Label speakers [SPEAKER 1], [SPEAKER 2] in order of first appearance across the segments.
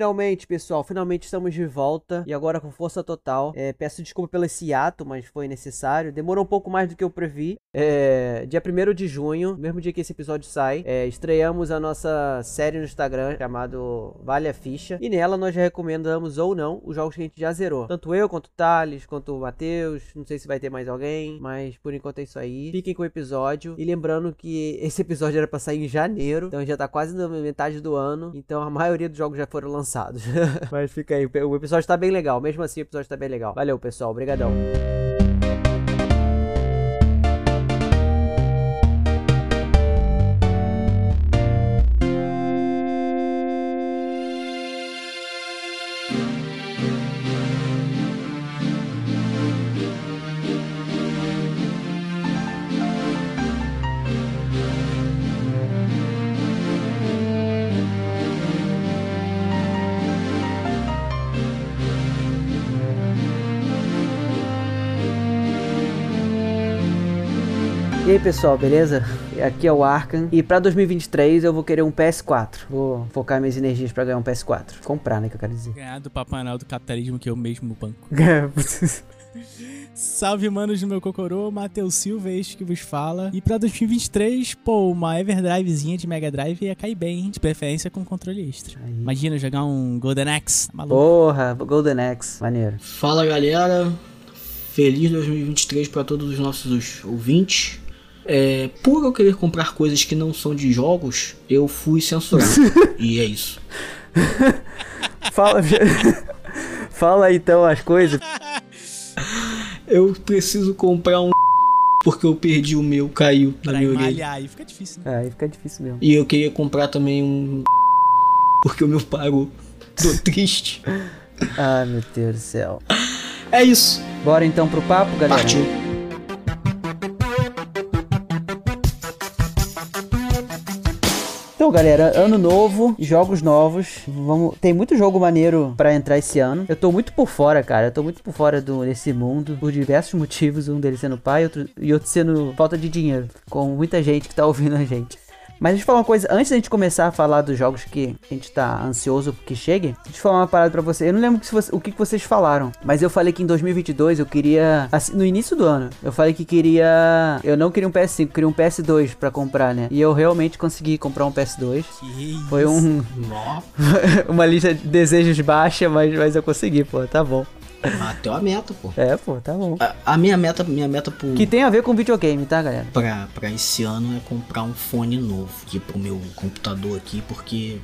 [SPEAKER 1] Finalmente, pessoal, finalmente estamos de volta e agora com força total. É, peço desculpa pelo esse ato, mas foi necessário. Demorou um pouco mais do que eu previ. É, dia 1 de junho, mesmo dia que esse episódio sai, é, estreamos a nossa série no Instagram chamado Vale a Ficha. E nela nós já recomendamos ou não os jogos que a gente já zerou. Tanto eu, quanto o Thales, quanto o Matheus. Não sei se vai ter mais alguém, mas por enquanto é isso aí. Fiquem com o episódio. E lembrando que esse episódio era pra sair em janeiro, então já tá quase na metade do ano. Então a maioria dos jogos já foram lançados. mas fica aí, o episódio tá bem legal. Mesmo assim, o episódio tá bem legal. Valeu, pessoal. Obrigadão. E aí, pessoal, beleza? Aqui é o Arkham. E pra 2023 eu vou querer um PS4. Vou focar minhas energias pra ganhar um PS4. Comprar, né, que eu quero dizer.
[SPEAKER 2] Ganhar do Papai Noel do capitalismo que eu mesmo banco. Salve, manos do meu Cocorô, Matheus Silva, este que vos fala. E pra 2023, pô, uma Everdrivezinha de Mega Drive ia cair bem, de preferência com controle extra.
[SPEAKER 1] Aí.
[SPEAKER 2] Imagina jogar um Golden Axe, maluco.
[SPEAKER 1] Porra, Golden Axe. Maneiro.
[SPEAKER 3] Fala galera, feliz 2023 para todos os nossos ouvintes. É, por eu querer comprar coisas que não são de jogos, eu fui censurado. e é isso.
[SPEAKER 1] Fala, Fala então as coisas.
[SPEAKER 3] Eu preciso comprar um porque eu perdi o meu, caiu na
[SPEAKER 2] Pra
[SPEAKER 3] minha orelha.
[SPEAKER 2] malhar aí fica difícil, né?
[SPEAKER 1] Ah, Aí fica difícil mesmo.
[SPEAKER 3] E eu queria comprar também um porque o meu parou. Tô triste.
[SPEAKER 1] Ah, meu Deus do céu.
[SPEAKER 3] É isso.
[SPEAKER 1] Bora então pro papo, galera?
[SPEAKER 3] Partiu.
[SPEAKER 1] Então, galera, ano novo, jogos novos. Vamos... Tem muito jogo maneiro pra entrar esse ano. Eu tô muito por fora, cara. Eu tô muito por fora do, desse mundo, por diversos motivos. Um deles sendo pai outro, e outro sendo falta de dinheiro. Com muita gente que tá ouvindo a gente. Mas deixa eu falar uma coisa, antes da gente começar a falar dos jogos que a gente tá ansioso que cheguem, deixa eu falar uma parada pra você. Eu não lembro que se você- o que, que vocês falaram, mas eu falei que em 2022 eu queria, assim, no início do ano, eu falei que queria, eu não queria um PS5, eu queria um PS2 pra comprar, né? E eu realmente consegui comprar um PS2.
[SPEAKER 2] Que
[SPEAKER 1] Foi um,
[SPEAKER 3] Nó,
[SPEAKER 1] uma lista de desejos baixa, mas, mas eu consegui, pô, tá bom.
[SPEAKER 3] bateu a meta, pô.
[SPEAKER 1] É, pô, tá bom.
[SPEAKER 3] A, a minha meta, minha meta pro,
[SPEAKER 1] Que tem a ver com videogame, tá, galera?
[SPEAKER 3] pra, pra esse ano é comprar um fone novo aqui pro meu computador aqui, porque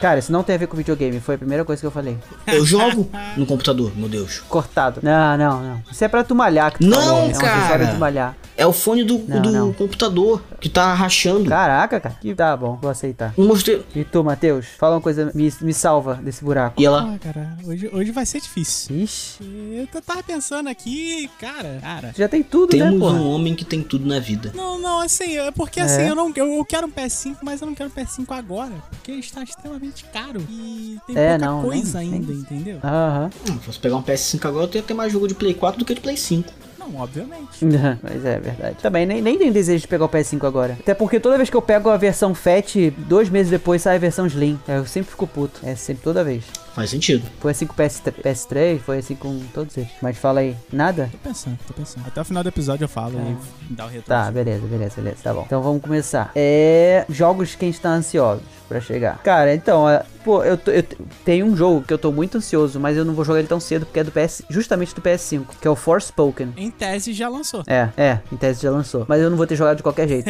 [SPEAKER 1] Cara, isso não tem a ver com videogame, foi a primeira coisa que eu falei.
[SPEAKER 3] eu jogo no computador, meu Deus.
[SPEAKER 1] Cortado. Não, não, não. Isso é pra tu malhar que tu
[SPEAKER 3] Não,
[SPEAKER 1] falou, né? É um
[SPEAKER 3] cara.
[SPEAKER 1] acessório de malhar.
[SPEAKER 3] É o fone do,
[SPEAKER 1] Não,
[SPEAKER 3] do
[SPEAKER 1] não.
[SPEAKER 3] computador que tá rachando.
[SPEAKER 1] Caraca, cara. Que tá bom, vou aceitar.
[SPEAKER 3] Não mostrei.
[SPEAKER 1] E tu, Matheus, fala uma coisa, me, me salva desse buraco.
[SPEAKER 3] E ela.
[SPEAKER 2] Ah, cara, hoje, hoje vai ser difícil.
[SPEAKER 1] Ixi,
[SPEAKER 2] Eu t- tava pensando aqui, cara, cara.
[SPEAKER 1] tu já tem tudo, né,
[SPEAKER 3] Temos
[SPEAKER 1] porra?
[SPEAKER 3] um homem que tem tudo na vida.
[SPEAKER 2] Não, não, assim, é porque assim, eu não eu, eu quero um PS5, mas eu não quero um PS5 agora. Porque está extremamente caro. E tem
[SPEAKER 1] É,
[SPEAKER 2] pouca
[SPEAKER 1] não,
[SPEAKER 2] coisa
[SPEAKER 1] nem- Tá.
[SPEAKER 2] ainda,
[SPEAKER 1] nem-
[SPEAKER 2] entendeu?
[SPEAKER 1] Aham.
[SPEAKER 3] Não, se fosse pegar um PS5 agora, eu ia ter mais jogo de Play 4 do que de Play 5.
[SPEAKER 2] Não, obviamente.
[SPEAKER 1] Mas é verdade. Também nem, nem tenho desejo de pegar o PS5 agora. Até porque toda vez que eu pego a versão Fat, dois meses depois sai a versão Slim. Aí Eu sempre fico puto. É sempre toda vez.
[SPEAKER 3] Faz sentido.
[SPEAKER 1] Foi assim com o PS3, PS3, foi assim com todos eles. Mas fala aí, nada?
[SPEAKER 2] Tô pensando, tô pensando. Até o final do episódio eu falo e dá o retorno.
[SPEAKER 1] Tá, beleza, beleza, beleza, tá bom. Então vamos começar. É. Jogos que a gente tá ansioso pra chegar. Cara, então, é, pô, eu, tô- eu te- tem um jogo que eu tô muito ansioso, mas eu não vou jogar ele tão cedo porque é do PS, justamente do PS5, que é o Forspoken.
[SPEAKER 2] Em tese já lançou.
[SPEAKER 1] É, é, em tese já lançou. Mas eu não vou ter jogado de qualquer jeito.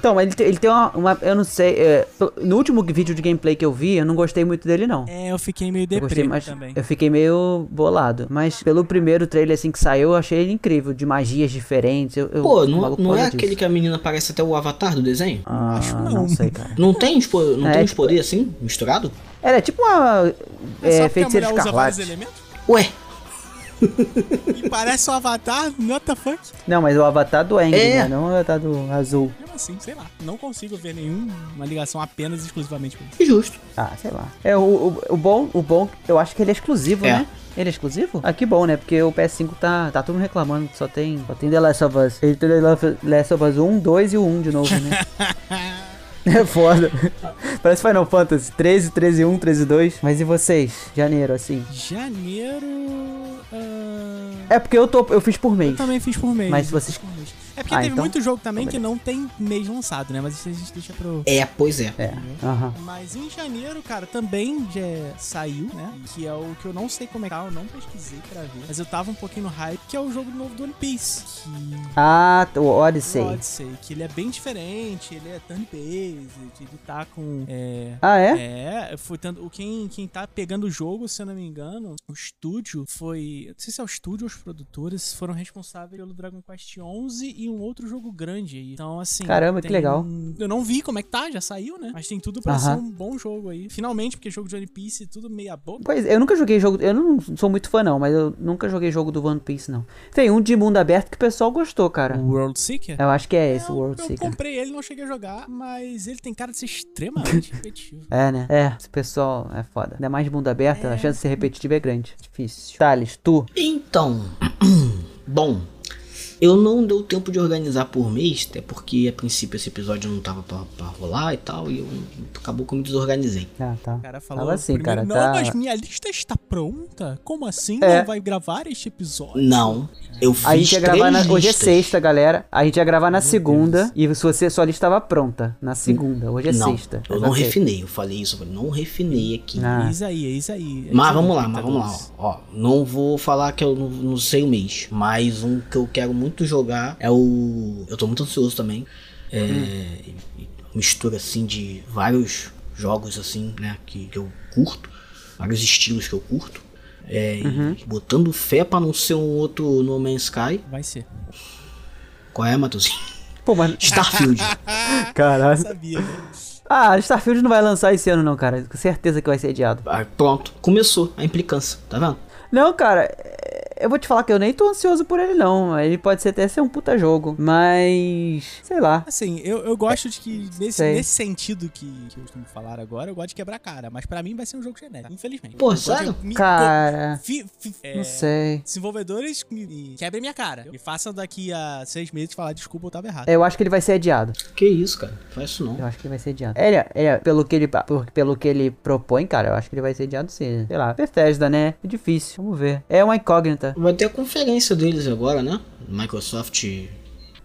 [SPEAKER 1] então, mas ele, te- ele tem uma, uma- Eu não sei. é, pelo- no último vídeo de gameplay que eu vi, eu não gostei muito dele, não.
[SPEAKER 2] É, eu fiquei meio
[SPEAKER 1] Eu gostei,
[SPEAKER 2] deprimido
[SPEAKER 1] mas
[SPEAKER 2] também. É
[SPEAKER 1] eu fiquei meio bolado. Mas pelo primeiro trailer assim que saiu, eu achei ele incrível, de magias diferentes. Eu, eu-
[SPEAKER 3] Pô,
[SPEAKER 1] o
[SPEAKER 3] não,
[SPEAKER 1] maluco
[SPEAKER 3] não é
[SPEAKER 1] gosta disso.
[SPEAKER 3] aquele que a menina parece até o avatar do desenho?
[SPEAKER 1] Ah,
[SPEAKER 2] Acho
[SPEAKER 1] não.
[SPEAKER 2] não.
[SPEAKER 1] sei, cara.
[SPEAKER 3] Não tem, os po- não
[SPEAKER 1] É,
[SPEAKER 3] tem uns
[SPEAKER 1] tipo-
[SPEAKER 3] poderes assim, misturado?
[SPEAKER 1] Ela é tipo uma é, feiticeira escarlate.
[SPEAKER 2] elementos?
[SPEAKER 3] Ué,
[SPEAKER 2] E parece um avatar, what the fuck?
[SPEAKER 1] Não, mas o avatar do Aang,
[SPEAKER 3] É.
[SPEAKER 1] né? Não o avatar do azul.
[SPEAKER 2] Mesmo assim, sei lá. Não consigo ver nenhuma ligação apenas e exclusivamente com isso.
[SPEAKER 3] justo.
[SPEAKER 1] Ah, sei lá. É, o, o, o bom, o bom, eu acho que ele é exclusivo,
[SPEAKER 3] É.
[SPEAKER 1] né? Ele é exclusivo? Ah, que bom, né? Porque o PS5 tá, tá todo mundo reclamando que só um, tem, só tem The Last of Us. Ele tem The Last of Us 1, 2 e o 1 de novo, né? É foda. Parece Final Fantasy. 13, 13, 1, 13, 2. Mas um, e vocês? Janeiro, assim.
[SPEAKER 2] Janeiro. ah,
[SPEAKER 1] É porque eu tô. Eu fiz por
[SPEAKER 2] Eu
[SPEAKER 1] mês.
[SPEAKER 2] também fiz por mês.
[SPEAKER 1] Mas
[SPEAKER 2] eu
[SPEAKER 1] vocês-
[SPEAKER 2] fiz por mês. É porque
[SPEAKER 1] Ah,
[SPEAKER 2] teve
[SPEAKER 1] então-
[SPEAKER 2] muito jogo também
[SPEAKER 1] então
[SPEAKER 2] que não tem mês lançado, né? Mas isso a gente deixa pro.
[SPEAKER 3] É, pois é.
[SPEAKER 1] É. Aham.
[SPEAKER 2] Mas em janeiro, cara, também já saiu, né? Que é o que eu não sei como é que tá, eu não pesquisei pra ver. Mas eu tava um pouquinho no hype, que é o jogo novo do One Piece. Que
[SPEAKER 1] Ah, o
[SPEAKER 2] Sei.
[SPEAKER 1] Odyssey.
[SPEAKER 2] Odyssey, que ele é bem diferente, ele é turn-based, ele tá com. É,
[SPEAKER 1] Ah, é?
[SPEAKER 2] É, foi tanto. o Quem, quem tá pegando o jogo, se eu não me engano, o estúdio foi. Não sei se é o estúdio ou os produtores foram responsáveis pelo Dragon Quest XI e um outro jogo grande. aí. Então, assim.
[SPEAKER 1] Caramba, que legal.
[SPEAKER 2] Eu não vi como é que tá, já saiu, né? Mas tem tudo pra
[SPEAKER 1] Aham.
[SPEAKER 2] ser um bom jogo aí. Finalmente, porque jogo de One Piece, tudo meia boca.
[SPEAKER 1] Pois eu nunca joguei jogo. Eu não sou muito fã, não, mas eu nunca joguei jogo do One Piece, não. Tem um de mundo aberto que o pessoal gostou, cara.
[SPEAKER 2] O World Seeker?
[SPEAKER 1] Eu acho que é esse,
[SPEAKER 2] Hum. É,
[SPEAKER 1] o World
[SPEAKER 2] eu,
[SPEAKER 1] Seeker.
[SPEAKER 2] comprei ele, não cheguei a jogar, mas ele tem cara de ser extremamente competitivo.
[SPEAKER 1] É, né? É, esse pessoal é foda. Ainda mais mundo aberto, a chance de ser repetitivo é grande. Difícil. Thales, tu.
[SPEAKER 3] Então, bom, eu não deu tempo de organizar por mês, até porque a princípio esse episódio não tava pra, pra rolar e tal, e eu acabou que eu me desorganizei.
[SPEAKER 1] Ah, tá.
[SPEAKER 2] O cara falou
[SPEAKER 1] Fala assim, cara.
[SPEAKER 2] primeiro, não,
[SPEAKER 1] tá...
[SPEAKER 2] mas minha lista está pronta. Como assim?
[SPEAKER 1] É.
[SPEAKER 2] Não vai gravar este episódio?
[SPEAKER 3] Não, eu fiz
[SPEAKER 1] A gente ia
[SPEAKER 3] três
[SPEAKER 1] gravar na... Hoje é
[SPEAKER 3] listas.
[SPEAKER 1] sexta, galera. A gente ia gravar na segunda. E se você sua lista estava pronta. Na segunda. Hoje é
[SPEAKER 3] não,
[SPEAKER 1] sexta.
[SPEAKER 3] eu
[SPEAKER 1] Mas
[SPEAKER 3] não
[SPEAKER 1] ok.
[SPEAKER 3] refinei, eu falei isso, eu falei, não refinei aqui.
[SPEAKER 1] Ah,
[SPEAKER 2] Eis É aí, eis aí. eis
[SPEAKER 3] Mas
[SPEAKER 2] aí,
[SPEAKER 3] vamos lá, mas vamos
[SPEAKER 2] espectadores.
[SPEAKER 3] lá. Ó, não vou falar que eu não, não sei o mês, mas um que eu quero muito jogar é o. Eu tô muito ansioso também. É, e- e Mistura assim de vários jogos assim, né? Que, que eu curto, vários estilos que eu curto. É, e Botando fé pra não ser um outro No Man's Sky.
[SPEAKER 2] Vai ser.
[SPEAKER 3] Qual é, Matheusinho?
[SPEAKER 1] Pô, mas.
[SPEAKER 3] Starfield.
[SPEAKER 1] Caralho.
[SPEAKER 2] Ah, Sabia. né?
[SPEAKER 1] Ah, Starfield não vai lançar esse ano, não, cara. Com certeza que vai ser adiado.
[SPEAKER 3] Ah, pronto, começou a implicância, tá vendo?
[SPEAKER 1] Não, cara, é- eu vou te falar que eu nem tô ansioso por ele, não. Ele pode ser até ser um puta jogo, mas. Sei lá.
[SPEAKER 2] Assim, eu, eu gosto de que, nesse,
[SPEAKER 1] Sei.
[SPEAKER 2] nesse sentido que, que eu costumo falar agora, eu gosto de quebrar a cara. Mas pra mim vai ser um jogo genérico, infelizmente.
[SPEAKER 3] Pô,
[SPEAKER 2] Eu gosto de-
[SPEAKER 3] sério?
[SPEAKER 2] me-
[SPEAKER 1] Cara,
[SPEAKER 2] fi- fi- é,
[SPEAKER 1] não sei.
[SPEAKER 2] Desenvolvedores me, me quebrem minha cara. Me façam daqui a seis meses falar desculpa, eu tava errado.
[SPEAKER 1] Eu acho que ele vai ser adiado.
[SPEAKER 3] Que isso, cara? Não Faz isso não.
[SPEAKER 1] Eu acho que ele vai ser adiado. Ele, ele- pelo, que ele, por- pelo que ele propõe, cara, eu acho que ele vai ser adiado sim. Sei lá. Bethesda, né? É difícil. Vamos ver. É uma incógnita.
[SPEAKER 3] Vai ter a conferência deles agora, né? Microsoft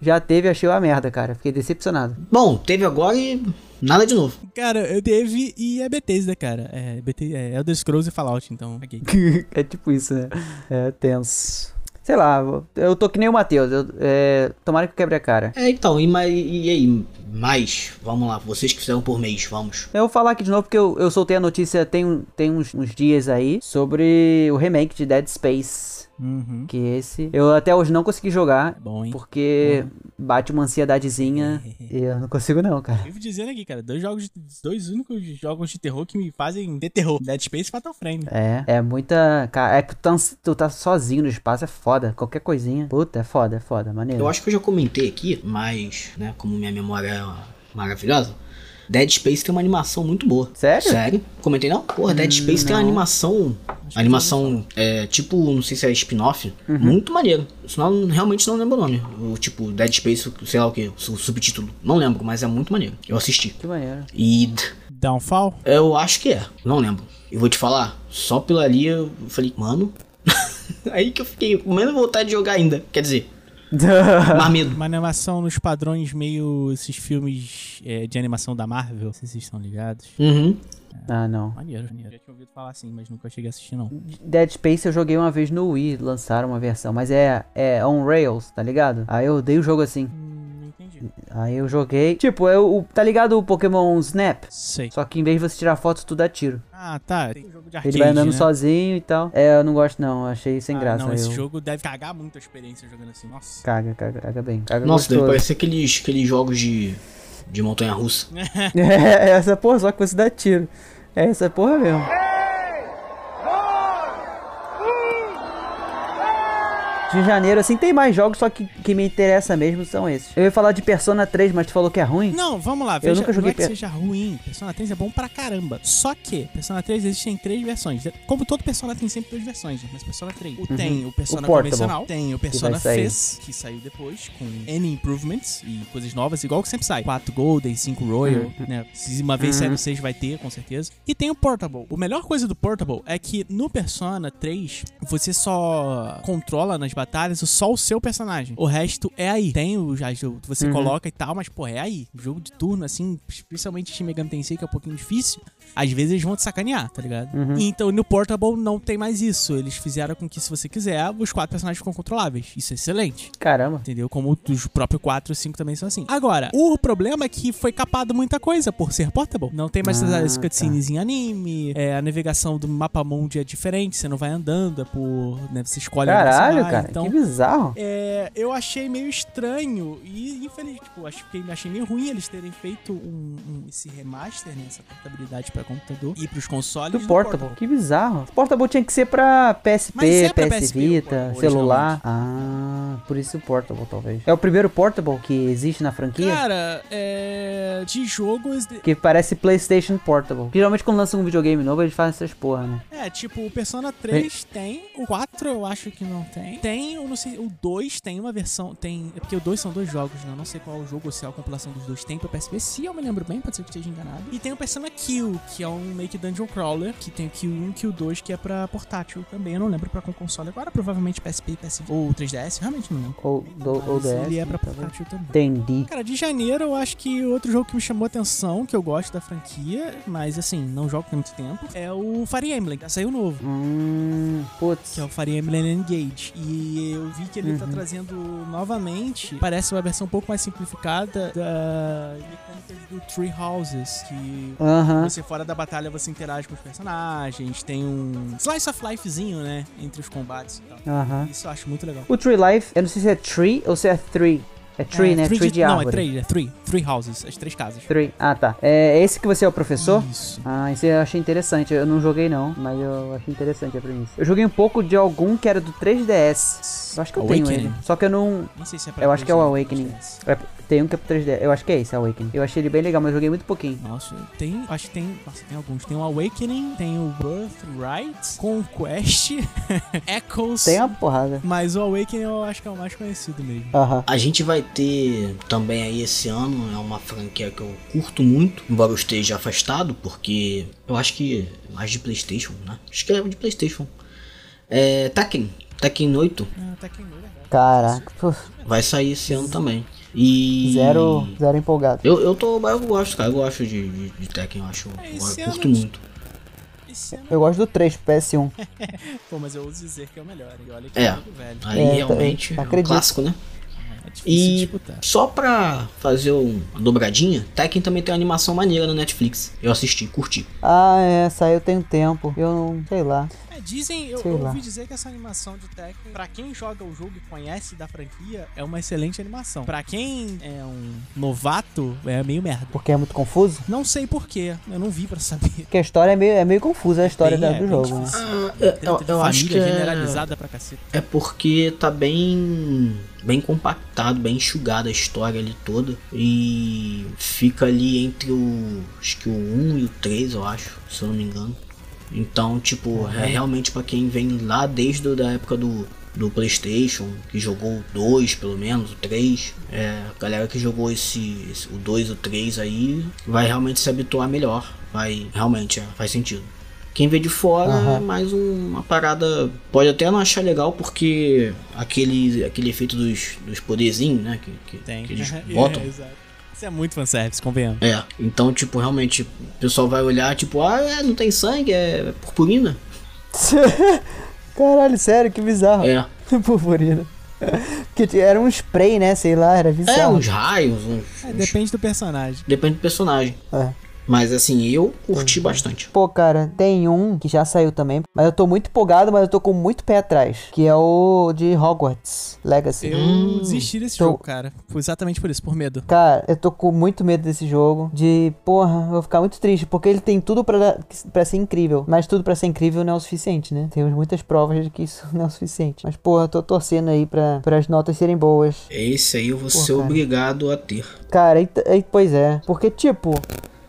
[SPEAKER 1] Já teve, achei uma merda, cara. Fiquei decepcionado.
[SPEAKER 3] Bom, teve agora e nada de novo.
[SPEAKER 2] Cara, eu teve e é Bethesda, cara. É, BT, é Elder Scrolls e Fallout, então. ok.
[SPEAKER 1] é tipo isso, né? É tenso. Sei lá, eu tô que nem o Matheus. eu- É, tomara que eu quebre a cara.
[SPEAKER 3] É, então, e, mais, e aí? Mais, vamos lá, vocês que fizeram por mês, vamos.
[SPEAKER 1] Eu vou falar aqui de novo porque eu, eu soltei a notícia tem, um- tem uns, uns dias aí sobre o remake de Dead Space.
[SPEAKER 2] Uhum.
[SPEAKER 1] Que é esse. Eu até hoje não consegui jogar.
[SPEAKER 2] É bom, hein?
[SPEAKER 1] Porque bate uma ansiedadezinha. e eu não consigo, não, cara.
[SPEAKER 2] Vivo dizendo aqui, cara, dois jogos, de- dois únicos jogos de terror que me fazem ter terror. Dead Space e Fatal Frame.
[SPEAKER 1] É, é muita. Cara, é que tu tá, ansi- tu tá sozinho no espaço, é foda. Qualquer coisinha. Puta, é foda, é foda, maneiro.
[SPEAKER 3] Eu acho que eu já comentei aqui, mas, né, como minha memória é maravilhosa, Dead Space tem uma animação muito boa.
[SPEAKER 1] Sério?
[SPEAKER 3] Sério? Comentei não? Porra, Dead Space tem uma animação. Animação, é, tipo, não sei se é spin-off, muito maneiro. Senão, realmente não lembro o nome. O tipo, Dead Space, sei lá o que, o subtítulo. Não lembro, mas é muito maneiro. Eu assisti.
[SPEAKER 1] Que maneiro.
[SPEAKER 3] E
[SPEAKER 2] Downfall?
[SPEAKER 3] Eu acho que é, não lembro. Eu vou te falar, só pela ali eu falei, mano. Aí que eu fiquei com menos vontade de jogar ainda. Quer dizer, mais medo.
[SPEAKER 2] Uma animação nos padrões meio esses filmes é, de animação da Marvel. Não sei se vocês estão ligados.
[SPEAKER 3] Uhum.
[SPEAKER 1] ah, não.
[SPEAKER 2] Maneiro, maneiro. Hum, Já tinha ouvido falar assim, mas nunca cheguei a assistir, não.
[SPEAKER 1] Dead Space eu joguei uma vez no Wii, lançaram uma versão, mas é, é on rails, tá ligado? Aí eu dei o jogo assim.
[SPEAKER 2] Hum, não entendi.
[SPEAKER 1] Aí eu joguei. Tipo, eu, o- tá ligado o Pokémon Snap?
[SPEAKER 2] Sei.
[SPEAKER 1] Só que em vez de você tirar foto, tu dá tiro.
[SPEAKER 2] Ah, tá. Tem um jogo de arcade,
[SPEAKER 1] Ele vai andando
[SPEAKER 2] né?
[SPEAKER 1] sozinho e tal. É, eu não gosto não, achei sem
[SPEAKER 2] Ah,
[SPEAKER 1] graça.
[SPEAKER 2] Não,
[SPEAKER 1] aí
[SPEAKER 2] esse
[SPEAKER 1] eu...
[SPEAKER 2] jogo deve cagar muito a experiência jogando assim. Nossa.
[SPEAKER 1] Caga, caga, caga bem. Caga
[SPEAKER 3] Nossa, deve
[SPEAKER 1] É gostoso.
[SPEAKER 3] parecer aqueles, aqueles jogos de, de montanha russa.
[SPEAKER 1] É, essa porra, só que você dá tiro. É essa porra mesmo. de janeiro, assim, tem mais jogos, só que que me interessa mesmo são esses. Eu ia falar de Persona 3, mas tu falou que é ruim.
[SPEAKER 2] Não, vamos lá, veja,
[SPEAKER 1] nunca joguei
[SPEAKER 2] não é que
[SPEAKER 1] per-
[SPEAKER 2] seja ruim. Persona 3 é bom pra caramba. Só que Persona 3 existem três versões. Como todo Persona tem sempre duas versões, né? mas Persona 3. O tem o Persona
[SPEAKER 1] O Portable,
[SPEAKER 2] convencional, tem o Persona
[SPEAKER 1] vai sair.
[SPEAKER 2] Fez, que saiu depois, com N improvements e coisas novas, igual que sempre sai. 4 Golden, 5 Royal, né? Se uma vez sair no 6 vai ter, com certeza. E tem o Portable. O melhor coisa do Portable é que no Persona 3 você só controla nas batalhas só o seu personagem. O resto é aí. Tem o já já você coloca e tal, mas pô, é aí. Jogo de turno assim, especialmente Shin Megami Tensei que é um pouquinho difícil, às vezes eles vão te sacanear, tá ligado?
[SPEAKER 1] Uhum.
[SPEAKER 2] Então no Portable não tem mais isso. Eles fizeram com que se você quiser, os quatro personagens ficam controláveis. Isso é excelente.
[SPEAKER 1] Caramba.
[SPEAKER 2] Entendeu? Como os próprios 4 e 5 também são assim. Agora, o problema é que foi capado muita coisa por ser portable. Não tem mais
[SPEAKER 1] Ah,
[SPEAKER 2] as
[SPEAKER 1] tá.
[SPEAKER 2] cutscenes em anime, é, a navegação do mapa mundi é diferente, você não vai andando, é por. né, você escolhe onde você
[SPEAKER 1] Caralho,
[SPEAKER 2] vai,
[SPEAKER 1] cara,
[SPEAKER 2] Então,
[SPEAKER 1] que bizarro.
[SPEAKER 2] é, eu achei meio estranho e infeliz, tipo, acho que achei meio ruim eles terem feito um, um- esse remaster, né, essa portabilidade pra computador e pros consoles
[SPEAKER 1] Do Portable. Que bizarro. O Portable tinha que ser pra PSP,
[SPEAKER 2] Mas é pra
[SPEAKER 1] PS
[SPEAKER 2] PSP,
[SPEAKER 1] Vita,
[SPEAKER 2] o-
[SPEAKER 1] celular. Ah, por isso o Portable, talvez. É o primeiro Portable que existe na franquia?
[SPEAKER 2] Cara, é, de jogos de-
[SPEAKER 1] Que parece PlayStation Portable. Geralmente quando lançam um videogame novo, eles fazem essas porra, né?
[SPEAKER 2] É, tipo, o Persona 3 tem, o 4 eu acho que não tem. Tem, eu não sei, o 2 tem uma versão, tem, é porque o 2 são dois jogos, né? Eu não sei qual é o jogo ou se é a compilação dos dois tem pra PSP, se eu me lembro bem, pode ser que eu esteja enganado. E tem o Persona Kill, que é um meio que dungeon crawler, que tem o Kill 1 e Kill 2, que é pra portátil também. Eu não lembro pra qual console agora, provavelmente PSP, PS ou 3DS, realmente não lembro.
[SPEAKER 1] Ou, do, ou
[SPEAKER 2] Mas
[SPEAKER 1] DS.
[SPEAKER 2] ele é pra
[SPEAKER 1] talvez.
[SPEAKER 2] portátil também.
[SPEAKER 1] Entendi.
[SPEAKER 2] Cara, de janeiro eu acho que outro jogo que me chamou atenção, que eu gosto da franquia, mas assim, não jogo há muito tempo, é o Fire Emblem. Já saiu novo
[SPEAKER 1] Hum, putz.
[SPEAKER 2] que é o Fire Emblem Engage. E eu vi que ele
[SPEAKER 1] Uhum.
[SPEAKER 2] tá trazendo novamente, parece uma versão um pouco mais simplificada da mecânica do Tree Houses, que
[SPEAKER 1] Aham.
[SPEAKER 2] você fora da batalha você interage com os personagens, tem um slice of lifezinho, né, entre os combates e tal.
[SPEAKER 1] Aham.
[SPEAKER 2] Isso eu acho muito legal.
[SPEAKER 1] O Tree Life, eu não sei se é Tree ou se é Three. É Tree, né? Tree de,
[SPEAKER 2] Não, é
[SPEAKER 1] árvore.
[SPEAKER 2] três, é three. Three houses, as três casas.
[SPEAKER 1] Three. Ah, tá. É esse que você é o professor?
[SPEAKER 2] Isso.
[SPEAKER 1] Ah, isso eu achei interessante. Eu não joguei não, mas eu achei interessante a premissa. Eu joguei um pouco de algum que era do 3DS. Eu acho que eu tenho
[SPEAKER 2] Awakening.
[SPEAKER 1] ele. Só que eu não...
[SPEAKER 2] Nem sei se é pra
[SPEAKER 1] Eu acho que é o
[SPEAKER 2] 3DS.
[SPEAKER 1] Awakening. É, tem um que é pro 3DS. Eu acho que é esse, Awakening. Eu achei ele bem legal, mas joguei muito pouquinho.
[SPEAKER 2] Nossa, tem. Acho que tem. Nossa, tem alguns. Tem o Awakening, tem o Birthright, Conquest, Echoes.
[SPEAKER 1] Tem uma porrada.
[SPEAKER 2] Mas o Awakening eu acho que é o mais conhecido mesmo.
[SPEAKER 1] Aham.
[SPEAKER 3] A gente vai ter também aí esse ano, é uma franquia que eu curto muito, embora eu esteja afastado, porque eu acho que é mais de Playstation, né? Acho que é de Playstation. É. Tekken, Tekken 8
[SPEAKER 2] Ah, tá aqui no lugar.
[SPEAKER 1] Caraca. pô,
[SPEAKER 3] vai sair esse ano também. E.
[SPEAKER 1] Zero, zero empolgado.
[SPEAKER 3] Eu, eu tô. Eu gosto, cara. Eu gosto de, de, de Tekken, eu acho.
[SPEAKER 2] É,
[SPEAKER 3] Eu
[SPEAKER 2] esse
[SPEAKER 3] curto
[SPEAKER 2] ano-
[SPEAKER 3] muito.
[SPEAKER 2] Esse ano.
[SPEAKER 1] Eu gosto do 3 pro PS1.
[SPEAKER 2] Pô, mas eu ouso dizer que é o melhor. E olha que
[SPEAKER 3] É.
[SPEAKER 2] é muito velho.
[SPEAKER 3] Aí
[SPEAKER 1] É,
[SPEAKER 3] realmente é um
[SPEAKER 1] acredito.
[SPEAKER 3] clássico, né?
[SPEAKER 2] É difícil
[SPEAKER 3] E-
[SPEAKER 2] disputar.
[SPEAKER 3] Só pra fazer um- uma dobradinha, Tekken também tem uma animação maneira na Netflix. Eu assisti, curti.
[SPEAKER 1] Ah, é, saiu tem um tempo. Eu não sei lá.
[SPEAKER 2] É, dizem, eu,
[SPEAKER 1] Sei
[SPEAKER 2] eu
[SPEAKER 1] lá.
[SPEAKER 2] ouvi dizer que essa animação de Tekken, pra quem joga o jogo e conhece da franquia, é uma excelente animação. Pra quem é um novato, é meio merda.
[SPEAKER 1] Porque é muito confuso.
[SPEAKER 2] Não sei porquê, eu não vi pra saber.
[SPEAKER 1] Porque a história é meio, é meio confusa a história
[SPEAKER 2] Bem,
[SPEAKER 1] da-
[SPEAKER 2] é,
[SPEAKER 1] do
[SPEAKER 2] bem
[SPEAKER 1] jogo. Né?
[SPEAKER 2] difícil.
[SPEAKER 3] eu,
[SPEAKER 2] Treta de família
[SPEAKER 1] é-
[SPEAKER 2] generalizada pra caceta.
[SPEAKER 3] É porque tá bem bem compactado, bem enxugada a história ali toda e fica ali entre o acho que o 1 e o 3, eu acho, se eu não me engano. Então, tipo, é realmente pra quem vem lá desde da época do do PlayStation, que jogou o 2 pelo menos, o 3. É, a galera que jogou esse, esse- o 2 e o 3 aí vai realmente se habituar melhor. Vai realmente, é, faz sentido. Quem vê de fora é mais um- uma parada. Pode até não achar legal, porque aquele, aquele efeito dos, dos poderzinhos, né? Que, que,
[SPEAKER 2] Tem.
[SPEAKER 3] que eles
[SPEAKER 2] É,
[SPEAKER 3] botam.
[SPEAKER 2] exato. Isso é muito fanservice, convenhamos.
[SPEAKER 3] É, então, tipo, realmente, o pessoal vai olhar, tipo, ah, é, não tem sangue, é purpurina.
[SPEAKER 1] Caralho, sério, que bizarro.
[SPEAKER 3] É.
[SPEAKER 1] Purpurina. Porque t- era um spray, né? Sei lá, É, era
[SPEAKER 3] É,
[SPEAKER 1] bizarro.
[SPEAKER 3] uns raios, uns. uns-
[SPEAKER 2] É, depende do personagem.
[SPEAKER 3] Depende do personagem.
[SPEAKER 1] É.
[SPEAKER 3] Mas assim, eu
[SPEAKER 1] Uhum.
[SPEAKER 3] curti bastante.
[SPEAKER 1] Pô, cara, tem um que já saiu também, mas eu tô muito empolgado, mas eu tô com muito pé atrás, que é o de Hogwarts Legacy.
[SPEAKER 2] Eu desisti desse
[SPEAKER 1] tô-
[SPEAKER 2] jogo, cara. Foi exatamente por isso, por medo.
[SPEAKER 1] Cara, eu tô com muito medo desse jogo. De, porra, eu vou ficar muito triste. Porque ele tem tudo pra, dar- pra ser incrível. Mas tudo pra ser incrível não é o suficiente, né? Temos muitas provas de que isso não é o suficiente. Mas, porra, eu tô torcendo aí pra, pra as notas serem boas.
[SPEAKER 3] Esse aí eu vou
[SPEAKER 1] Porra,
[SPEAKER 3] ser
[SPEAKER 1] cara.
[SPEAKER 3] obrigado a ter.
[SPEAKER 1] Cara, aí, aí- pois é. Porque, tipo,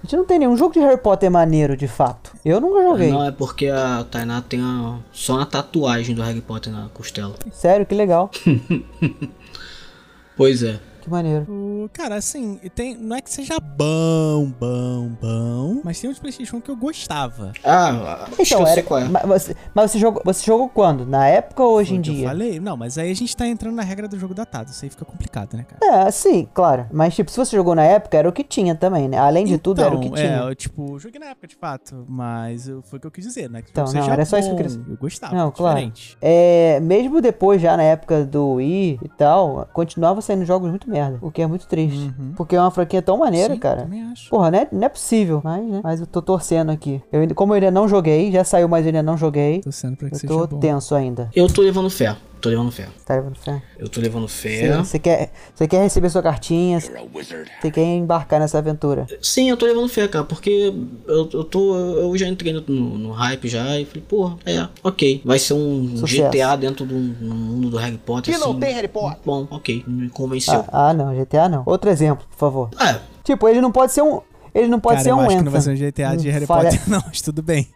[SPEAKER 1] a gente não tem nenhum jogo de Harry Potter maneiro, de fato. Eu nunca joguei.
[SPEAKER 3] Não, é porque a Tainá tem a- só uma tatuagem do Harry Potter na costela.
[SPEAKER 1] Sério, que legal.
[SPEAKER 3] Pois é.
[SPEAKER 1] Que maneiro.
[SPEAKER 2] O- Cara, assim, e tem, não é que seja bom, bom, bom, mas tem uns PlayStation que eu gostava.
[SPEAKER 3] Ah, acho que
[SPEAKER 1] Então,
[SPEAKER 3] eu
[SPEAKER 1] era,
[SPEAKER 3] sei qual é.
[SPEAKER 1] mas, você- mas você jogou, você jogou quando? Na época ou hoje
[SPEAKER 2] Foi
[SPEAKER 1] em
[SPEAKER 2] o que Eu
[SPEAKER 1] dia?
[SPEAKER 2] falei, não, mas aí a gente tá entrando na regra do jogo datado. Isso aí fica complicado, né, cara?
[SPEAKER 1] É, sim, claro. Mas, tipo, se você jogou na época, era o que tinha também, né? Além de tudo, era o que
[SPEAKER 2] Então,
[SPEAKER 1] tinha.
[SPEAKER 2] É, eu, tipo, joguei na época, de fato, mas eu- foi o que eu quis dizer, né? Que
[SPEAKER 1] Então,
[SPEAKER 2] jogo
[SPEAKER 1] não,
[SPEAKER 2] seja
[SPEAKER 1] era só isso que eu
[SPEAKER 2] bom,
[SPEAKER 1] queria-
[SPEAKER 2] Eu gostava,
[SPEAKER 1] Não, claro.
[SPEAKER 2] diferente.
[SPEAKER 1] É, mesmo depois, já na época do Wii e tal, continuava saindo jogos muito merda. O que é muito triste.
[SPEAKER 2] Uhum.
[SPEAKER 1] Porque é uma franquia tão maneira,
[SPEAKER 2] Sim,
[SPEAKER 1] cara.
[SPEAKER 2] também acho.
[SPEAKER 1] Porra, né? não é possível, mas, né? Mas eu tô torcendo aqui. Eu, ainda- como eu ainda não joguei, já saiu, mas eu ainda não joguei.
[SPEAKER 2] Tô sendo pra Então, que
[SPEAKER 1] Eu
[SPEAKER 2] seja
[SPEAKER 1] tô
[SPEAKER 2] bom.
[SPEAKER 1] tenso ainda.
[SPEAKER 3] Eu tô levando fé. Tô levando fé.
[SPEAKER 1] Tá levando fé?
[SPEAKER 3] Eu tô levando fé.
[SPEAKER 1] Você você quer, você quer receber sua cartinha? Você quer embarcar nessa aventura?
[SPEAKER 3] Sim, eu tô levando fé, cara, porque eu, eu tô. Eu já entrei no, no hype já e falei, porra, é, ok. Vai ser um
[SPEAKER 1] Sucesso.
[SPEAKER 3] GTA dentro do no mundo do Harry Potter. Que não tem Harry Potter. Bom, ok. Me convenceu.
[SPEAKER 1] Ah, ah, não, GTA não. Outro exemplo, por favor.
[SPEAKER 3] É,
[SPEAKER 1] Tipo, ele não pode ser um. Ele não pode
[SPEAKER 2] cara,
[SPEAKER 1] ser
[SPEAKER 2] eu
[SPEAKER 1] um
[SPEAKER 2] acho que
[SPEAKER 1] Anthem.
[SPEAKER 2] não vai ser um GTA de
[SPEAKER 1] Hum,
[SPEAKER 2] Harry
[SPEAKER 1] falha-
[SPEAKER 2] Potter, não, mas tudo bem.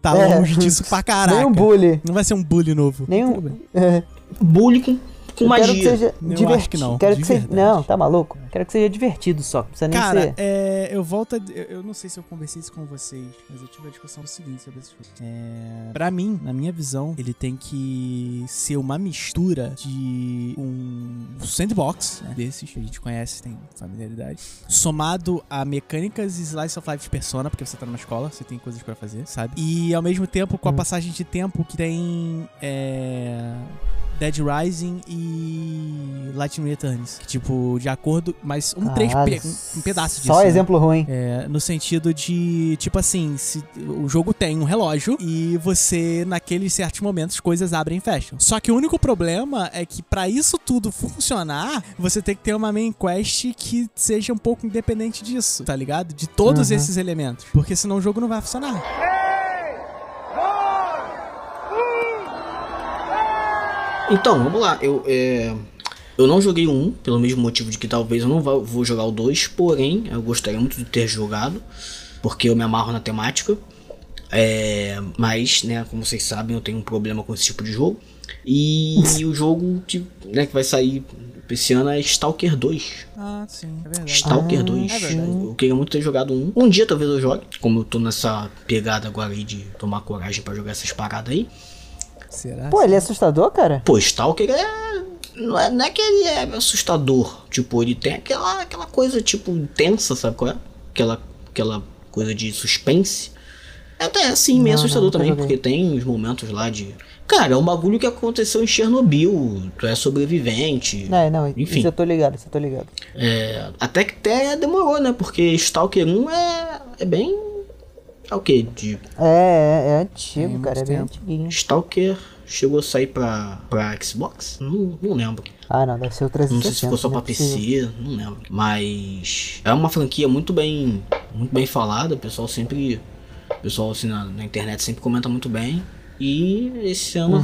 [SPEAKER 2] tá
[SPEAKER 1] É.
[SPEAKER 2] longe disso pra caraca.
[SPEAKER 1] Nem um bully.
[SPEAKER 2] Não vai ser um bully novo.
[SPEAKER 1] Nem
[SPEAKER 2] Tudo bem.
[SPEAKER 1] um. É.
[SPEAKER 3] bullying com, com
[SPEAKER 1] Eu
[SPEAKER 3] magia.
[SPEAKER 1] Quero que seja
[SPEAKER 2] Eu
[SPEAKER 1] divertido.
[SPEAKER 2] acho que não,
[SPEAKER 1] Quero
[SPEAKER 2] de
[SPEAKER 1] que seja...
[SPEAKER 2] verdade.
[SPEAKER 1] Não, tá maluco? Quero que seja divertido só. Não precisa nem
[SPEAKER 2] Cara,
[SPEAKER 1] ser.
[SPEAKER 2] é, eu volto. A, eu, eu não sei se eu conversei isso com vocês, mas eu tive a discussão do seguinte sobre esse jogo. É, pra mim, na minha visão, ele tem que ser uma mistura de um sandbox né, desses que a gente conhece, tem familiaridade, somado a mecânicas e slice of life de persona, porque você tá numa escola, você tem coisas pra fazer, sabe? E ao mesmo tempo, com a
[SPEAKER 1] Hum.
[SPEAKER 2] passagem de tempo que tem. É, Dead Rising e Lightning Returns. Que, tipo, de acordo, mas um, três
[SPEAKER 1] Ah,
[SPEAKER 2] pe- um, um pedaço disso.
[SPEAKER 1] Só
[SPEAKER 2] né?
[SPEAKER 1] exemplo ruim.
[SPEAKER 2] É, no sentido de, tipo assim, se, o jogo tem um relógio e você, naqueles certos momentos, coisas abrem e fecham. Só que o único problema é que pra isso tudo funcionar, você tem que ter uma main quest que seja um pouco independente disso, tá ligado? De todos
[SPEAKER 1] Uhum.
[SPEAKER 2] esses elementos. Porque senão o jogo não vai funcionar.
[SPEAKER 3] Então, vamos lá. Eu, é, eu não joguei o 1, pelo mesmo motivo de que talvez eu não vá- vou jogar o 2, porém, eu gostaria muito de ter jogado, porque eu me amarro na temática. É, mas, né, como vocês sabem, eu tenho um problema com esse tipo de jogo. E, o jogo de- né, que vai sair esse ano é Stalker 2.
[SPEAKER 2] Ah, sim, é verdade.
[SPEAKER 3] Stalker
[SPEAKER 1] Ah,
[SPEAKER 3] 2.
[SPEAKER 2] é verdade.
[SPEAKER 3] eu queria muito ter jogado um. Um dia talvez eu jogue, como eu tô nessa pegada agora aí de tomar coragem pra jogar essas paradas aí.
[SPEAKER 2] Será?
[SPEAKER 1] Pô, ele é assustador, cara?
[SPEAKER 3] Pô, Stalker é. Não é, não é que ele é assustador. Tipo, ele tem aquela, aquela coisa, tipo, tensa, sabe qual é? Aquela, aquela coisa de suspense. É até assim, meio
[SPEAKER 1] Não,
[SPEAKER 3] assustador
[SPEAKER 1] não, nunca
[SPEAKER 3] também,
[SPEAKER 1] joguei.
[SPEAKER 3] porque tem os momentos lá de. Cara, é um bagulho que aconteceu em Chernobyl. Tu é sobrevivente.
[SPEAKER 1] Não, É, não,
[SPEAKER 3] Enfim.
[SPEAKER 1] isso eu tô ligado, isso eu tô ligado.
[SPEAKER 3] É, até que até demorou, né? Porque Stalker 1 é, é bem. É o quê? De
[SPEAKER 1] É, é, é antigo, cara, é
[SPEAKER 2] muito
[SPEAKER 1] bem
[SPEAKER 2] tempo.
[SPEAKER 1] antiguinho.
[SPEAKER 3] Stalker chegou a sair pra, pra Xbox? Não, não lembro.
[SPEAKER 1] Ah, não, deve ser o
[SPEAKER 3] Não
[SPEAKER 1] 360.
[SPEAKER 3] sei se ficou só
[SPEAKER 1] não
[SPEAKER 3] pra
[SPEAKER 1] é possível.
[SPEAKER 3] PC, não lembro. Mas é uma franquia muito bem, muito bem falada. O pessoal sempre, o pessoal assim na, na internet sempre comenta muito bem. E esse ano,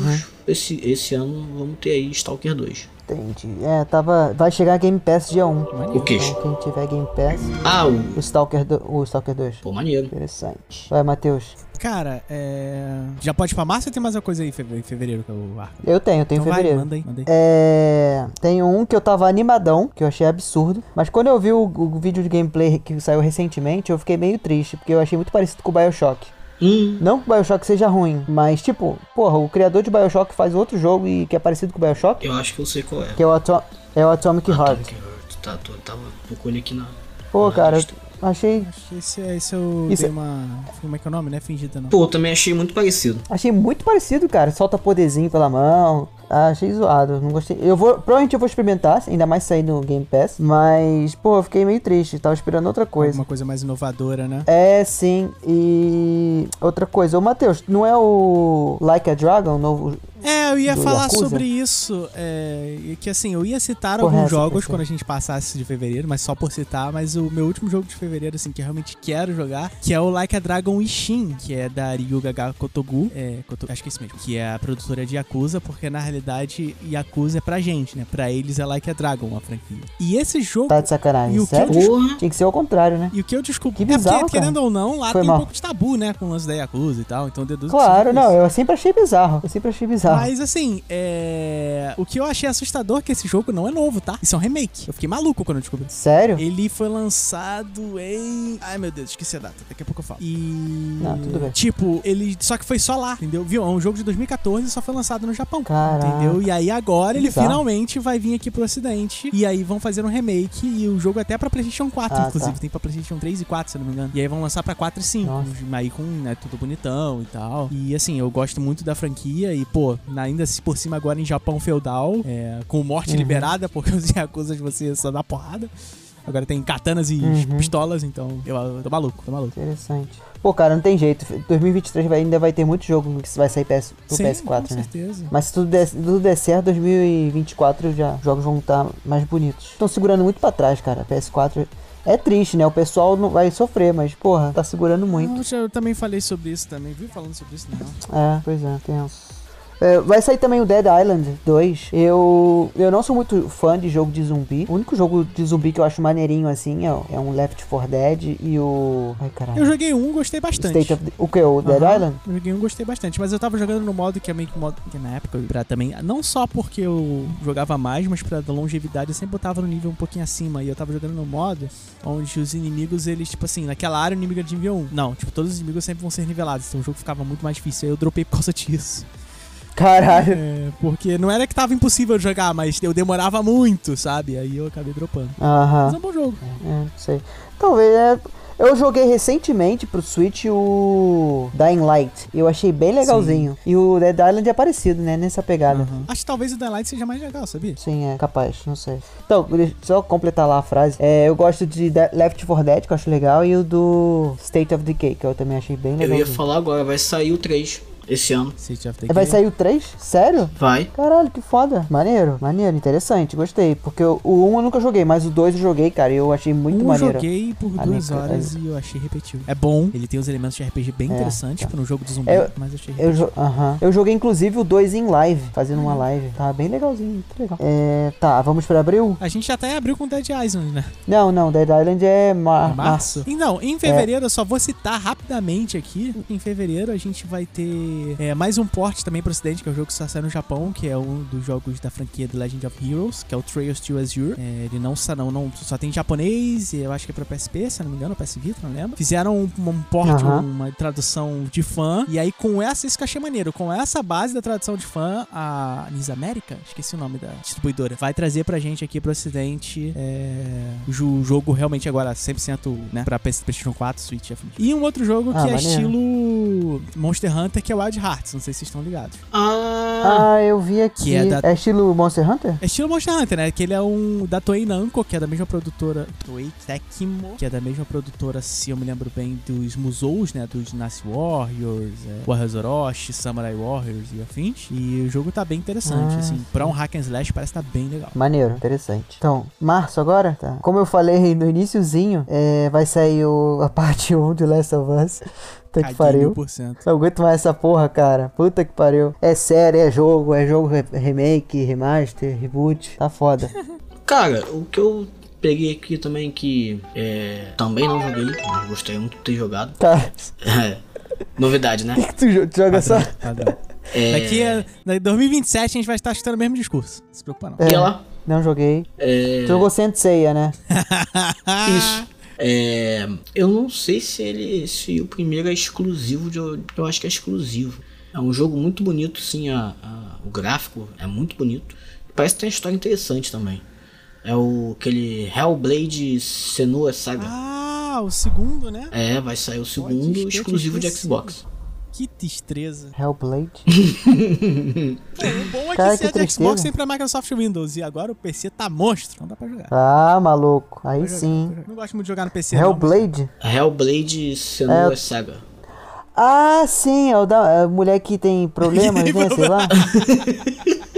[SPEAKER 3] esse, esse ano vamos ter aí Stalker 2.
[SPEAKER 1] Entendi. É, tava. Vai chegar Game Pass dia 1.
[SPEAKER 3] O que?
[SPEAKER 1] Então, quem tiver Game Pass,
[SPEAKER 3] Ah, o,
[SPEAKER 1] o Stalker, do... o Stalker 2.
[SPEAKER 3] pô, maneiro.
[SPEAKER 1] Interessante. Vai, Matheus.
[SPEAKER 2] Cara, é. Já pode ir pra março ou tem mais uma coisa aí em feve- em fevereiro que é o arco?
[SPEAKER 1] Eu tenho, eu tenho
[SPEAKER 2] então
[SPEAKER 1] em fevereiro.
[SPEAKER 2] vai, manda aí, manda aí.
[SPEAKER 1] É, tem um que eu tava animadão, que eu achei absurdo, mas quando eu vi o, o vídeo de gameplay que saiu recentemente, eu fiquei meio triste, porque eu achei muito parecido com o BioShock.
[SPEAKER 3] Hum,
[SPEAKER 1] Não que o BioShock seja ruim, mas tipo, porra, o criador de BioShock faz outro jogo e que é parecido com o BioShock,
[SPEAKER 3] eu acho que eu sei qual é.
[SPEAKER 1] que é o, Ato- é o Atomic Heart.
[SPEAKER 3] Stalker Heart. Tá, tô, tava procurando aqui na.
[SPEAKER 1] Pô,
[SPEAKER 3] na
[SPEAKER 1] cara,
[SPEAKER 3] lista.
[SPEAKER 1] eu achei
[SPEAKER 2] Acho que esse, esse eu
[SPEAKER 1] Isso
[SPEAKER 2] dei
[SPEAKER 1] é-
[SPEAKER 2] uma. Como é que é o nome? Não é fingida, não.
[SPEAKER 3] Pô, eu também achei muito parecido.
[SPEAKER 1] Achei muito parecido, cara. Solta poderzinho pela mão. Ah, achei zoado, não gostei. Eu vou, provavelmente eu vou experimentar, ainda mais sair no Game Pass, mas, pô, eu fiquei meio triste, tava esperando outra coisa.
[SPEAKER 2] Uma coisa mais inovadora, né?
[SPEAKER 1] É, sim, e outra coisa, ô Matheus, não é o Like a Dragon, o novo...
[SPEAKER 2] É, eu ia
[SPEAKER 1] Do
[SPEAKER 2] falar
[SPEAKER 1] Yakuza?
[SPEAKER 2] sobre isso. é, e que assim, eu ia citar
[SPEAKER 1] Porra,
[SPEAKER 2] alguns
[SPEAKER 1] essa
[SPEAKER 2] jogos
[SPEAKER 1] pessoa.
[SPEAKER 2] quando a gente passasse de fevereiro, mas só por citar. Mas o meu último jogo de fevereiro, assim, que eu realmente quero jogar, que é o Like a Dragon Ishin, que é da Ryuga Ga Kotogu. É, Koto- acho que é isso mesmo. Que é a produtora de Yakuza, porque na realidade Yakuza é pra gente, né? Pra eles é Like a Dragon a franquia. E esse jogo.
[SPEAKER 1] Tá de sacanagem,
[SPEAKER 2] E o que eu
[SPEAKER 1] sério?
[SPEAKER 2] dis-
[SPEAKER 3] Porra.
[SPEAKER 1] Tinha que ser ao contrário, né?
[SPEAKER 2] E o que eu descobri.
[SPEAKER 1] Que bizarro,
[SPEAKER 2] é porque,
[SPEAKER 1] cara.
[SPEAKER 2] querendo ou não, lá
[SPEAKER 1] Foi
[SPEAKER 2] tem
[SPEAKER 1] mal.
[SPEAKER 2] um pouco de tabu, né? Com o lance da Yakuza e tal. Então deduz
[SPEAKER 1] Claro,
[SPEAKER 2] não.
[SPEAKER 1] não, eu sempre achei bizarro, eu sempre achei bizarro.
[SPEAKER 2] Mas assim, é... o que eu achei assustador é que esse jogo não é novo, tá? Isso é um remake. Eu fiquei maluco quando eu descobri.
[SPEAKER 1] Sério?
[SPEAKER 2] Ele foi lançado em. Ai meu Deus, esqueci a data. Daqui a pouco eu falo. E.
[SPEAKER 1] Não, tudo bem.
[SPEAKER 2] Tipo, ele. Só que foi só lá, entendeu? Viu? É um jogo de 2014 e só foi lançado no Japão.
[SPEAKER 1] Caraca.
[SPEAKER 2] Entendeu? E aí agora ele
[SPEAKER 1] Bizarro.
[SPEAKER 2] finalmente vai vir aqui pro ocidente. E aí vão fazer um remake. E o jogo é até pra PlayStation 4,
[SPEAKER 1] Ah,
[SPEAKER 2] inclusive.
[SPEAKER 1] tá.
[SPEAKER 2] Tem pra PlayStation 3 e 4, se eu não me engano. E aí vão lançar pra 4 e 5.
[SPEAKER 1] Nossa.
[SPEAKER 2] Aí com, né, tudo bonitão e tal. E assim, eu gosto muito da franquia. E, pô, ainda se por cima agora em Japão feudal. É, com morte
[SPEAKER 1] Uhum.
[SPEAKER 2] liberada, porque os Yakuza de você só dá porrada. Agora tem katanas e
[SPEAKER 1] Uhum.
[SPEAKER 2] pistolas, então eu, eu tô maluco, tô maluco.
[SPEAKER 1] Interessante. Pô, cara, não tem jeito. 2023 vai- ainda vai ter muito jogo que vai sair PS, pro
[SPEAKER 2] Sim,
[SPEAKER 1] PS4,
[SPEAKER 2] com
[SPEAKER 1] né?
[SPEAKER 2] certeza.
[SPEAKER 1] Mas se tudo der, tudo der certo, 2024 já os jogos vão estar mais bonitos. Estão segurando muito pra trás, cara. PS4 é triste, né? O pessoal não vai sofrer, mas porra, tá segurando muito.
[SPEAKER 2] Não, Eu também falei sobre isso também, viu? Falando sobre isso, não.
[SPEAKER 1] É, pois é, tenso. É, vai sair também o Dead Island 2. Eu eu não sou muito fã de jogo de zumbi. O único jogo de zumbi que eu acho maneirinho assim é, o- é um Left 4 Dead e o Ai, caralho.
[SPEAKER 2] Eu joguei um, gostei bastante.
[SPEAKER 1] State of the- o que o Dead
[SPEAKER 2] Aham.
[SPEAKER 1] Island?
[SPEAKER 2] Eu joguei um, gostei bastante. Mas eu tava jogando no modo que é meio que modo que na época pra também. Não só porque eu jogava mais, mas pra da longevidade eu sempre botava no nível um pouquinho acima. E eu tava jogando no modo onde os inimigos, eles, tipo assim, naquela área o inimigo era de nível 1. Não, tipo, todos os inimigos sempre vão ser nivelados. Então o jogo ficava muito mais difícil. Aí eu dropei por causa disso.
[SPEAKER 1] Caralho.
[SPEAKER 2] É, porque não era que tava impossível de jogar, mas eu demorava muito, sabe? Aí eu acabei dropando.
[SPEAKER 1] Aham.
[SPEAKER 2] Mas é um bom jogo.
[SPEAKER 1] É, não sei. Talvez, é... Eu joguei recentemente pro Switch o Dying Light. Eu achei bem legalzinho. E o Dead Island é parecido, né? Nessa pegada.
[SPEAKER 2] Acho que talvez o The Light seja mais legal, sabia?
[SPEAKER 1] Sim, é capaz, não sei. Então, deixa eu só completar lá a frase. É, eu gosto de Da- Left 4 Dead, que eu acho legal, e o do State of Decay, que eu também achei bem
[SPEAKER 3] Eu
[SPEAKER 1] legal.
[SPEAKER 3] ia falar agora, vai sair o 3 esse ano.
[SPEAKER 2] City of the
[SPEAKER 1] Vai
[SPEAKER 2] King.
[SPEAKER 1] sair o 3? Sério?
[SPEAKER 3] Vai.
[SPEAKER 1] Caralho, que foda. Maneiro, maneiro, interessante, gostei. Porque o 1 eu nunca joguei, mas o 2 eu joguei, cara, e eu achei muito
[SPEAKER 2] um
[SPEAKER 1] maneiro.
[SPEAKER 2] joguei por
[SPEAKER 1] Ah,
[SPEAKER 2] duas
[SPEAKER 1] nem-
[SPEAKER 2] horas e eu achei repetitivo. É bom, ele tem uns elementos de RPG bem
[SPEAKER 1] É,
[SPEAKER 2] interessantes para um jogo de zumbi,
[SPEAKER 1] Eu-
[SPEAKER 2] mas achei
[SPEAKER 1] Eu, jo- aham. eu joguei inclusive o 2 em live, fazendo uma live. Tava bem legalzinho, muito legal. É, tá, vamos pra abril?
[SPEAKER 2] A gente até abriu com Dead Island, né?
[SPEAKER 1] Não, não, Dead Island é mar
[SPEAKER 2] Em
[SPEAKER 1] março.
[SPEAKER 2] Então, em fevereiro, eu só vou citar rapidamente aqui. Em fevereiro, a gente vai ter é, mais um porte também pro Ocidente, que é o jogo que está saindo no Japão, que é um dos jogos da franquia The Legend of Heroes, que é o Trails to Azure. É, ele não, sa- não, não só tem em japonês, e eu acho que é pra PSP, se eu não me engano, ou PS Vita, não lembro. Fizeram um, um porte,
[SPEAKER 1] Aham.
[SPEAKER 2] uma tradução de fã, e aí com essa, isso que eu achei maneiro, com essa base da tradução de fã, a Nisa América, esqueci o nome da distribuidora, vai trazer pra gente aqui pro Ocidente é, o ju- jogo realmente agora 100% né, pra PS PlayStation 4, Switch e afins. E um outro jogo
[SPEAKER 1] Ah,
[SPEAKER 2] que é
[SPEAKER 1] maneiro.
[SPEAKER 2] estilo Monster Hunter, que é Wild Hearts, não sei se vocês estão ligados.
[SPEAKER 3] Ah,
[SPEAKER 1] Ah, eu vi aqui.
[SPEAKER 2] Que é da-
[SPEAKER 1] é estilo Monster Hunter?
[SPEAKER 2] É estilo Monster Hunter, né? Que ele é um da Toei Namco, que é da mesma produtora Toei Tecmo, que é da mesma produtora, se eu me lembro bem, dos Musous, né? Dos Nazi Warriors, é, Warriors Orochi, Samurai Warriors e afins. E o jogo tá bem interessante,
[SPEAKER 1] Ah,
[SPEAKER 2] assim. Pra um hack and slash parece que tá bem legal.
[SPEAKER 1] Maneiro, interessante. Então, março agora? Tá. Como eu falei no iníciozinho, é, vai sair o- a parte 1 de Last of Us. Puta que
[SPEAKER 2] Caguei
[SPEAKER 1] pariu.
[SPEAKER 2] mil por cento.
[SPEAKER 1] Não aguento mais essa porra, cara. Puta que pariu. É sério, é jogo, é jogo re- remake, remaster, reboot. Tá foda.
[SPEAKER 3] cara, o que eu peguei aqui também que é, também não joguei, mas gostaria muito de ter jogado.
[SPEAKER 1] Cara,
[SPEAKER 3] Novidade, né?
[SPEAKER 1] Tá. tu jo- tu joga só.
[SPEAKER 2] Padrão, padrão. Daqui a daqui a 2027 a gente vai estar escutando o mesmo discurso. Não se preocupa, não.
[SPEAKER 3] E ela?
[SPEAKER 1] Não joguei.
[SPEAKER 3] É,
[SPEAKER 1] Tu jogou Senseiya, né?
[SPEAKER 3] Isso. É, eu não sei se ele, se o primeiro é exclusivo de, eu acho que é exclusivo. É um jogo muito bonito, sim. a- a- o gráfico é muito bonito. Parece que tem uma história interessante também. É o aquele Hellblade Senua Saga.
[SPEAKER 2] Ah, o segundo, né?
[SPEAKER 3] É, vai sair o segundo
[SPEAKER 2] esquecer,
[SPEAKER 3] exclusivo de
[SPEAKER 2] esqueci.
[SPEAKER 3] Xbox.
[SPEAKER 2] Que destreza.
[SPEAKER 1] Hellblade.
[SPEAKER 2] Pô, o bom é
[SPEAKER 1] Cara,
[SPEAKER 2] que se
[SPEAKER 1] que
[SPEAKER 2] é de Xbox
[SPEAKER 1] tristeza.
[SPEAKER 2] sempre é Microsoft Windows. E agora o PC tá monstro. Não dá pra jogar.
[SPEAKER 1] Ah, maluco. Aí
[SPEAKER 2] Pra jogar, pra
[SPEAKER 1] sim.
[SPEAKER 2] jogar. Não gosto muito de jogar no PC. não, mas- é-
[SPEAKER 1] Hellblade?
[SPEAKER 3] Hellblade Senua Saga.
[SPEAKER 1] Ah, sim, é o da a mulher que tem problemas, né? Sei lá.
[SPEAKER 2] É,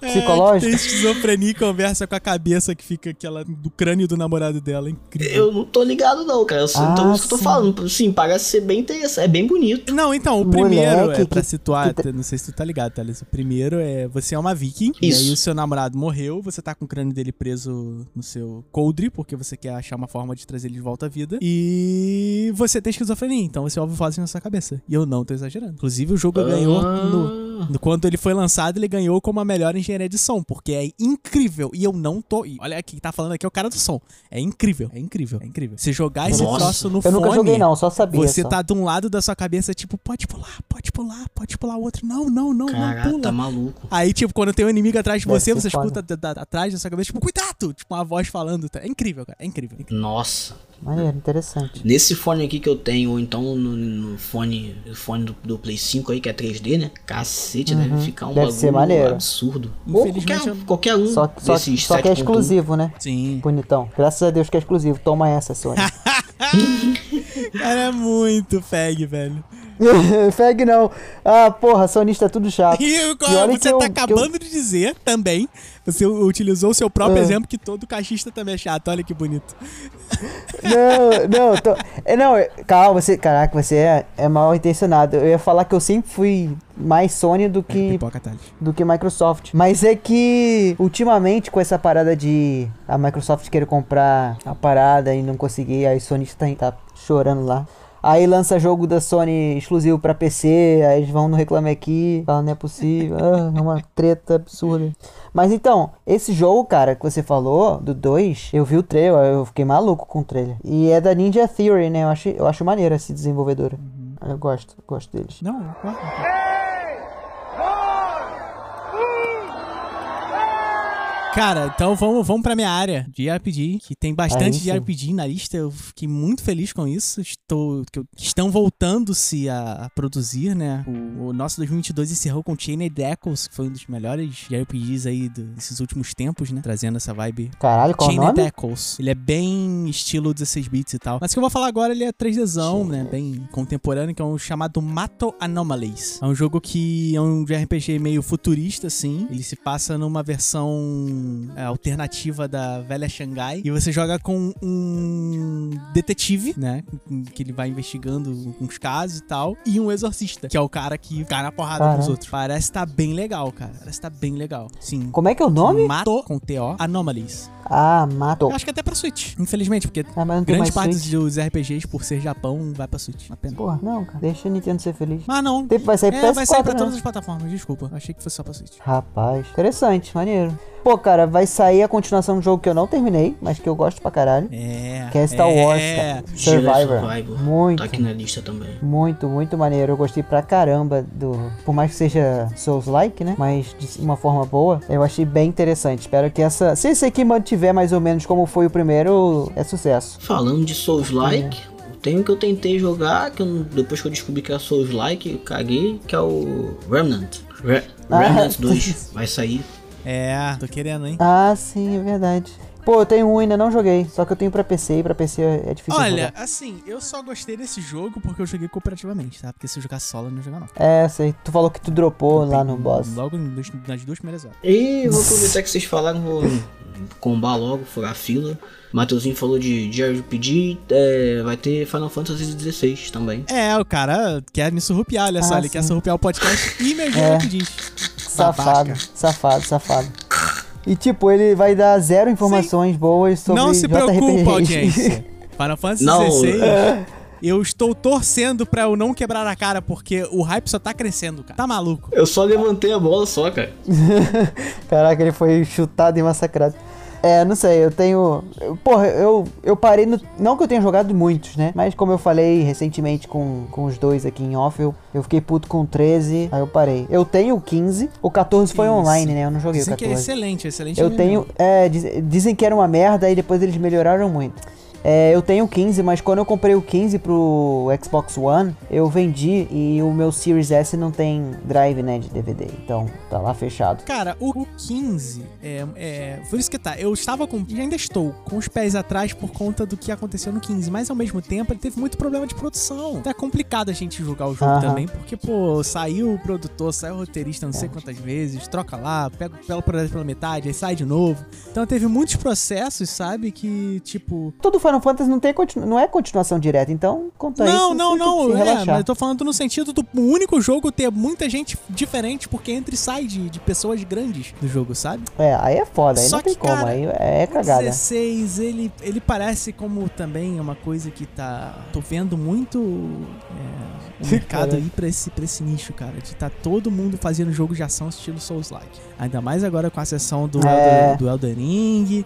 [SPEAKER 1] Psicológico?
[SPEAKER 2] que É, tem esquizofrenia e conversa com a cabeça que fica aquela do crânio do namorado dela. É Incrível.
[SPEAKER 3] Eu não tô ligado não, cara. Eu,
[SPEAKER 1] Ah,
[SPEAKER 3] então isso que eu tô
[SPEAKER 1] sim.
[SPEAKER 3] falando. Sim, parece ser bem interessante. É bem bonito.
[SPEAKER 2] Não, então, o
[SPEAKER 1] Moleque,
[SPEAKER 2] primeiro é
[SPEAKER 1] que-
[SPEAKER 2] pra situar,
[SPEAKER 1] que-
[SPEAKER 2] t- não sei se tu tá ligado, Thales. O primeiro é você é uma viking,
[SPEAKER 3] Isso.
[SPEAKER 2] e aí o seu namorado morreu, você tá com o crânio dele preso no seu coldre, porque você quer achar uma forma de trazer ele de volta à vida. E você tem esquizofrenia, então você ouve vozes na sua cabeça. E eu não tô exagerando. Inclusive, o jogo ganhou no,
[SPEAKER 3] Ah,
[SPEAKER 2] No- Quando ele foi lançado, ele ganhou como a melhor engenharia de som, porque é incrível. E eu não tô. e Olha aqui, quem tá falando aqui é o cara do som. É incrível, é incrível, é incrível. Se jogar esse
[SPEAKER 3] Nossa.
[SPEAKER 2] troço no
[SPEAKER 1] Eu
[SPEAKER 2] um fone.
[SPEAKER 1] nunca joguei, não, só sabia.
[SPEAKER 2] Você
[SPEAKER 1] só.
[SPEAKER 2] tá de um lado da sua cabeça, tipo, pode pular, pode pular, pode pular o outro. Não, não, não, não
[SPEAKER 3] Caraca,
[SPEAKER 2] pula.
[SPEAKER 3] tá maluco.
[SPEAKER 2] Aí, tipo, quando tem um inimigo atrás de
[SPEAKER 1] Deve
[SPEAKER 2] você,
[SPEAKER 1] ser
[SPEAKER 2] você
[SPEAKER 1] foda.
[SPEAKER 2] escuta da- da- atrás da sua cabeça, tipo, cuidado! Tipo, uma voz falando. tá? É incrível, cara. É incrível. é incrível.
[SPEAKER 3] Nossa.
[SPEAKER 1] Maneiro, interessante.
[SPEAKER 3] Nesse fone aqui que eu tenho, ou então no, no fone, no fone do, do Play 5 aí, que é 3D, né? Cacete, deve ficar um
[SPEAKER 1] Uhum. Deve
[SPEAKER 3] bagulho
[SPEAKER 1] ser maneiro.
[SPEAKER 3] absurdo. Ou
[SPEAKER 2] Infelizmente,
[SPEAKER 3] qualquer,
[SPEAKER 2] eu-
[SPEAKER 3] qualquer um
[SPEAKER 1] Só, só,
[SPEAKER 3] desses
[SPEAKER 1] só que é
[SPEAKER 3] 7.1.
[SPEAKER 1] exclusivo, né?
[SPEAKER 2] Sim.
[SPEAKER 1] Bonitão. Graças a Deus que é exclusivo. Toma essa, Sony.
[SPEAKER 2] Cara, é muito fag, velho.
[SPEAKER 1] Fag não. Ah, porra, sonista é tudo chato.
[SPEAKER 2] E
[SPEAKER 1] E
[SPEAKER 2] como
[SPEAKER 1] olha que
[SPEAKER 2] você
[SPEAKER 1] eu-
[SPEAKER 2] tá
[SPEAKER 1] que eu-
[SPEAKER 2] acabando de dizer também, você u- utilizou o seu próprio
[SPEAKER 1] Ah.
[SPEAKER 2] exemplo que todo cachista também é chato. Olha que bonito.
[SPEAKER 1] Não, não, tô... é, não, é- calma, você, caraca, você é, é mal intencionado. Eu ia falar que eu sempre fui mais Sony do que
[SPEAKER 2] Pipoca, Thales.
[SPEAKER 1] do que Microsoft. Mas é que ultimamente com essa parada de a Microsoft querer comprar a parada e não conseguir, aí a Sony tá, tá chorando lá. Aí lança jogo da Sony exclusivo pra PC, aí eles vão no Reclame Aqui, falam, não é possível, ah, é uma treta absurda. Mas então, esse jogo, cara, que você falou, do 2, eu vi o trailer, eu fiquei maluco com o trailer. E é da Ninja Theory, né? Eu acho, eu acho maneiro essa desenvolvedora. Eu gosto, gosto deles.
[SPEAKER 2] Não, eu concordo. Cara, então vamos, vamos pra minha área de RPG, que tem bastante
[SPEAKER 1] Aí
[SPEAKER 2] de
[SPEAKER 1] sim.
[SPEAKER 2] RPG na lista. Eu fiquei muito feliz com isso. Estou, que eu- estão voltando-se a, a produzir, né? O, o nosso 2022 encerrou com Chained Echoes, que foi um dos melhores de RPGs aí do- desses últimos tempos, né? Trazendo essa vibe
[SPEAKER 1] Caralho, É qual o
[SPEAKER 2] Chained
[SPEAKER 1] nome?
[SPEAKER 2] Echoes. Ele é bem estilo 16 bits e tal. Mas o que eu vou falar agora, ele é 3Dzão, né? Bem contemporâneo, que é um chamado Mato Anomalies. É um jogo que é um RPG meio futurista, assim. Ele se passa numa versão é, alternativa da velha Xangai. E você joga com um detetive, né? Que ele vai investigando uns casos e tal. E um exorcista, que é o cara que cai na porrada com os
[SPEAKER 1] Caraca.
[SPEAKER 2] outros. Parece tá bem legal, cara. Parece tá bem legal. Sim.
[SPEAKER 1] Como é que é o nome?
[SPEAKER 2] Mato com TO Anomalies.
[SPEAKER 1] Ah, matou.
[SPEAKER 2] Eu acho que até pra Switch, infelizmente, porque
[SPEAKER 1] Ah, mas não tem
[SPEAKER 2] grande
[SPEAKER 1] mais
[SPEAKER 2] parte
[SPEAKER 1] Switch.
[SPEAKER 2] dos RPGs, por ser Japão, vai pra Switch. Uma pena.
[SPEAKER 1] Porra, não, cara. Deixa a Nintendo ser feliz.
[SPEAKER 2] Mas não.
[SPEAKER 1] Tempo vai sair
[SPEAKER 2] É,
[SPEAKER 1] PS4,
[SPEAKER 2] vai sair pra
[SPEAKER 1] né?
[SPEAKER 2] todas as plataformas, desculpa. Achei que fosse só pra Switch.
[SPEAKER 1] Rapaz, interessante, maneiro. Pô, cara, vai sair a continuação de um jogo que eu não terminei, mas que eu gosto pra caralho.
[SPEAKER 2] É.
[SPEAKER 1] Que é Star
[SPEAKER 2] é.
[SPEAKER 1] Wars, cara.
[SPEAKER 3] Jedi
[SPEAKER 1] Survivor.
[SPEAKER 3] Survivor.
[SPEAKER 1] Muito,
[SPEAKER 3] Tá aqui na lista também.
[SPEAKER 1] muito, muito maneiro. Eu gostei pra caramba do. Por mais que seja Souls-like, né? Mas de uma forma boa, eu achei bem interessante. Espero que essa. Se esse aqui mantiver mais ou menos como foi o primeiro, é sucesso.
[SPEAKER 3] Falando de Souls Like, tem um que eu tentei jogar, que eu não- depois que eu descobri que era Souls Like, eu caguei, que é o Remnant. Re-
[SPEAKER 1] Ah,
[SPEAKER 3] Remnant 2 vai sair.
[SPEAKER 2] É, tô querendo, hein?
[SPEAKER 1] Ah, sim, é verdade. Pô, eu tenho um e ainda não joguei. Só que eu tenho pra PC e pra PC é difícil
[SPEAKER 2] Olha,
[SPEAKER 1] jogar.
[SPEAKER 2] assim, eu só gostei desse jogo porque eu joguei cooperativamente, tá? Porque se eu jogar solo, eu não jogar não.
[SPEAKER 1] É, sei. Tu falou que tu dropou lá no boss.
[SPEAKER 2] Logo nos- nas duas primeiras horas.
[SPEAKER 3] E vou aproveitar que vocês falaram, vou combar logo, furar a fila. Mateuzinho falou de, de RPG, é, vai ter Final Fantasy XVI também.
[SPEAKER 2] É, o cara quer me surrupiar, olha só.
[SPEAKER 1] Ah,
[SPEAKER 2] Ele
[SPEAKER 1] sim.
[SPEAKER 2] quer surrupiar o podcast e meu jogo
[SPEAKER 1] É.
[SPEAKER 2] que diz.
[SPEAKER 1] Safado,
[SPEAKER 2] Babaca.
[SPEAKER 1] safado, safado. E tipo, ele vai dar zero informações boas sobre
[SPEAKER 2] Não se
[SPEAKER 1] JRPGs.
[SPEAKER 2] preocupa, audiência. Final Fantasy
[SPEAKER 3] Não,
[SPEAKER 2] XVI. Eu estou torcendo pra eu não quebrar a cara, porque o hype só tá crescendo, cara. Tá maluco.
[SPEAKER 3] Eu só levantei a bola só, cara.
[SPEAKER 1] Caraca, ele foi chutado e massacrado. É, não sei, eu tenho. eu- Porra, eu, eu parei no. Não que eu tenha jogado muitos, né? Mas como eu falei recentemente com, com os dois aqui em off, eu, eu fiquei puto com o 13, aí eu parei. Eu tenho o 15, o 14 foi
[SPEAKER 2] Isso.
[SPEAKER 1] online, né? Eu não joguei
[SPEAKER 2] Dizem
[SPEAKER 1] o
[SPEAKER 2] que é
[SPEAKER 1] 14.
[SPEAKER 2] excelente, excelente.
[SPEAKER 1] Eu
[SPEAKER 2] mesmo.
[SPEAKER 1] tenho. É, diz- dizem que era uma merda e depois eles melhoraram muito. É, eu tenho o 15, mas quando eu comprei o 15 pro Xbox One, eu vendi e o meu Series S não tem drive, né, de DVD. Então, tá lá fechado.
[SPEAKER 2] Cara, o 15 é, é. Por isso que tá. Eu estava com. e ainda estou com os pés atrás por conta do que aconteceu no 15. Mas ao mesmo tempo, ele teve muito problema de produção. Tá complicado a gente julgar o jogo
[SPEAKER 1] Aham.
[SPEAKER 2] também, porque, pô, saiu o produtor, saiu o roteirista não
[SPEAKER 1] É.
[SPEAKER 2] sei quantas vezes, troca lá, pega o pelo projeto pela metade, aí sai de novo. Então teve muitos processos, sabe? Que, tipo.
[SPEAKER 1] Todo Final Fantasy não, tem continu- não é continuação direta, então conta
[SPEAKER 2] Não,
[SPEAKER 1] isso.
[SPEAKER 2] não,
[SPEAKER 1] você tem que
[SPEAKER 2] não.
[SPEAKER 1] se
[SPEAKER 2] É, mas
[SPEAKER 1] relaxar.
[SPEAKER 2] eu tô falando no sentido do único jogo ter muita gente diferente, porque entra e sai de, de pessoas grandes do jogo, sabe?
[SPEAKER 1] É, aí é foda, aí
[SPEAKER 2] Só
[SPEAKER 1] não tem
[SPEAKER 2] que,
[SPEAKER 1] como,
[SPEAKER 2] cara,
[SPEAKER 1] aí é cagada.
[SPEAKER 2] 16, ele, ele parece como também é uma coisa que tá. Tô vendo muito. É, o mercado aí pra esse, pra esse nicho, cara. De tá todo mundo fazendo jogo de ação estilo Souls-like. Ainda mais agora com a sessão do,
[SPEAKER 1] É.
[SPEAKER 2] Elden, do Elden Ring.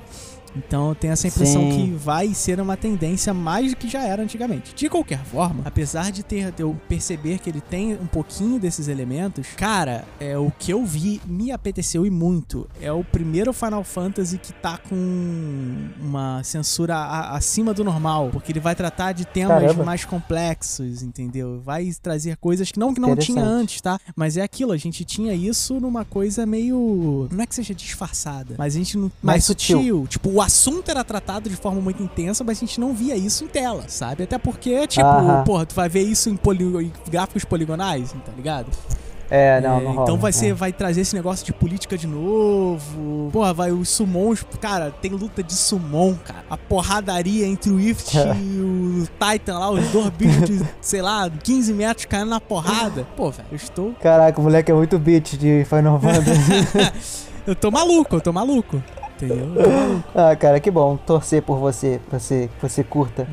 [SPEAKER 2] Então tem essa impressão
[SPEAKER 1] Sim.
[SPEAKER 2] que vai ser uma tendência mais do que já era antigamente. De qualquer forma, apesar de ter de eu perceber que ele tem um pouquinho desses elementos, cara, é o que eu vi me apeteceu e muito. É o primeiro Final Fantasy que tá com uma censura a- acima do normal, porque ele vai tratar de temas
[SPEAKER 1] Caramba.
[SPEAKER 2] mais complexos, entendeu? Vai trazer coisas que não que não tinha
[SPEAKER 1] Interessante.
[SPEAKER 2] antes antes, tá? Mas é aquilo, a gente tinha isso numa coisa meio. Não é que seja disfarçada, mas a gente não. Mais, sutil.
[SPEAKER 1] sutil.
[SPEAKER 2] Tipo, o assunto era tratado de forma muito intensa, mas a gente não via isso em tela, sabe? Até porque, tipo,
[SPEAKER 1] Aham.
[SPEAKER 2] porra, tu vai ver isso em, poli- em gráficos poligonais, tá ligado?
[SPEAKER 1] É, não, não
[SPEAKER 2] É,
[SPEAKER 1] rola.
[SPEAKER 2] Então vai,
[SPEAKER 1] é.
[SPEAKER 2] ser, vai trazer esse negócio de política de novo. Porra, vai os sumons. Cara, tem luta de sumon, cara. A porradaria entre o Ift e o Titan lá, os dois bichos de, sei lá, 15 metros caindo na porrada. Pô, velho, eu estou.
[SPEAKER 1] Caraca, o moleque é muito bitch de Final Fantasy.
[SPEAKER 2] Eu tô maluco, eu tô maluco. Entendeu? Eu tô maluco.
[SPEAKER 1] ah, cara, que bom. Torcer por você, pra você, que você curta.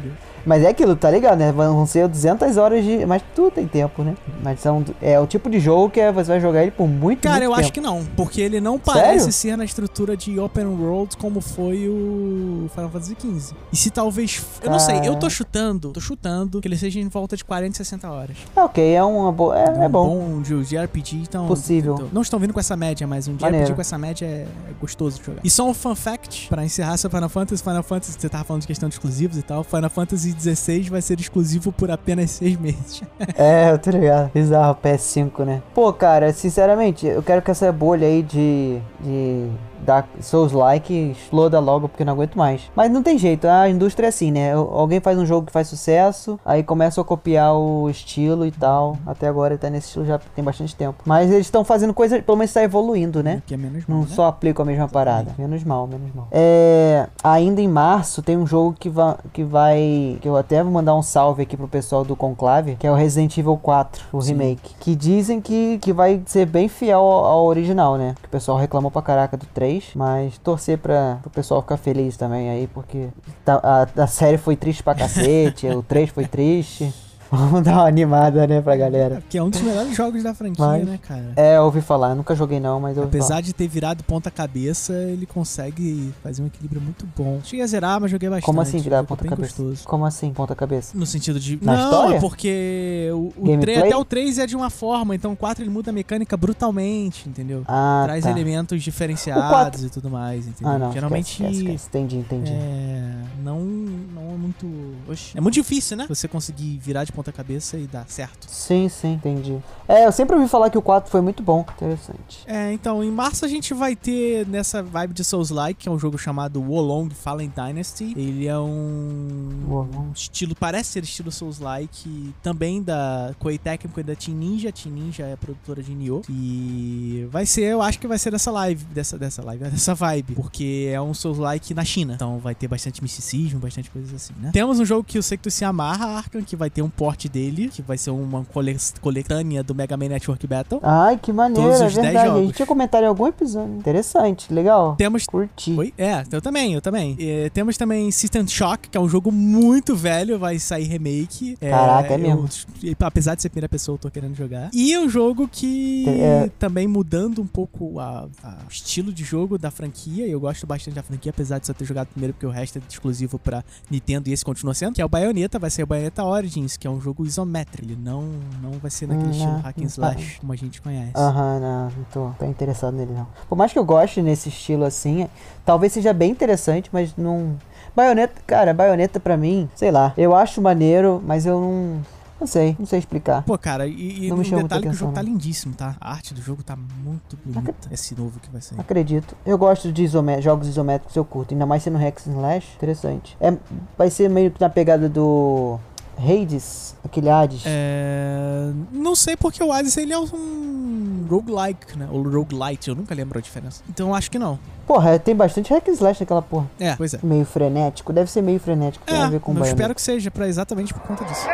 [SPEAKER 1] Mas é aquilo, tá ligado, né? Vão ser 200 horas de... Mas tudo tem tempo, né? Mas são, é o tipo de jogo que é- você vai jogar ele por muito,
[SPEAKER 2] Cara,
[SPEAKER 1] muito
[SPEAKER 2] eu
[SPEAKER 1] tempo.
[SPEAKER 2] acho que não. Porque ele não
[SPEAKER 1] Sério?
[SPEAKER 2] parece ser na estrutura de Open World como foi o Final Fantasy XV. E se talvez. Eu não sei, eu tô chutando, tô chutando que ele seja em volta de 40, 60 horas.
[SPEAKER 1] Ah, ok, é uma boa... É,
[SPEAKER 2] um
[SPEAKER 1] é bom.
[SPEAKER 2] de, de RPG, então.
[SPEAKER 1] Possível.
[SPEAKER 2] então, Não estão vindo com essa média, mas um
[SPEAKER 1] Maneiro.
[SPEAKER 2] RPG com essa média é é gostoso de jogar. E só um fun fact, pra encerrar essa Final Fantasy, Final Fantasy, você tava falando de questão de exclusivos e tal. Final Fantasy XVI vai ser exclusivo por apenas seis meses.
[SPEAKER 1] É, eu tô ligado. Bizarro, PS5, né? Pô, cara, sinceramente, eu quero que essa bolha aí de. de. da Souls-like exploda logo, porque eu não aguento mais. Mas não tem jeito, a indústria é assim, né? Al- Alguém faz um jogo que faz sucesso, aí começa a copiar o estilo e tal. Até agora tá nesse estilo já tem bastante tempo. Mas eles estão fazendo coisa, pelo menos tá evoluindo, né?
[SPEAKER 2] Que é menos mal,
[SPEAKER 1] Não
[SPEAKER 2] né?
[SPEAKER 1] só aplico a mesma parada. Menos mal, menos mal. É, ainda em março tem um jogo que, va que vai. Que eu até vou mandar um salve aqui pro pessoal do Conclave, que é o Resident Evil 4, o
[SPEAKER 2] Sim.
[SPEAKER 1] remake. Que dizem que, que vai ser bem fiel ao, ao original, né? Que o pessoal reclamou pra caraca do 3, mas torcer pra o pessoal ficar feliz também aí, porque tá- a, a série foi triste pra cacete, o 3 foi triste. Vamos dar uma animada, né, pra galera.
[SPEAKER 2] Que é um dos melhores jogos da franquia,
[SPEAKER 1] Mas-
[SPEAKER 2] né, cara?
[SPEAKER 1] É, eu ouvi falar, nunca joguei não, mas eu ouvi falar.
[SPEAKER 2] Apesar de ter virado ponta-cabeça, ele consegue fazer um equilíbrio muito bom. Cheguei a zerar, mas joguei bastante.
[SPEAKER 1] Como assim virar
[SPEAKER 2] Ficou bem
[SPEAKER 1] ponta-cabeça?
[SPEAKER 2] gostoso.
[SPEAKER 1] Como assim ponta-cabeça?
[SPEAKER 2] No sentido de.
[SPEAKER 1] Na
[SPEAKER 2] não,
[SPEAKER 1] história?
[SPEAKER 2] é porque o, o
[SPEAKER 1] Gameplay?
[SPEAKER 2] 3, até o 3 é de uma forma, então o 4 ele muda a mecânica brutalmente, entendeu?
[SPEAKER 1] Ah,
[SPEAKER 2] Traz
[SPEAKER 1] tá.
[SPEAKER 2] elementos diferenciados
[SPEAKER 1] quatro-
[SPEAKER 2] e tudo mais, entendeu?
[SPEAKER 1] Ah, não.
[SPEAKER 2] Geralmente.
[SPEAKER 1] Esquece, esquece, esquece. Entendi, entendi.
[SPEAKER 2] É, não, não é muito. Oxi. É muito difícil, né? Você conseguir virar de ponta-cabeça e dar certo.
[SPEAKER 1] Sim, sim, entendi. É, eu sempre ouvi falar que o 4 foi muito bom. Interessante.
[SPEAKER 2] É, então, em março a gente vai ter nessa vibe de Souls-like, que é um jogo chamado Wolong Fallen Dynasty. Ele é um
[SPEAKER 1] Wolong.
[SPEAKER 2] estilo, parece ser estilo Souls-like, também da Koei Tecnico e da Team Ninja. Team Ninja é a produtora de Nioh. E vai ser, eu acho que vai ser dessa live, dessa, dessa live, dessa vibe, porque é um Souls-like na China. Então vai ter bastante misticismo, bastante coisas assim, né? Temos um jogo que eu sei que tu se amarra, Arkham, que vai ter um porte dele, que vai ser uma cole coletânea do Mega Man Network Battle.
[SPEAKER 1] Ai, que maneiro,
[SPEAKER 2] Todos
[SPEAKER 1] é
[SPEAKER 2] os dez
[SPEAKER 1] verdade. A
[SPEAKER 2] jogos.
[SPEAKER 1] gente tinha comentado em algum episódio. Interessante, legal.
[SPEAKER 2] Temos
[SPEAKER 1] Curti.
[SPEAKER 2] Oi? É, eu também, eu também. É, temos também System Shock, que é um jogo muito velho, vai sair remake.
[SPEAKER 1] Caraca, é
[SPEAKER 2] eu-
[SPEAKER 1] mesmo.
[SPEAKER 2] e, apesar de ser primeira pessoa, eu tô querendo jogar. E um jogo que
[SPEAKER 1] É.
[SPEAKER 2] também mudando um pouco a- a- o estilo de jogo da franquia. Eu gosto bastante da franquia, apesar de só ter jogado primeiro, porque o resto é exclusivo pra Nintendo e esse continua sendo. Que é o Bayonetta, vai ser o Bayonetta Origins, que é um um jogo isométrico. Ele não, não vai ser naquele
[SPEAKER 1] Hum,
[SPEAKER 2] estilo
[SPEAKER 1] não,
[SPEAKER 2] hack and
[SPEAKER 1] não
[SPEAKER 2] slash,
[SPEAKER 1] tá.
[SPEAKER 2] como a gente conhece.
[SPEAKER 1] Aham, não, não tô, tô interessado nele não. Por mais que eu goste nesse estilo assim, talvez seja bem interessante, mas não. Baioneta, cara, baioneta pra mim, sei lá. Eu acho maneiro, mas eu não. Não sei, não sei explicar.
[SPEAKER 2] Pô, cara, e, e
[SPEAKER 1] Não
[SPEAKER 2] um
[SPEAKER 1] me chama muita
[SPEAKER 2] detalhe que o jogo
[SPEAKER 1] atenção,
[SPEAKER 2] tá
[SPEAKER 1] não.
[SPEAKER 2] lindíssimo, tá? A arte do jogo tá muito bonita. Esse novo que vai
[SPEAKER 1] Ah.
[SPEAKER 2] sair.
[SPEAKER 1] Acredito. Eu gosto de isomé- jogos isométricos, eu curto. Ainda mais sendo Rex Slash. Interessante. É, vai ser meio que na pegada do. Hades? Aquele Hades?
[SPEAKER 2] É... Não sei porque o Hades ele é um roguelike, né? Ou roguelite, eu nunca lembro a diferença. Então acho que não.
[SPEAKER 1] Porra, tem bastante Hack and Slash naquela porra.
[SPEAKER 2] É, pois é.
[SPEAKER 1] Meio frenético. Deve ser meio frenético. Tem
[SPEAKER 2] É,
[SPEAKER 1] a ver com
[SPEAKER 2] eu
[SPEAKER 1] baioneta.
[SPEAKER 2] espero que seja pra exatamente por conta disso.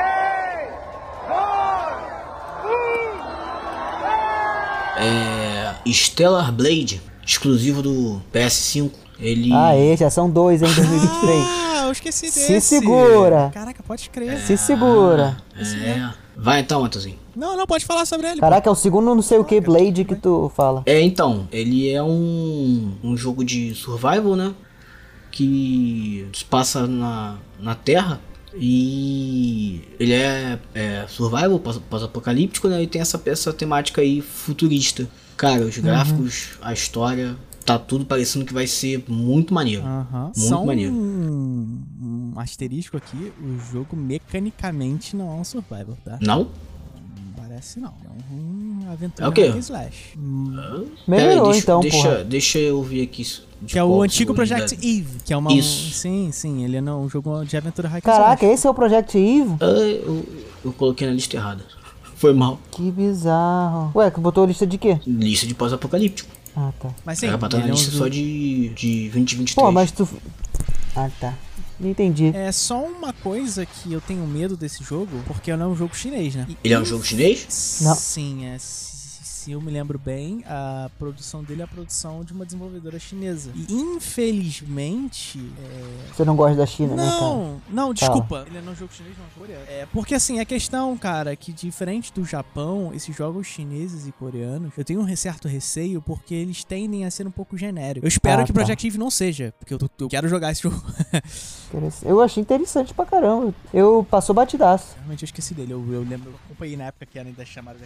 [SPEAKER 3] É, Stellar Blade, exclusivo do PS5. Ele.
[SPEAKER 1] Aê, já são dois hein, 2023.
[SPEAKER 2] Ah, eu esqueci
[SPEAKER 1] Se
[SPEAKER 2] desse.
[SPEAKER 1] segura.
[SPEAKER 2] Caraca, pode crer.
[SPEAKER 1] Se segura.
[SPEAKER 3] É. Vai então, Matheusinho.
[SPEAKER 2] Não, não, pode falar sobre ele.
[SPEAKER 1] Caraca, é o segundo não sei o que Blade que tu fala.
[SPEAKER 3] É, então, ele é um, um jogo de survival, né? Que se passa na, na Terra e ele é, é survival, pós- pós-apocalíptico, né? E tem essa, essa temática aí futurista. Cara,
[SPEAKER 2] Uhum.
[SPEAKER 3] os gráficos, a história, tá tudo parecendo que vai ser muito maneiro.
[SPEAKER 2] Aham.
[SPEAKER 3] Muito
[SPEAKER 2] Só um,
[SPEAKER 3] maneiro.
[SPEAKER 2] um asterisco aqui, o jogo mecanicamente não é um survival, tá?
[SPEAKER 3] Não?
[SPEAKER 2] Não parece não. É um aventura
[SPEAKER 3] É o quê?
[SPEAKER 2] hack and slash. Hum,
[SPEAKER 1] Melhorou
[SPEAKER 3] Pera aí, deixa,
[SPEAKER 1] então, porra.
[SPEAKER 3] deixa, deixa eu ver aqui. isso de
[SPEAKER 2] Que é o
[SPEAKER 3] qual
[SPEAKER 2] antigo
[SPEAKER 3] jogo ele
[SPEAKER 2] Project
[SPEAKER 3] é.
[SPEAKER 2] Eve, que é uma...
[SPEAKER 3] Isso.
[SPEAKER 2] Sim, sim, ele é não- um jogo de aventura hack and slash.
[SPEAKER 1] Caraca, esse é o Project Eve?
[SPEAKER 3] Ah, eu, eu coloquei na lista errada. Foi mal.
[SPEAKER 1] Que bizarro. Ué, que botou lista de quê?
[SPEAKER 3] Lista de pós-apocalíptico.
[SPEAKER 1] Ah, tá.
[SPEAKER 2] Mas sim,
[SPEAKER 3] Era pra estar na
[SPEAKER 2] ele é um
[SPEAKER 3] lista
[SPEAKER 2] jogo-
[SPEAKER 3] só de, de 2023.
[SPEAKER 1] Pô, mas tu. Ah, tá. Não entendi.
[SPEAKER 2] É só uma coisa que eu tenho medo desse jogo, porque não é um jogo chinês, né?
[SPEAKER 3] Ele é um jogo chinês?
[SPEAKER 1] Não.
[SPEAKER 2] Sim, é. Se se eu me lembro bem, a produção dele é a produção de uma desenvolvedora chinesa. E infelizmente. é,
[SPEAKER 1] Você não gosta da China, né, cara?
[SPEAKER 2] Não, não, desculpa. Ele não é um jogo chinês, não é coreano. É, porque assim, a questão, cara, que diferente do Japão, esses jogos chineses e coreanos, eu tenho um certo receio porque eles tendem a ser um pouco genéricos. Eu espero
[SPEAKER 1] Ah,
[SPEAKER 2] que
[SPEAKER 1] tá.
[SPEAKER 2] Project Eve não seja, porque eu, eu quero jogar esse jogo.
[SPEAKER 1] Interess- Eu achei interessante pra caramba. Eu passou batidaço.
[SPEAKER 2] Realmente eu esqueci dele. Eu, eu lembro, eu acompanhei na época que era ainda chamado.
[SPEAKER 1] É.